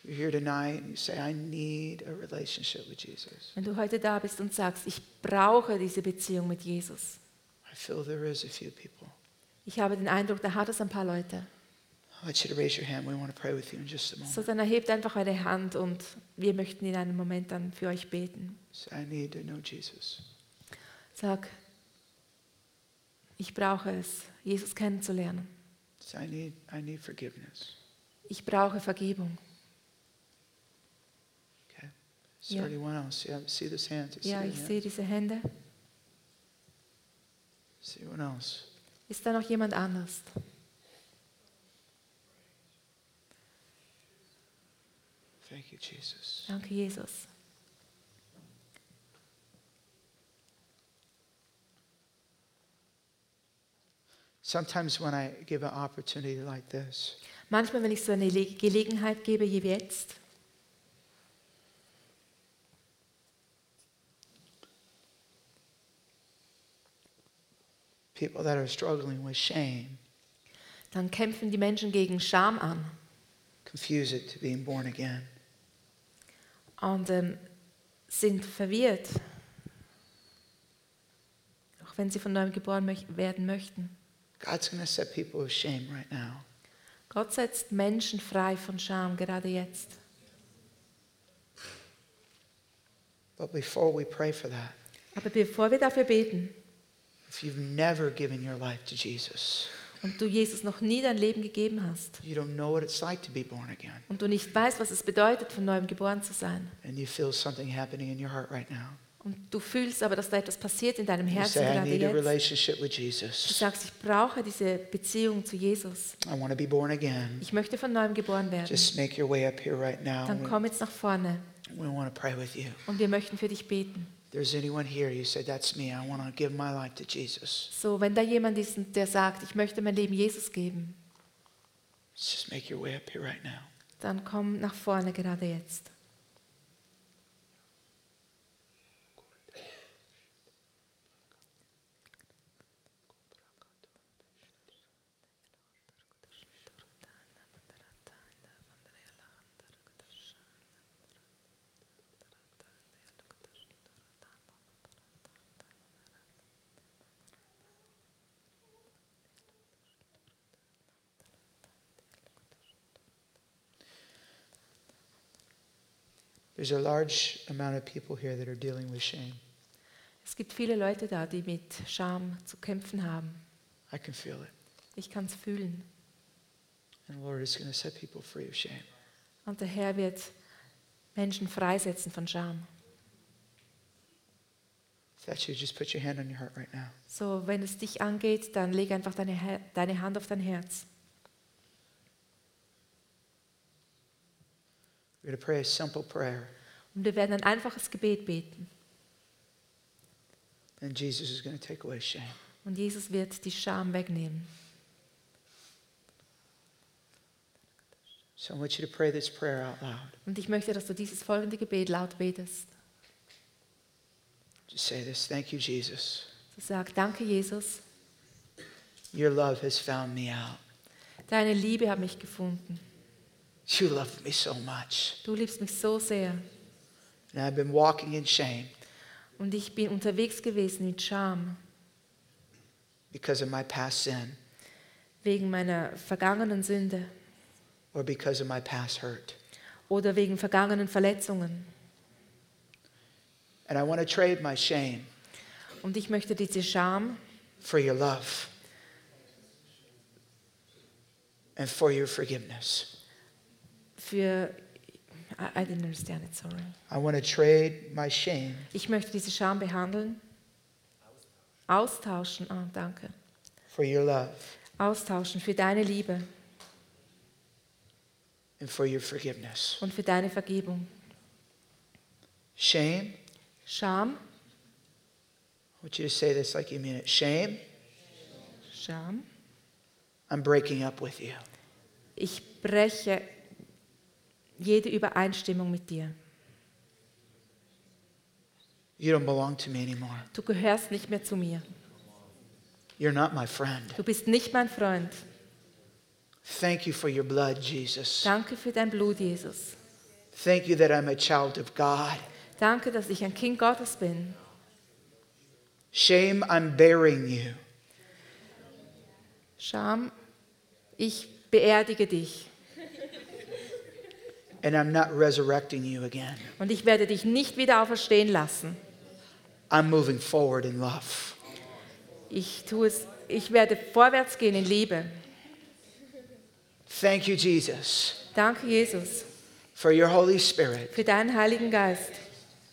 Speaker 2: You're here tonight and you say, I need a relationship with Jesus.
Speaker 3: Wenn du heute da bist und sagst, ich brauche diese Beziehung mit Jesus,
Speaker 2: I feel there is a few people.
Speaker 3: Ich habe den Eindruck, da hat es ein paar Leute.
Speaker 2: I want you to raise your hand. We want to pray with you in just a moment.
Speaker 3: So, dann erhebt einfach eure Hand und wir möchten in einem Moment dann für euch beten.
Speaker 2: Say, I need to know Jesus.
Speaker 3: Sag, ich brauche es, Jesus kennenzulernen.
Speaker 2: Say, I need, I need forgiveness.
Speaker 3: Ich brauche Vergebung.
Speaker 2: Is there
Speaker 3: Yeah.
Speaker 2: anyone else? Yeah, I see this hand. I see
Speaker 3: Ja,
Speaker 2: that
Speaker 3: ich
Speaker 2: hand.
Speaker 3: sehe diese Hände.
Speaker 2: See anyone else?
Speaker 3: Ist da noch jemand anders?
Speaker 2: Thank you, Jesus.
Speaker 3: Danke, Jesus.
Speaker 2: Sometimes when I give an opportunity like this,
Speaker 3: Manchmal, wenn ich so eine Le- Gelegenheit gebe, je wie jetzt,
Speaker 2: people that are struggling with shame
Speaker 3: dann kämpfen die Menschen gegen Scham an
Speaker 2: confuse it to being born again.
Speaker 3: und ähm, sind verwirrt, auch wenn sie von neuem geboren möch- werden möchten.
Speaker 2: God's going to set people with shame right now.
Speaker 3: Gott setzt Menschen frei von Scham, gerade jetzt.
Speaker 2: But before we pray for that,
Speaker 3: Aber bevor wir dafür beten
Speaker 2: if you've never given your life to Jesus,
Speaker 3: und du Jesus noch nie dein Leben gegeben hast
Speaker 2: you don't know what it's like to be born again,
Speaker 3: und du nicht weißt, was es bedeutet, von neuem geboren zu sein,
Speaker 2: and you feel something happening in your heart right now,
Speaker 3: und du fühlst aber, dass da etwas passiert in deinem
Speaker 2: you
Speaker 3: Herzen
Speaker 2: say, I
Speaker 3: gerade
Speaker 2: need a
Speaker 3: jetzt,
Speaker 2: relationship with
Speaker 3: du
Speaker 2: Jesus.
Speaker 3: sagst, ich brauche diese Beziehung zu Jesus.
Speaker 2: I want to be born again.
Speaker 3: Ich möchte von neuem geboren werden.
Speaker 2: Just make your way up here right now.
Speaker 3: Dann komm jetzt nach vorne
Speaker 2: We, we want to pray with you.
Speaker 3: und wir möchten für dich beten.
Speaker 2: If there's anyone here, you say, That's me. I want to give my life to Jesus.
Speaker 3: So, wenn da jemand ist, der sagt, ich möchte mein Leben Jesus geben,
Speaker 2: Just make your way up here right now.
Speaker 3: dann komm nach vorne gerade jetzt.
Speaker 2: There's a large amount of people here that are dealing with shame.
Speaker 3: Es gibt viele Leute da, die mit Scham zu kämpfen haben.
Speaker 2: I can feel it.
Speaker 3: Ich kann es fühlen.
Speaker 2: And the Lord is going to set people free of shame.
Speaker 3: Und der Herr wird Menschen freisetzen von Scham.
Speaker 2: If that's you, just put your hand on your heart right now.
Speaker 3: So, wenn es dich angeht, dann leg einfach deine, Her- deine Hand auf dein Herz.
Speaker 2: We're going to pray a simple prayer,
Speaker 3: Und wir werden ein einfaches Gebet beten.
Speaker 2: and Jesus is going to take away shame.
Speaker 3: Und Jesus wird die Scham wegnehmen.
Speaker 2: So I want you to pray this prayer out loud.
Speaker 3: Und ich möchte, dass du dieses folgende Gebet laut betest.
Speaker 2: Just say this Thank you, Jesus.
Speaker 3: So sag, danke Jesus,
Speaker 2: Your love has found me out.
Speaker 3: deine Liebe hat mich gefunden.
Speaker 2: You loved me so much.
Speaker 3: Du liebst mich so sehr.
Speaker 2: And I've been walking in shame
Speaker 3: Und ich bin unterwegs gewesen mit Scham
Speaker 2: because of my past sin
Speaker 3: wegen meiner vergangenen Sünde
Speaker 2: or because of my past hurt.
Speaker 3: oder wegen vergangenen Verletzungen.
Speaker 2: And I want to trade my shame
Speaker 3: Und ich möchte diese Scham
Speaker 2: for your love and for your forgiveness.
Speaker 3: für. I I didn't understand it, sorry.
Speaker 2: I want to trade my shame
Speaker 3: Ich möchte diese Scham behandeln. Austauschen, ah, danke.
Speaker 2: for your love
Speaker 3: Austauschen für deine Liebe
Speaker 2: and for your forgiveness.
Speaker 3: und für deine Vergebung.
Speaker 2: Shame,
Speaker 3: Scham,
Speaker 2: I want you to say this like you mean it. Shame,
Speaker 3: Scham.
Speaker 2: I'm breaking up with you.
Speaker 3: Ich breche jede Übereinstimmung mit dir.
Speaker 2: You don't belong to me anymore.
Speaker 3: Du gehörst nicht mehr zu mir.
Speaker 2: You're not my friend.
Speaker 3: Du bist nicht mein Freund.
Speaker 2: Thank you for your blood, Jesus.
Speaker 3: Danke für dein Blut, Jesus.
Speaker 2: Thank you that I'm a child of God.
Speaker 3: Danke, dass ich ein Kind Gottes bin.
Speaker 2: Shame, I'm bearing you.
Speaker 3: Scham, ich beerdige dich
Speaker 2: and I'm not resurrecting you again.
Speaker 3: und ich werde dich nicht wieder auferstehen lassen.
Speaker 2: I'm moving forward in love.
Speaker 3: Ich tue es, ich werde vorwärts gehen in Liebe.
Speaker 2: Thank you, Jesus,
Speaker 3: Danke, Jesus,
Speaker 2: for your Holy Spirit
Speaker 3: für deinen Heiligen Geist,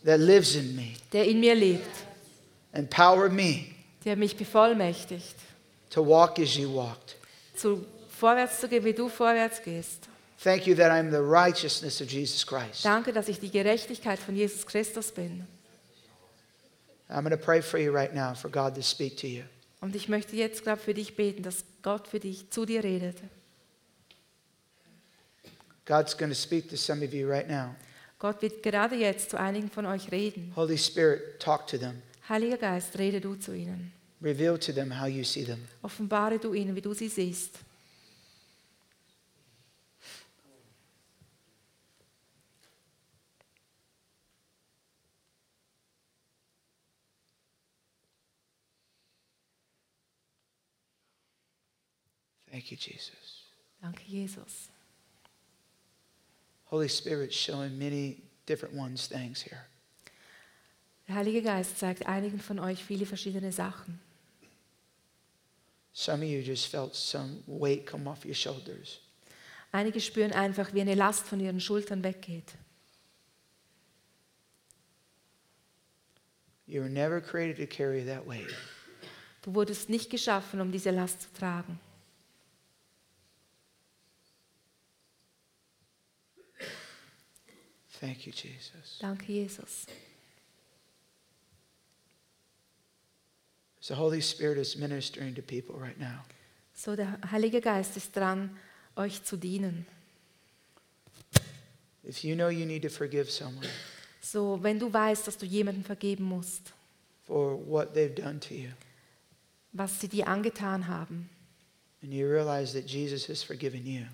Speaker 2: that lives in me,
Speaker 3: der in mir lebt,
Speaker 2: empower me
Speaker 3: der mich bevollmächtigt,
Speaker 2: to walk as you walked.
Speaker 3: zu vorwärts zu gehen, wie du vorwärts gehst.
Speaker 2: Thank you that I'm the righteousness of Jesus Christ.
Speaker 3: Danke, dass ich die Gerechtigkeit von Jesus Christus bin.
Speaker 2: I'm going to pray for you right now for God to speak to you.
Speaker 3: Und ich möchte jetzt gerade für dich beten, dass Gott für dich zu dir redet.
Speaker 2: God's going to speak to some of you right now.
Speaker 3: Gott wird gerade jetzt zu einigen von euch reden.
Speaker 2: Holy Spirit, talk to them.
Speaker 3: Heiliger Geist, rede du zu ihnen.
Speaker 2: Reveal to them how you see them.
Speaker 3: Offenbare du ihnen, wie du sie siehst.
Speaker 2: Thank you, Jesus.
Speaker 3: Danke, Jesus.
Speaker 2: Holy Spirit's showing many different ones things here.
Speaker 3: Der Heilige Geist zeigt einigen von euch viele verschiedene Sachen.
Speaker 2: Some of you just felt some weight come off your shoulders.
Speaker 3: Einige spüren einfach, wie eine Last von ihren Schultern weggeht.
Speaker 2: You were never created to carry that weight.
Speaker 3: Du wurdest nicht geschaffen, um diese Last zu tragen.
Speaker 2: Thank you, Jesus.
Speaker 3: Danke, Jesus.
Speaker 2: So, Holy Spirit is ministering to people right now.
Speaker 3: So, der Heilige Geist ist dran, euch zu dienen.
Speaker 2: If you know you need to forgive someone
Speaker 3: So, wenn du weißt, dass du jemanden vergeben musst,
Speaker 2: for what they've done to you,
Speaker 3: was sie dir angetan haben,
Speaker 2: and you realize that Jesus has forgiven you,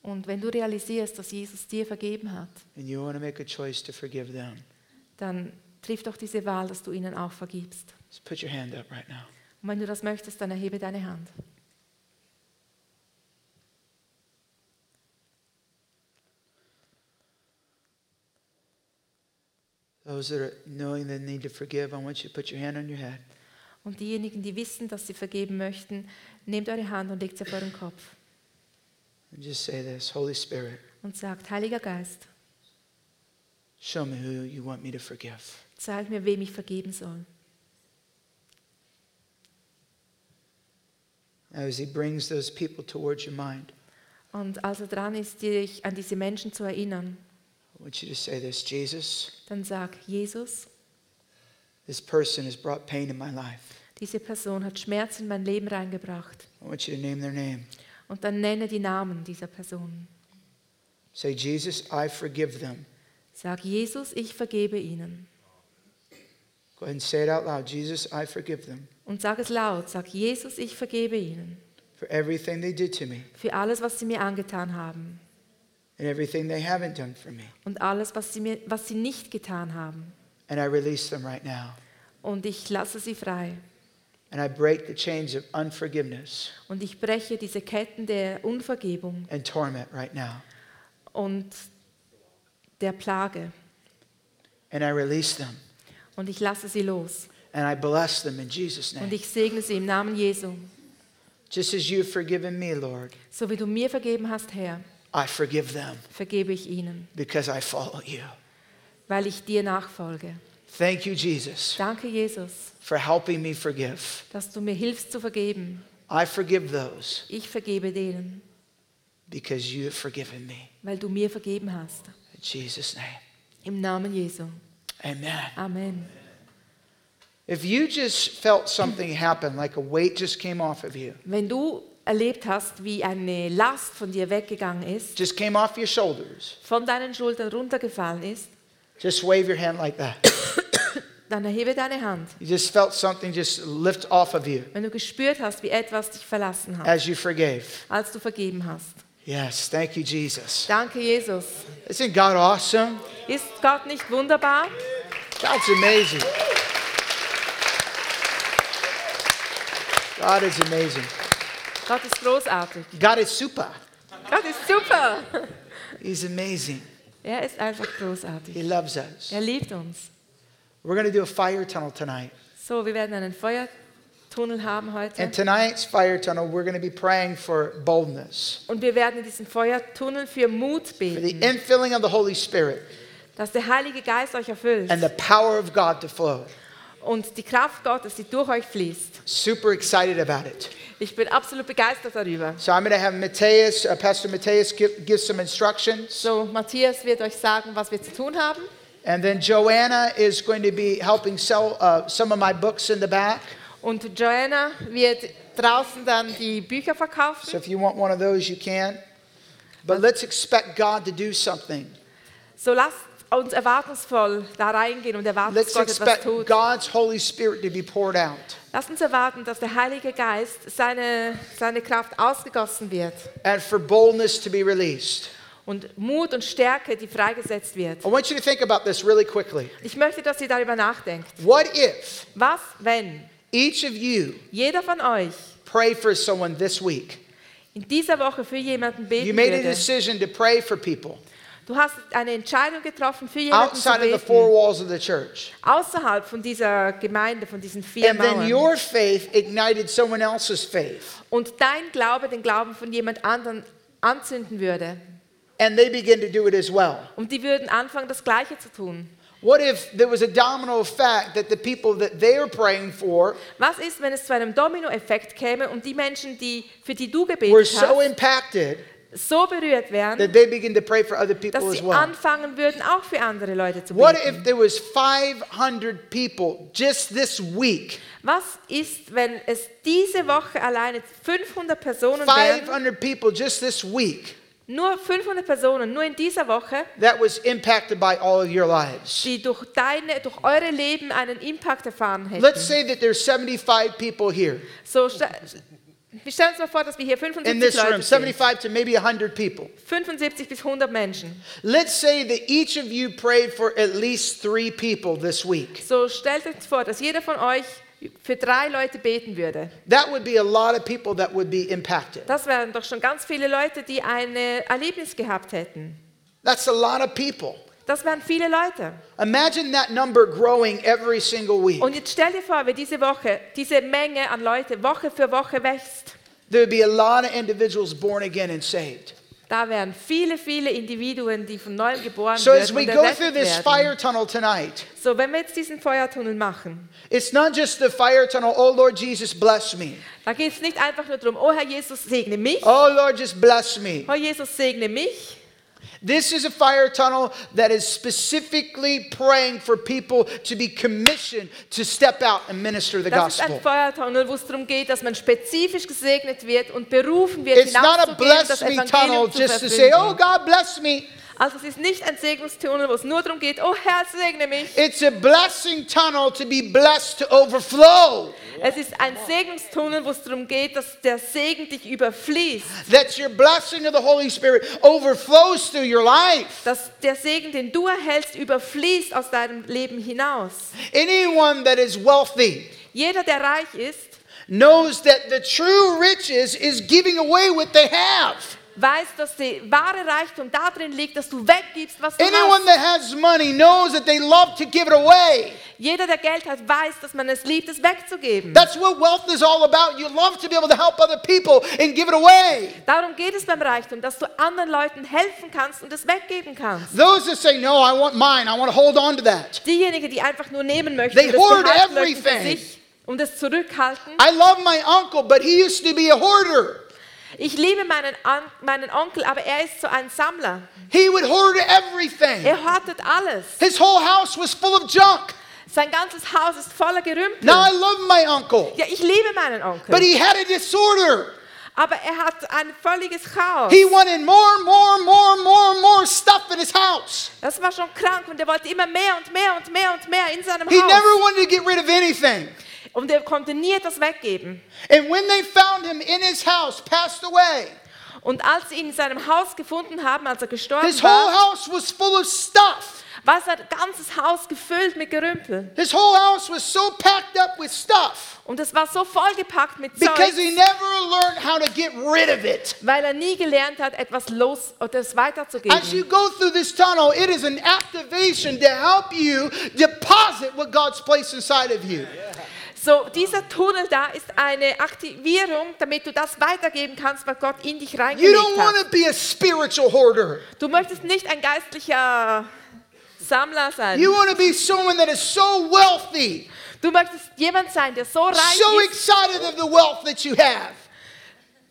Speaker 3: und wenn du realisierst, dass Jesus dir vergeben hat,
Speaker 2: and you want to make a choice to forgive them,
Speaker 3: dann triff doch diese Wahl, dass du ihnen auch vergibst.
Speaker 2: just put your hand up right now.
Speaker 3: Und wenn du das möchtest, dann erhebe deine Hand.
Speaker 2: Those that are knowing they need to forgive, I want you to put your hand on your head.
Speaker 3: Und diejenigen, die wissen, dass sie vergeben möchten, nehmt eure Hand und legt sie auf euren Kopf
Speaker 2: And just say this Holy Spirit,
Speaker 3: und sagt, Heiliger Geist,
Speaker 2: show me who you want me to forgive.
Speaker 3: zeig mir, wem ich vergeben soll.
Speaker 2: Now, as He brings those people towards your mind,
Speaker 3: Und als er dran ist, dich an diese Menschen zu erinnern,
Speaker 2: I want you to say this Jesus,
Speaker 3: dann sag, Jesus,
Speaker 2: this person has brought pain in my life.
Speaker 3: diese Person hat Schmerz in mein Leben reingebracht.
Speaker 2: I want you to name their name.
Speaker 3: Und dann nenne die Namen dieser Personen.
Speaker 2: Say, Jesus, I forgive them.
Speaker 3: Sag, Jesus, ich vergebe ihnen.
Speaker 2: Go ahead and say it out loud. Jesus, I forgive them
Speaker 3: Und sag es laut, sag, Jesus, ich vergebe ihnen
Speaker 2: for everything they did to me
Speaker 3: für alles, was sie mir angetan haben
Speaker 2: and everything they haven't done for me.
Speaker 3: und alles, was sie, mir, was sie nicht getan haben.
Speaker 2: And I release them right now.
Speaker 3: Und ich lasse sie frei.
Speaker 2: And I break the chains of unforgiveness
Speaker 3: Und ich breche diese Ketten der Unvergebung
Speaker 2: and torment right now.
Speaker 3: und der Plage.
Speaker 2: And I release them.
Speaker 3: Und ich lasse sie los.
Speaker 2: And I bless them in Jesus'
Speaker 3: Und
Speaker 2: name.
Speaker 3: ich segne sie im Namen Jesu.
Speaker 2: Just as you've forgiven me, Lord,
Speaker 3: So wie du mir vergeben hast, Herr,
Speaker 2: I forgive them
Speaker 3: vergebe ich ihnen,
Speaker 2: because I follow you.
Speaker 3: weil ich dir nachfolge.
Speaker 2: Thank you, Jesus,
Speaker 3: Danke, Jesus,
Speaker 2: for helping me forgive.
Speaker 3: dass du mir hilfst zu vergeben.
Speaker 2: I forgive those
Speaker 3: Ich vergebe denen,
Speaker 2: because you have forgiven me.
Speaker 3: weil du mir vergeben hast.
Speaker 2: In Jesus' name.
Speaker 3: Im Namen Jesu.
Speaker 2: Amen.
Speaker 3: Amen.
Speaker 2: If you just felt something happen, like a weight just came off of you,
Speaker 3: Wenn du erlebt hast, wie eine Last von dir weggegangen ist,
Speaker 2: just came off your shoulders,
Speaker 3: von deinen Schultern runtergefallen ist,
Speaker 2: just wave your hand like that.
Speaker 3: dann erhebe deine Hand.
Speaker 2: You just felt something just lift off of you
Speaker 3: Wenn du gespürt hast, wie etwas dich verlassen hat,
Speaker 2: as you forgave.
Speaker 3: als du vergeben hast.
Speaker 2: Yes, thank you, Jesus.
Speaker 3: Danke, Jesus.
Speaker 2: Isn't God awesome?
Speaker 3: Ist Gott nicht wunderbar?
Speaker 2: God's amazing. God is amazing.
Speaker 3: Gott ist großartig.
Speaker 2: God is super.
Speaker 3: Gott ist super.
Speaker 2: He's amazing.
Speaker 3: Er ist einfach großartig.
Speaker 2: He loves us.
Speaker 3: Er liebt uns.
Speaker 2: We're going to do a fire tunnel tonight.
Speaker 3: So, wir werden einen Feuertunnel haben heute.
Speaker 2: And tonight's fire tunnel, we're going to be praying for boldness,
Speaker 3: Und wir werden in diesem Feuertunnel für Mut
Speaker 2: for the
Speaker 3: beten,
Speaker 2: infilling of the Holy Spirit
Speaker 3: dass der Heilige Geist euch erfüllt
Speaker 2: and the power of God to flow.
Speaker 3: und die Kraft Gottes, die durch euch fließt.
Speaker 2: Super excited about it.
Speaker 3: Ich bin absolut begeistert darüber.
Speaker 2: So I'm going to have Mateus, uh, Pastor Mateus, give, give some instructions.
Speaker 3: So, Matthias wird euch sagen, was wir zu tun haben.
Speaker 2: And then Joanna is going to be helping sell uh, some of my books in the back.
Speaker 3: Und Joanna wird draußen dann die Bücher verkaufen.
Speaker 2: So if you want one of those, you can. But let's expect God to do something.
Speaker 3: So lasst uns erwartungsvoll da reingehen und erwarten, dass
Speaker 2: Let's
Speaker 3: Gott etwas
Speaker 2: expect
Speaker 3: tut.
Speaker 2: God's Holy Spirit to be poured out.
Speaker 3: Lasst uns erwarten, dass der Heilige Geist seine, seine Kraft ausgegossen wird
Speaker 2: and for boldness to be released.
Speaker 3: und Mut und Stärke, die freigesetzt wird.
Speaker 2: I want you to think about this really quickly.
Speaker 3: Ich möchte, dass ihr darüber nachdenkt.
Speaker 2: What if
Speaker 3: Was, wenn
Speaker 2: each of you
Speaker 3: jeder von euch
Speaker 2: pray for someone this week?
Speaker 3: in dieser Woche für jemanden
Speaker 2: You
Speaker 3: beten
Speaker 2: made a
Speaker 3: würde?
Speaker 2: decision to pray for people
Speaker 3: Du hast eine Entscheidung getroffen, für jemanden zu
Speaker 2: outside of the four
Speaker 3: beten,
Speaker 2: walls of the church.
Speaker 3: außerhalb von dieser Gemeinde, von diesen vier
Speaker 2: And then
Speaker 3: Mauern.
Speaker 2: your faith ignited someone else's faith.
Speaker 3: Und dein Glaube den Glauben von jemand anderen anzünden würde.
Speaker 2: And they begin to do it as well.
Speaker 3: Und die würden anfangen, das Gleiche zu tun.
Speaker 2: What if there was a domino effect that the people that they are praying for
Speaker 3: Was ist, wenn es zu einem Dominoeffekt käme und die Menschen, die, für die du
Speaker 2: were
Speaker 3: gebetet
Speaker 2: so
Speaker 3: hast,
Speaker 2: impacted
Speaker 3: so berührt
Speaker 2: that
Speaker 3: wären,
Speaker 2: they begin to pray for other
Speaker 3: dass
Speaker 2: people as
Speaker 3: sie
Speaker 2: well?
Speaker 3: anfangen würden, auch für andere Leute zu
Speaker 2: What
Speaker 3: beten?
Speaker 2: if there was 500 people just this week
Speaker 3: Was ist, wenn es diese Woche alleine 500 Personen wären,
Speaker 2: 500 people just this week
Speaker 3: nur 500 Personen, nur in dieser Woche,
Speaker 2: that was impacted by all of your lives.
Speaker 3: die durch, deine, durch eure Leben einen Impact erfahren
Speaker 2: Let's
Speaker 3: hätten?
Speaker 2: say that there's 75 people here
Speaker 3: So, sta- wir stellen uns mal vor, dass wir hier
Speaker 2: in
Speaker 3: 75
Speaker 2: this
Speaker 3: Leute
Speaker 2: room,
Speaker 3: sind.
Speaker 2: 75 to maybe 100 people.
Speaker 3: 75 bis 100 Menschen.
Speaker 2: Let's say that each of you prayed for at least three people this week.
Speaker 3: So stellt euch vor, dass jeder von euch für drei Leute beten würde.
Speaker 2: That would be a lot of people that would be impacted.
Speaker 3: Das wären doch schon ganz viele Leute, die ein äh, Erlebnis gehabt hätten.
Speaker 2: That's a lot of people.
Speaker 3: Das wären viele Leute.
Speaker 2: Imagine that number growing every single week.
Speaker 3: Und jetzt stell dir vor, wie diese Woche, diese Menge an Leute Woche für Woche wächst.
Speaker 2: There would be a lot of individuals born again and saved.
Speaker 3: Da wären viele, viele Individuen, die von neuem geboren
Speaker 2: So as
Speaker 3: werden
Speaker 2: we
Speaker 3: und
Speaker 2: go
Speaker 3: erweckt
Speaker 2: through this
Speaker 3: werden.
Speaker 2: fire tunnel tonight,
Speaker 3: So, wenn wir jetzt diesen Feuertunnel machen,
Speaker 2: It's not just the fire tunnel. Oh Lord Jesus, bless me.
Speaker 3: da geht es nicht einfach nur darum, oh Herr Jesus, segne mich.
Speaker 2: Oh Lord, just bless me.
Speaker 3: Oh Jesus, segne mich.
Speaker 2: This is a fire tunnel that is specifically praying for people to be commissioned to step out and minister the
Speaker 3: Das ist ein
Speaker 2: gospel.
Speaker 3: Feuertunnel, wo es darum geht, dass man spezifisch gesegnet wird und berufen wird,
Speaker 2: It's not a
Speaker 3: hinauszugehen,
Speaker 2: bless
Speaker 3: das
Speaker 2: me tunnel
Speaker 3: Evangelium zu
Speaker 2: just to say, oh
Speaker 3: verkünden.
Speaker 2: God, bless me.
Speaker 3: Also es ist nicht ein Segnungstunnel, wo es nur darum geht, oh Herr, segne mich.
Speaker 2: It's a blessing tunnel to be blessed to overflow.
Speaker 3: Es ist ein Segnungstunnel, wo es darum geht, dass der Segen dich überfließt.
Speaker 2: That your blessing of the Holy Spirit overflows through your life.
Speaker 3: Dass der Segen, den du erhältst, überfließt aus deinem Leben hinaus.
Speaker 2: Anyone that is wealthy
Speaker 3: Jeder, der reich ist,
Speaker 2: knows that the true riches is giving away what they have.
Speaker 3: weiß, dass der wahre Reichtum darin liegt, dass du weggibst, was du
Speaker 2: Anyone
Speaker 3: hast.
Speaker 2: that has money knows that they love to give it away.
Speaker 3: Jeder, der Geld hat, weiß, dass man es liebt, es wegzugeben.
Speaker 2: That's what wealth is all about. You love to be able to help other people and give it away.
Speaker 3: Darum geht es beim Reichtum, dass du anderen Leuten helfen kannst und es weggeben kannst.
Speaker 2: Those that say, No, I want mine, I want to hold on to that.
Speaker 3: Diejenigen, die einfach nur nehmen möchten,
Speaker 2: They
Speaker 3: und es
Speaker 2: hoard
Speaker 3: behalten möchten für
Speaker 2: everything.
Speaker 3: sich und es zurückhalten.
Speaker 2: I love my uncle, but he used to be a hoarder.
Speaker 3: Ich liebe meinen, An meinen Onkel, aber er ist so ein Sammler.
Speaker 2: He would hoard everything.
Speaker 3: Er hortet alles.
Speaker 2: His whole house was full of junk.
Speaker 3: Sein ganzes Haus ist voller Gerümpel.
Speaker 2: Now I love my uncle,
Speaker 3: Ja, ich liebe meinen Onkel.
Speaker 2: but he had a disorder.
Speaker 3: aber er hat ein völliges Chaos.
Speaker 2: He wanted more, more, more, more, more stuff in his house.
Speaker 3: das war schon krank und er wollte immer mehr und mehr und mehr und mehr in seinem
Speaker 2: He
Speaker 3: Haus.
Speaker 2: never wanted to get rid of anything.
Speaker 3: und er konnte nie etwas weggeben.
Speaker 2: And when they found him in his house, passed away,
Speaker 3: Und als sie ihn in seinem Haus gefunden haben, als er gestorben
Speaker 2: his
Speaker 3: war,
Speaker 2: whole house was full of stuff.
Speaker 3: war sein ganzes Haus gefüllt mit Gerümpel.
Speaker 2: His whole house was so packed up with stuff
Speaker 3: Und es war so vollgepackt mit Zeug,
Speaker 2: because he never learned how to get rid of it.
Speaker 3: weil er nie gelernt hat, etwas los oder es weiterzugeben.
Speaker 2: As you go through this tunnel, it is an activation to help you deposit what God's placed inside of you.
Speaker 3: So, dieser Tunnel da ist eine Aktivierung, damit du das weitergeben kannst, was Gott in dich
Speaker 2: You
Speaker 3: reingelegt
Speaker 2: don't want to
Speaker 3: hat.
Speaker 2: be a spiritual hoarder.
Speaker 3: Du möchtest nicht ein geistlicher Sammler sein.
Speaker 2: You want to be someone that is so wealthy,
Speaker 3: Du möchtest jemand sein, der so reich
Speaker 2: so
Speaker 3: ist.
Speaker 2: excited of the wealth that you have,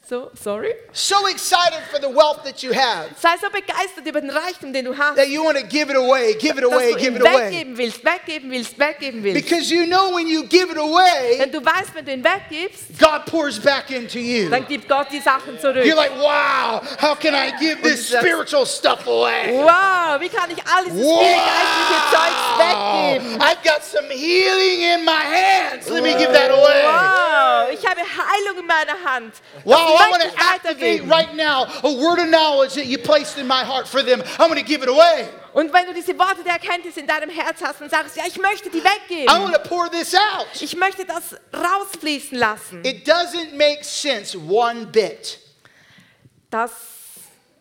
Speaker 3: So, sorry?
Speaker 2: so excited for the wealth that you have
Speaker 3: Sei so begeistert über den Reichtum, den du hast,
Speaker 2: that you want to give it away, give it
Speaker 3: dass
Speaker 2: away,
Speaker 3: du
Speaker 2: give
Speaker 3: ihn
Speaker 2: it away.
Speaker 3: weggeben willst, weggeben willst, weggeben willst.
Speaker 2: Because you know when you give it away,
Speaker 3: Denn du weißt, wenn du ihn weggibst,
Speaker 2: God pours back into you.
Speaker 3: dann gibt Gott die Sachen zurück.
Speaker 2: You're like, wow, how can I give this
Speaker 3: that's-
Speaker 2: spiritual stuff away?
Speaker 3: wow, wie kann ich alles dieses viele geistliche Zeugs weggeben?
Speaker 2: I've got some healing in my hands. Let me give that away.
Speaker 3: Wow, ich habe Heilung in meiner Hand. Das
Speaker 2: Wow, I want
Speaker 3: möchte
Speaker 2: to
Speaker 3: ich
Speaker 2: activate
Speaker 3: weitergeben.
Speaker 2: right now a word of knowledge that you placed in my heart for them. I'm going to give it away.
Speaker 3: Und wenn du diese Worte der Erkenntnis in deinem Herz hast und sagst, ja, ich möchte die
Speaker 2: I want
Speaker 3: weggeben,
Speaker 2: to pour this out.
Speaker 3: ich möchte das rausfließen lassen,
Speaker 2: It doesn't make sense one bit.
Speaker 3: das,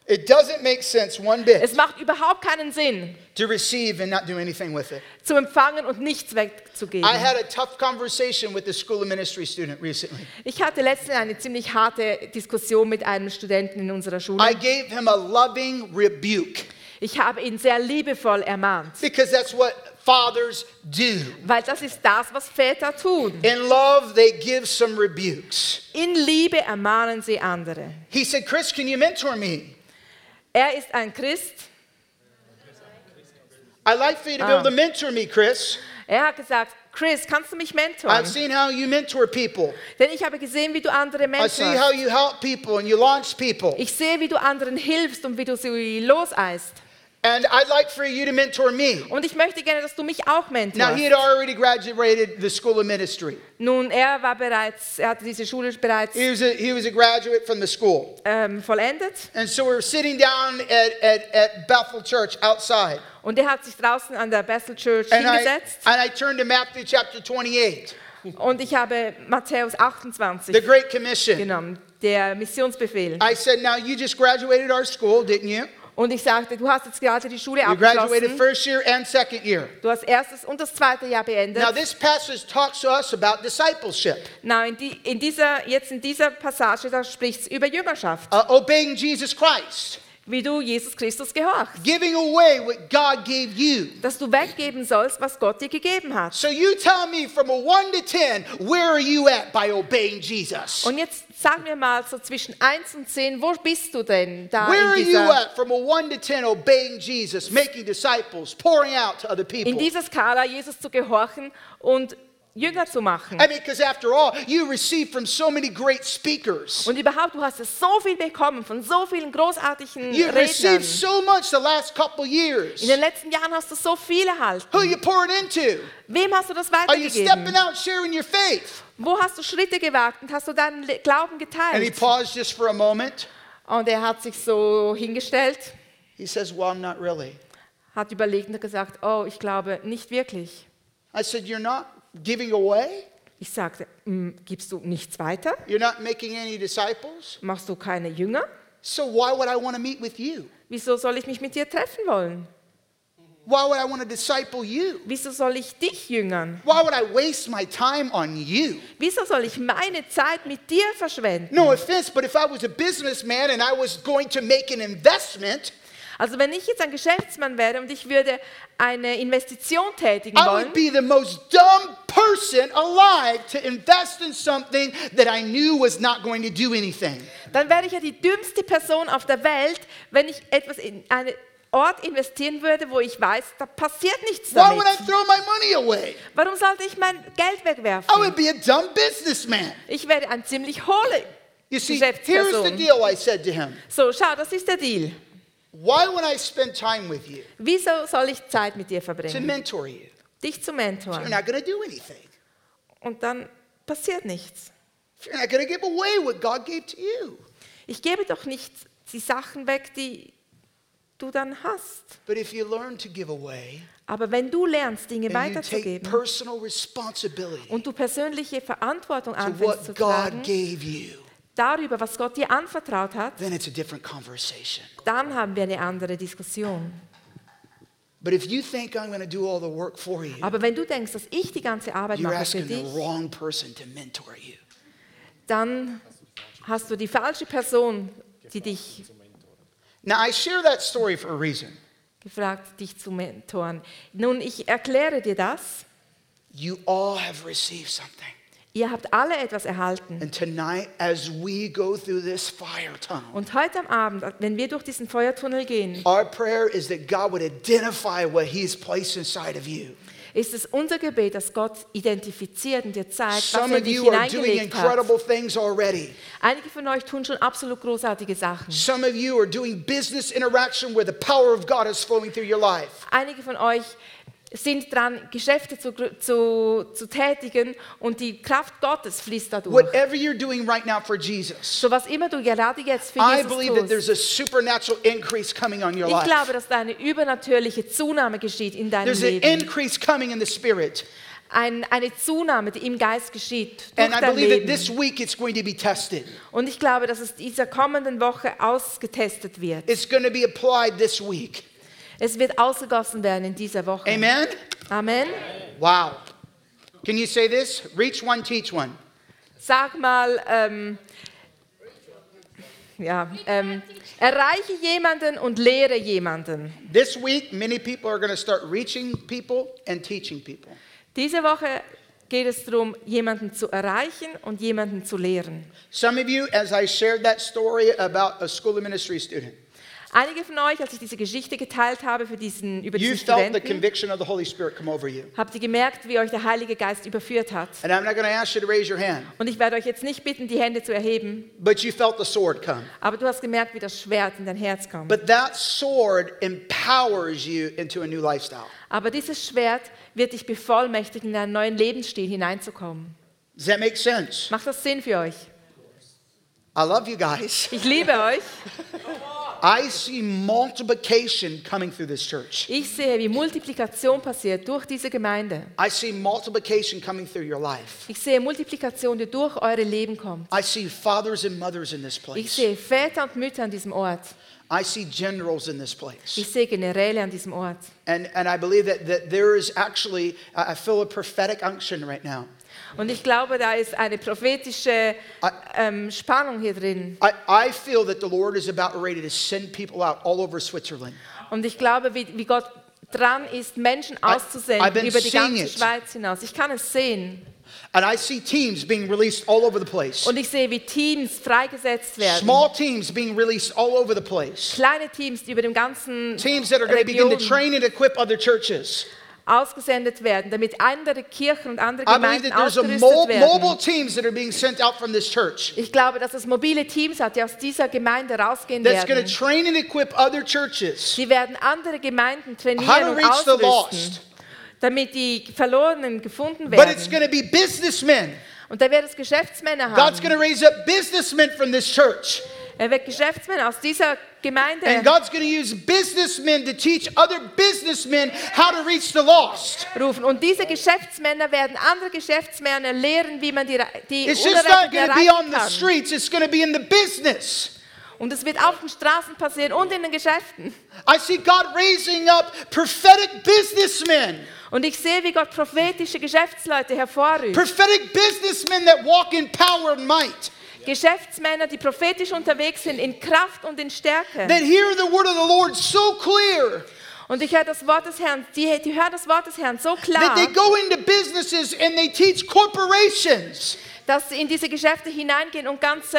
Speaker 2: It doesn't make sense one bit
Speaker 3: es macht überhaupt keinen Sinn,
Speaker 2: to receive and not do anything with it.
Speaker 3: zu empfangen und nichts wegzugeben.
Speaker 2: I had a tough conversation with a school of ministry student recently.
Speaker 3: Ich hatte letztens eine ziemlich harte Diskussion mit einem Studenten in unserer Schule.
Speaker 2: I gave him a loving rebuke
Speaker 3: Ich habe ihn sehr liebevoll ermahnt,
Speaker 2: because that's what fathers do.
Speaker 3: weil das ist das, was Väter tun.
Speaker 2: In love, they give some rebukes.
Speaker 3: In Liebe ermahnen sie andere.
Speaker 2: He said, Chris, can you mentor me?
Speaker 3: Er ist ein Christ.
Speaker 2: I'd like for you to be
Speaker 3: Ah.
Speaker 2: able to mentor me, Chris.
Speaker 3: Er hat gesagt, Chris, kannst du mich mentoren?
Speaker 2: I've seen how you mentor people.
Speaker 3: Denn ich habe gesehen, wie du andere
Speaker 2: I see how
Speaker 3: mentorst.
Speaker 2: you help people and you launch people.
Speaker 3: Ich sehe, wie du anderen hilfst und wie du sie loseist.
Speaker 2: And I'd like for you to mentor me.
Speaker 3: Und ich möchte gerne, dass du mich auch
Speaker 2: Now, he
Speaker 3: mentorst.
Speaker 2: had already graduated the School of Ministry.
Speaker 3: Nun, er war bereits, er hatte diese Schule bereits
Speaker 2: He was a, he was a graduate from the school.
Speaker 3: ähm, vollendet
Speaker 2: And so we were sitting down at, at, at Bethel Church outside.
Speaker 3: und er hat sich draußen an der Bethel Church
Speaker 2: And I, and
Speaker 3: hingesetzt.
Speaker 2: I turned to Matthew chapter 28,
Speaker 3: Und ich habe Matthäus
Speaker 2: the
Speaker 3: 28
Speaker 2: Great Commission.
Speaker 3: genommen, der Missionsbefehl.
Speaker 2: I said, Now, you just graduated our school, didn't you?
Speaker 3: Und ich sagte, du hast jetzt gerade die Schule
Speaker 2: You graduated
Speaker 3: abgeschlossen.
Speaker 2: first year and second year.
Speaker 3: Du hast erstes und das zweite Jahr beendet.
Speaker 2: Now, this passage talks to us about discipleship,
Speaker 3: Na, in, die, in dieser, jetzt in dieser Passage, da spricht es über Jüngerschaft.
Speaker 2: uh, obeying Jesus Christ,
Speaker 3: Wie du Jesus Christus gehorchst.
Speaker 2: giving away what God gave you.
Speaker 3: Dass du weggeben sollst, was Gott dir gegeben hat.
Speaker 2: So, you tell me from a 1 to 10, where are you at by obeying Jesus?
Speaker 3: Und jetzt sag mir mal so zwischen 1 und 10, wo bist du denn da
Speaker 2: Where are
Speaker 3: in
Speaker 2: you
Speaker 3: dieser,
Speaker 2: at from a 1 to 10, obeying Jesus, making disciples, pouring out to other
Speaker 3: in
Speaker 2: people?
Speaker 3: dieser Skala, Jesus zu gehorchen und Jünger zu machen?
Speaker 2: I mean, because after all, you receive from so many great speakers.
Speaker 3: Und überhaupt, du hast ja so viel bekommen von so vielen großartigen
Speaker 2: You've
Speaker 3: Rednern.
Speaker 2: received so much the last couple
Speaker 3: In
Speaker 2: years.
Speaker 3: den letzten Jahren hast du so viel erhalten.
Speaker 2: Who you pouring into?
Speaker 3: Wem hast du das
Speaker 2: Are you stepping
Speaker 3: weitergegeben?
Speaker 2: out, sharing your faith?
Speaker 3: Wo hast du Schritte gewagt und hast du deinen Le- Glauben
Speaker 2: And he
Speaker 3: geteilt?
Speaker 2: paused just for a moment.
Speaker 3: Und er hat sich so hingestellt,
Speaker 2: He says, Well, I'm not really.
Speaker 3: hat überlegt und hat gesagt, oh, ich glaube nicht wirklich.
Speaker 2: I said, You're not giving away?
Speaker 3: Ich sagte, "Mm, gibst du nichts weiter?
Speaker 2: You're not making any disciples?
Speaker 3: Machst du keine Jünger?
Speaker 2: So why would I want to meet with you?
Speaker 3: Wieso soll ich mich mit dir treffen wollen?
Speaker 2: Why would I want to disciple you?
Speaker 3: Wieso soll ich dich jüngern?
Speaker 2: Why would I waste my time on you?
Speaker 3: Wieso soll ich meine Zeit mit dir verschwenden?
Speaker 2: No offense, but if I was a businessman and I was going to make an investment,
Speaker 3: Also wenn ich jetzt ein Geschäftsmann wäre und ich würde eine Investition tätigen
Speaker 2: I would
Speaker 3: wollen,
Speaker 2: be the most dumb person alive to invest in something that I knew was not going to do anything.
Speaker 3: dann wäre ich ja die dümmste Person auf der Welt, wenn ich etwas in einen Ort investieren würde, wo ich weiß, da passiert nichts
Speaker 2: Why would I
Speaker 3: damit.
Speaker 2: throw my money away?
Speaker 3: Warum sollte ich mein Geld
Speaker 2: I would
Speaker 3: wegwerfen?
Speaker 2: be a dumb businessman.
Speaker 3: Ich wäre ein ziemlich hohle
Speaker 2: You see, here's the
Speaker 3: Geschäftsperson.
Speaker 2: deal, I said to him.
Speaker 3: So, schau, das ist der Deal.
Speaker 2: Why would I spend time with you?
Speaker 3: Wieso soll ich Zeit mit dir
Speaker 2: To
Speaker 3: verbringen?
Speaker 2: mentor you.
Speaker 3: Dich zu
Speaker 2: If you're
Speaker 3: mentoren.
Speaker 2: not going to do anything.
Speaker 3: Und dann passiert nichts.
Speaker 2: If you're not going to give away what God gave to you.
Speaker 3: Ich gebe doch nicht die Sachen weg, die du dann hast.
Speaker 2: But if you learn to give away
Speaker 3: Aber wenn du lernst, Dinge
Speaker 2: and you take
Speaker 3: weiterzugeben
Speaker 2: personal responsibility
Speaker 3: und du persönliche Verantwortung
Speaker 2: to
Speaker 3: anfängst zu
Speaker 2: what
Speaker 3: tragen,
Speaker 2: God gave you,
Speaker 3: darüber, was Gott dir anvertraut hat,
Speaker 2: then it's a different conversation.
Speaker 3: dann haben wir eine andere Diskussion.
Speaker 2: But if you think I'm going to do all the work for you,
Speaker 3: Aber wenn du denkst, dass ich die ganze Arbeit
Speaker 2: you're
Speaker 3: mache für
Speaker 2: asking the
Speaker 3: dich,
Speaker 2: wrong person to mentor you.
Speaker 3: dann hast du die falsche Person, die dich
Speaker 2: Now, I share that story for a reason.
Speaker 3: gefragt, dich zu mentoren. Nun, ich erkläre dir das.
Speaker 2: You all have received something.
Speaker 3: Ihr habt alle etwas erhalten.
Speaker 2: And tonight, as we go through this fire tunnel,
Speaker 3: Und heute am Abend, wenn wir durch diesen Feuertunnel gehen,
Speaker 2: our prayer is that God would identify what He's placed inside of you.
Speaker 3: ist es unser Gebet, dass Gott identifiziert und dir zeigt, was
Speaker 2: Some
Speaker 3: er in
Speaker 2: of
Speaker 3: dich
Speaker 2: you are doing
Speaker 3: hineingelegt hat.
Speaker 2: incredible things already.
Speaker 3: Einige von euch tun schon absolut großartige Sachen.
Speaker 2: Some of you are doing business interaction where the power of God is flowing through your life.
Speaker 3: Einige von euch sind dran, Geschäfte zu, gr- zu, zu tätigen und die Kraft Gottes fließt dadurch.
Speaker 2: Whatever you're doing right now for Jesus,
Speaker 3: So was immer du gerade jetzt für
Speaker 2: I
Speaker 3: Jesus
Speaker 2: believe that there's
Speaker 3: tust,
Speaker 2: a supernatural increase coming on your
Speaker 3: ich glaube,
Speaker 2: life.
Speaker 3: dass da eine übernatürliche Zunahme geschieht in deinem
Speaker 2: There's an
Speaker 3: Leben.
Speaker 2: increase coming in the Spirit.
Speaker 3: Ein, eine Zunahme, die im Geist geschieht durch
Speaker 2: And I
Speaker 3: dein
Speaker 2: believe that
Speaker 3: Leben.
Speaker 2: this week it's going to be tested.
Speaker 3: Und ich glaube, dass es dieser kommenden Woche ausgetestet wird.
Speaker 2: It's going to be applied this week.
Speaker 3: Es wird ausgegossen werden in dieser Woche.
Speaker 2: Amen?
Speaker 3: Amen.
Speaker 2: Wow. Can you say this? Reach one, teach one.
Speaker 3: Sag mal, ähm, ja, ähm, erreiche jemanden und lehre jemanden.
Speaker 2: This week, many people are going to start reaching people and teaching people.
Speaker 3: Diese Woche geht es darum, jemanden zu erreichen und jemanden zu lehren.
Speaker 2: Some of you, as I shared that story about a school of ministry student,
Speaker 3: Einige von euch, als ich diese Geschichte geteilt habe für diesen, über
Speaker 2: you
Speaker 3: diesen
Speaker 2: felt the
Speaker 3: Studenten,
Speaker 2: conviction of the Holy Spirit come over you.
Speaker 3: habt ihr gemerkt, wie euch der Heilige Geist überführt hat.
Speaker 2: And I'm not going to ask you to raise your hand,
Speaker 3: Und ich werde euch jetzt nicht bitten, die Hände zu erheben,
Speaker 2: but you felt the sword come.
Speaker 3: aber du hast gemerkt, wie das Schwert in dein Herz kommt.
Speaker 2: But that sword empowers you into a new lifestyle.
Speaker 3: Aber dieses Schwert wird dich bevollmächtigen, in einen neuen Lebensstil hineinzukommen.
Speaker 2: Does that make sense?
Speaker 3: Macht das Sinn für euch?
Speaker 2: I love you guys.
Speaker 3: Ich liebe euch.
Speaker 2: I see multiplication coming through this church.
Speaker 3: Ich sehe, wie Multiplikation passiert durch diese Gemeinde.
Speaker 2: I see multiplication coming through your life.
Speaker 3: Ich sehe Multiplikation, die durch eure Leben kommt.
Speaker 2: I see fathers and mothers in this
Speaker 3: Ich
Speaker 2: place.
Speaker 3: sehe Väter und Mütter an diesem Ort.
Speaker 2: I see generals in this place.
Speaker 3: Ich sehe Generäle an diesem Ort.
Speaker 2: And, and I believe that, that there is actually, I I feel a prophetic unction right now.
Speaker 3: Und ich glaube, da ist eine prophetische
Speaker 2: Ah.
Speaker 3: ähm, Spannung hier drin.
Speaker 2: I, I feel that the Lord is about ready to send people out all over Switzerland.
Speaker 3: Und ich glaube, wie, wie Gott dran ist, Menschen
Speaker 2: I've
Speaker 3: auszusenden
Speaker 2: been
Speaker 3: über die
Speaker 2: seeing
Speaker 3: ganze
Speaker 2: it.
Speaker 3: Schweiz hinaus. Ich kann es sehen.
Speaker 2: And I see teams being released all over the place.
Speaker 3: Und ich sehe, wie Teams freigesetzt werden.
Speaker 2: Small teams being released all over the place.
Speaker 3: Kleine Teams, die über dem ganzen
Speaker 2: Teams that are going to begin to
Speaker 3: Region.
Speaker 2: train and equip other churches.
Speaker 3: ausgesendet werden, damit andere Kirchen und andere
Speaker 2: I believe
Speaker 3: Gemeinden
Speaker 2: that there's a
Speaker 3: ausgerüstet
Speaker 2: mo- mobile
Speaker 3: werden.
Speaker 2: teams that are being sent out from this church
Speaker 3: Ich glaube, dass es mobile Teams hat, die aus dieser Gemeinde rausgehen
Speaker 2: that's going to
Speaker 3: werden.
Speaker 2: train and equip other churches
Speaker 3: Die werden andere Gemeinden
Speaker 2: how to
Speaker 3: trainieren und
Speaker 2: reach the
Speaker 3: ausrüsten,
Speaker 2: lost.
Speaker 3: damit die Verlorenen gefunden
Speaker 2: But it's going to
Speaker 3: werden.
Speaker 2: be businessmen.
Speaker 3: Und da wird es Geschäftsmänner
Speaker 2: God's going to
Speaker 3: haben.
Speaker 2: raise up businessmen from this church.
Speaker 3: Er wird Geschäftsmänner aus dieser Gemeinde.
Speaker 2: And God's going to use businessmen to teach other businessmen how to reach the lost.
Speaker 3: rufen. Und diese Geschäftsmänner werden andere Geschäftsmänner lehren, wie man die, Re- die
Speaker 2: It's just not
Speaker 3: Unerretteten
Speaker 2: going to be on
Speaker 3: erreichen
Speaker 2: the
Speaker 3: kann.
Speaker 2: streets, it's going to be in the business.
Speaker 3: Und es wird auf den Straßen passieren und in den Geschäften.
Speaker 2: I see God raising up prophetic businessmen,
Speaker 3: Und ich sehe, wie Gott prophetische Geschäftsleute hervorruft.
Speaker 2: prophetic businessmen that walk in power and might,
Speaker 3: Geschäftsmänner, die prophetisch unterwegs sind, in Kraft und in Stärke.
Speaker 2: that hear the word of the Lord so clear
Speaker 3: Und ich höre das Wort des Herrn, die, die hören das Wort des Herrn so
Speaker 2: that
Speaker 3: klar,
Speaker 2: they go into businesses and they teach corporations
Speaker 3: dass sie in diese Geschäfte hineingehen und ganze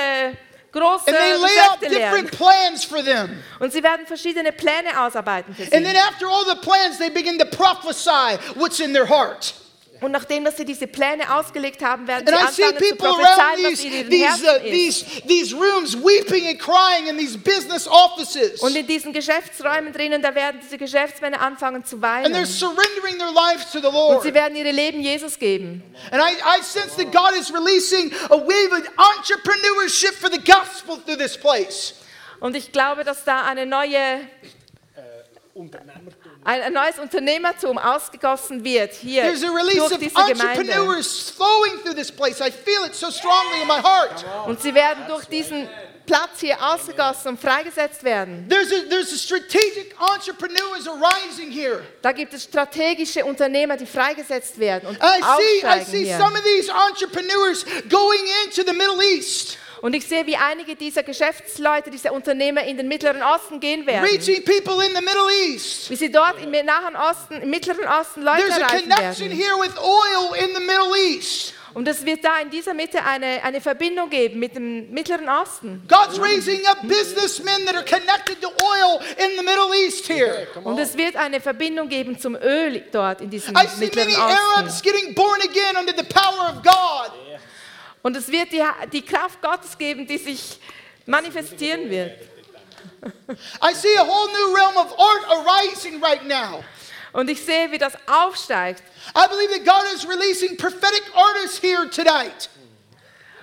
Speaker 3: große
Speaker 2: and they lay out
Speaker 3: Geschäfte
Speaker 2: different
Speaker 3: lernen.
Speaker 2: plans for them.
Speaker 3: Und sie werden verschiedene Pläne ausarbeiten für
Speaker 2: And then
Speaker 3: sie.
Speaker 2: after all the plans, they begin to prophesy what's in their heart.
Speaker 3: Und nachdem, dass sie diese Pläne ausgelegt haben, werden sie
Speaker 2: And I see
Speaker 3: anfangen zu
Speaker 2: people around
Speaker 3: prophezeien, was
Speaker 2: these,
Speaker 3: in ihren
Speaker 2: these, uh,
Speaker 3: Herzen ist.
Speaker 2: these, these rooms weeping and crying in these business offices.
Speaker 3: Und in diesen Geschäftsräumen drinnen, da werden diese Geschäftsmänner anfangen zu
Speaker 2: And they're
Speaker 3: weinen.
Speaker 2: surrendering their lives to the
Speaker 3: Und
Speaker 2: Lord.
Speaker 3: sie werden ihre Leben Jesus geben.
Speaker 2: And I, I sense that God is releasing a wave of entrepreneurship for the gospel through this place.
Speaker 3: Und ich glaube, dass da eine neue
Speaker 1: Unternehmertum.
Speaker 3: ein, ein neues Unternehmertum ausgegossen wird hier
Speaker 2: There's a release
Speaker 3: durch
Speaker 2: of
Speaker 3: diese Gemeinde.
Speaker 2: entrepreneurs flowing through this place. I feel it so strongly in my heart.
Speaker 3: Und sie werden durch diesen Platz hier ausgegossen und freigesetzt werden.
Speaker 2: There's a, there's a strategic entrepreneurs arising here.
Speaker 3: Da gibt es strategische Unternehmer, die freigesetzt werden und
Speaker 2: I see, I
Speaker 3: aufsteigen
Speaker 2: see some
Speaker 3: hier.
Speaker 2: of these entrepreneurs going into the Middle East,
Speaker 3: Und ich sehe, wie einige dieser Geschäftsleute, dieser Unternehmer in den Mittleren Osten gehen werden.
Speaker 2: reaching people in the Middle East.
Speaker 3: Wie sie dort im Nahen Osten, im Mittleren Osten Leute
Speaker 2: There's a
Speaker 3: erreichen
Speaker 2: connection
Speaker 3: werden.
Speaker 2: here with oil in the Middle East.
Speaker 3: Und es wird da in dieser Mitte eine, eine Verbindung geben mit dem Mittleren Osten.
Speaker 2: God's raising up businessmen that are connected to oil in the Middle East here.
Speaker 3: Und es wird eine Verbindung geben zum Öl dort in diesem
Speaker 2: I see
Speaker 3: Mittleren
Speaker 2: many Arabs
Speaker 3: Osten.
Speaker 2: getting born again under the power of God.
Speaker 3: Und es wird die, die Kraft Gottes geben, die sich manifestieren wird.
Speaker 2: I see a whole new realm of art arising right now.
Speaker 3: Und ich sehe, wie das aufsteigt.
Speaker 2: I believe that God is releasing prophetic artists here tonight.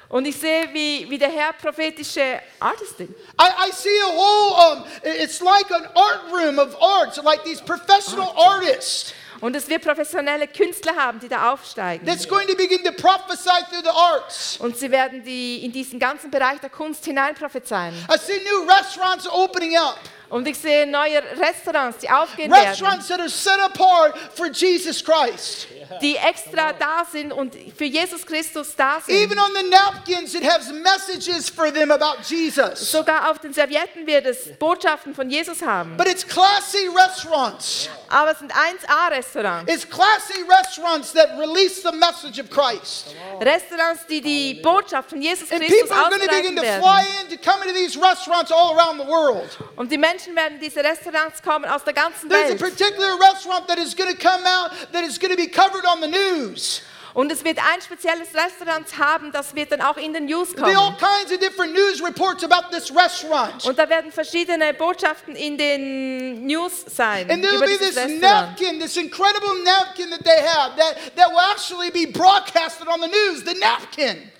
Speaker 3: Und ich sehe, wie, wie der Herr prophetische Artisten.
Speaker 2: I, I see a whole, um, it's like an art room of arts, like these professional artists
Speaker 3: Und es wird professionelle Künstler haben, die da aufsteigen.
Speaker 2: that's going to begin to prophesy through the arts.
Speaker 3: Und sie werden die in diesen ganzen Bereich der Kunst hineinprophezeien.
Speaker 2: I see new restaurants opening up,
Speaker 3: Und ich sehe neue Restaurants, die aufgehen werden,
Speaker 2: restaurants that are set apart for Jesus Christ.
Speaker 3: die extra da sind und für Jesus Christus da sind.
Speaker 2: Even on the napkins, it has messages for them about Jesus.
Speaker 3: Sogar auf den Servietten wird es Botschaften von Jesus haben.
Speaker 2: But it's classy restaurants.
Speaker 3: Aber es sind 1A-Restaurants.
Speaker 2: It's classy restaurants that release the message of Christ.
Speaker 3: Restaurants, die die Botschaft von Jesus
Speaker 2: And
Speaker 3: Christus
Speaker 2: people are going to begin to
Speaker 3: ausbreiten
Speaker 2: fly
Speaker 3: werden.
Speaker 2: in to come into these restaurants all around the world.
Speaker 3: Und die Menschen werden in diese Restaurants kommen aus der ganzen
Speaker 2: There's a
Speaker 3: Welt.
Speaker 2: particular restaurant that is going to come out that is going to be covered on the news.
Speaker 3: Und es wird ein spezielles Restaurant haben, das wird dann auch in den News
Speaker 2: There'll be all
Speaker 3: kommen.
Speaker 2: kinds of different news reports about this restaurant.
Speaker 3: Und da werden verschiedene Botschaften in den News sein
Speaker 2: And there'll
Speaker 3: über
Speaker 2: be
Speaker 3: dieses
Speaker 2: this
Speaker 3: Restaurant.
Speaker 2: napkin, this incredible napkin that they have that, that will actually be broadcasted on the news, the napkin.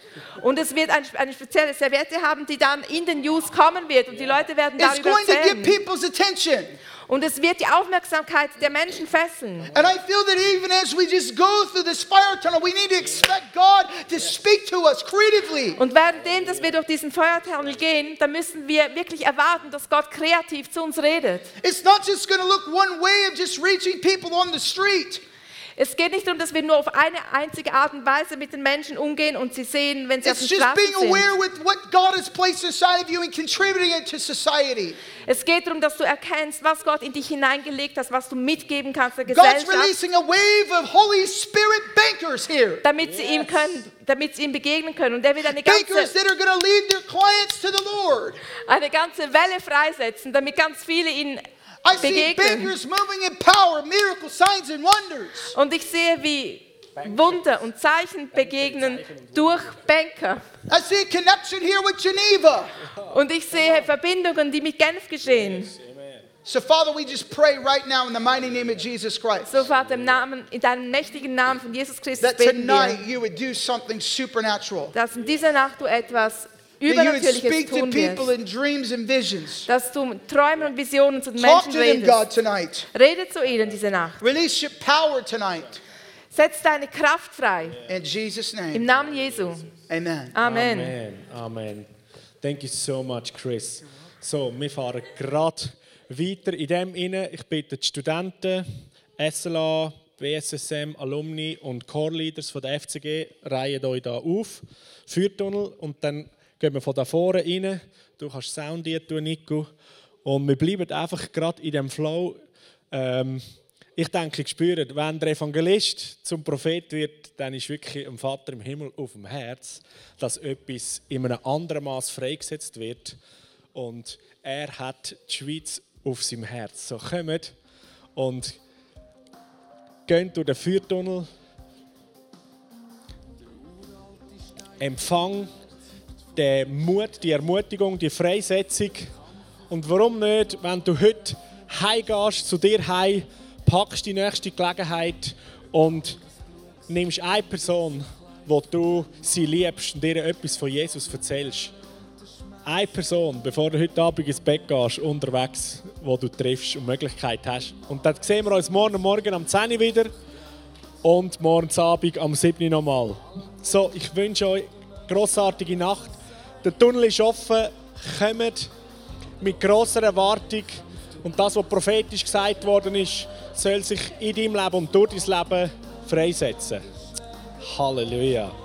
Speaker 3: Und es wird ein, eine spezielle Serviette haben, die dann in den News kommen wird und die Leute werden
Speaker 2: It's
Speaker 3: darüber
Speaker 2: going to get
Speaker 3: erzählen.
Speaker 2: people's attention.
Speaker 3: Und es wird die Aufmerksamkeit der Menschen fesseln.
Speaker 2: And I feel that even as we just go through this fire tunnel, we need to expect God to speak to us creatively.
Speaker 3: Und währenddem, dass wir durch diesen Feuertunnel gehen, da müssen wir wirklich erwarten, dass Gott kreativ zu uns redet.
Speaker 2: It's not just going to look one way of just reaching people on the street.
Speaker 3: Es geht nicht darum, dass wir nur auf eine einzige Art und Weise mit den Menschen umgehen und sie sehen, wenn sie auf
Speaker 2: It's
Speaker 3: den
Speaker 2: just
Speaker 3: Straßen
Speaker 2: being aware
Speaker 3: sind.
Speaker 2: with what God has placed inside of you and contributing it to society.
Speaker 3: Es geht darum, dass du erkennst, was Gott in dich hineingelegt hat, was du mitgeben kannst der
Speaker 2: God's
Speaker 3: Gesellschaft,
Speaker 2: releasing a wave of Holy Spirit bankers here.
Speaker 3: damit sie ihm können, damit sie ihm begegnen können. Und er wird eine
Speaker 2: Bankers
Speaker 3: ganze,
Speaker 2: that are going to lead their clients to the Lord.
Speaker 3: eine ganze Welle freisetzen, damit ganz viele ihn
Speaker 2: I see
Speaker 3: begegnen.
Speaker 2: bankers moving in power, miracle signs and wonders.
Speaker 3: Und ich sehe, wie Wunder und Zeichen begegnen durch Banker.
Speaker 2: I see a connection here with Geneva.
Speaker 3: Und ich sehe Verbindungen, die mit Genf geschehen.
Speaker 2: So, Father, we just pray right now in the mighty name of Jesus Christ
Speaker 3: So, Vater, im Namen, in deinem mächtigen Namen von Jesus Christus
Speaker 2: that
Speaker 3: beten wir,
Speaker 2: tonight you would do something supernatural.
Speaker 3: dass in dieser Nacht du etwas
Speaker 2: That you would
Speaker 3: Übernatürliches
Speaker 2: speak to
Speaker 3: tun
Speaker 2: people
Speaker 3: wirst.
Speaker 2: in dreams and visions.
Speaker 3: Dass du mit Träumen und Visionen zu den
Speaker 2: Talk to
Speaker 3: Menschen
Speaker 2: them, God,
Speaker 3: redest.
Speaker 2: tonight.
Speaker 3: Rede zu ihnen diese Nacht.
Speaker 2: Release your power tonight.
Speaker 3: Setz deine Kraft frei.
Speaker 2: In Jesus'
Speaker 3: Im
Speaker 2: name.
Speaker 3: Namen Jesu.
Speaker 2: Amen.
Speaker 3: Amen.
Speaker 1: Amen. Amen. Thank you so much, Chris. So, wir fahren gerade weiter in dem inne. Ich bitte die Studenten, SLA, BSSM, Alumni und Core-Leaders von der FCG, reihen euch da auf, Feuertunnel, und dann gehen wir von da vorne rein. Du kannst Sound hier tun, Nico. Und wir bleiben einfach gerade in dem Flow. Ähm, ich denke, ich spüre, wenn der Evangelist zum Prophet wird, dann ist wirklich dem Vater im Himmel auf dem Herz, dass etwas in einem anderen Maß freigesetzt wird. Und er hat die Schweiz auf seinem Herz. So kommt und geht durch den Feuertunnel. Empfang den Mut, die Ermutigung, die Freisetzung. Und warum nicht, wenn du heute heimgehst, zu dir heim, packst die nächste Gelegenheit und nimmst eine Person, wo du sie liebst und ihr etwas von Jesus erzählst. eine Person, bevor du heute Abend ins Bett gehst, unterwegs, wo du triffst und Möglichkeit hast. Und dann sehen wir uns morgen Morgen am 10 Uhr wieder und morgen Abend am 7 Uhr nochmal. So, ich wünsche euch eine grossartige Nacht. Der Tunnel ist offen, kommt mit grosser Erwartung. Und das, was prophetisch gesagt worden ist, soll sich in deinem Leben und durch dein Leben freisetzen. Halleluja.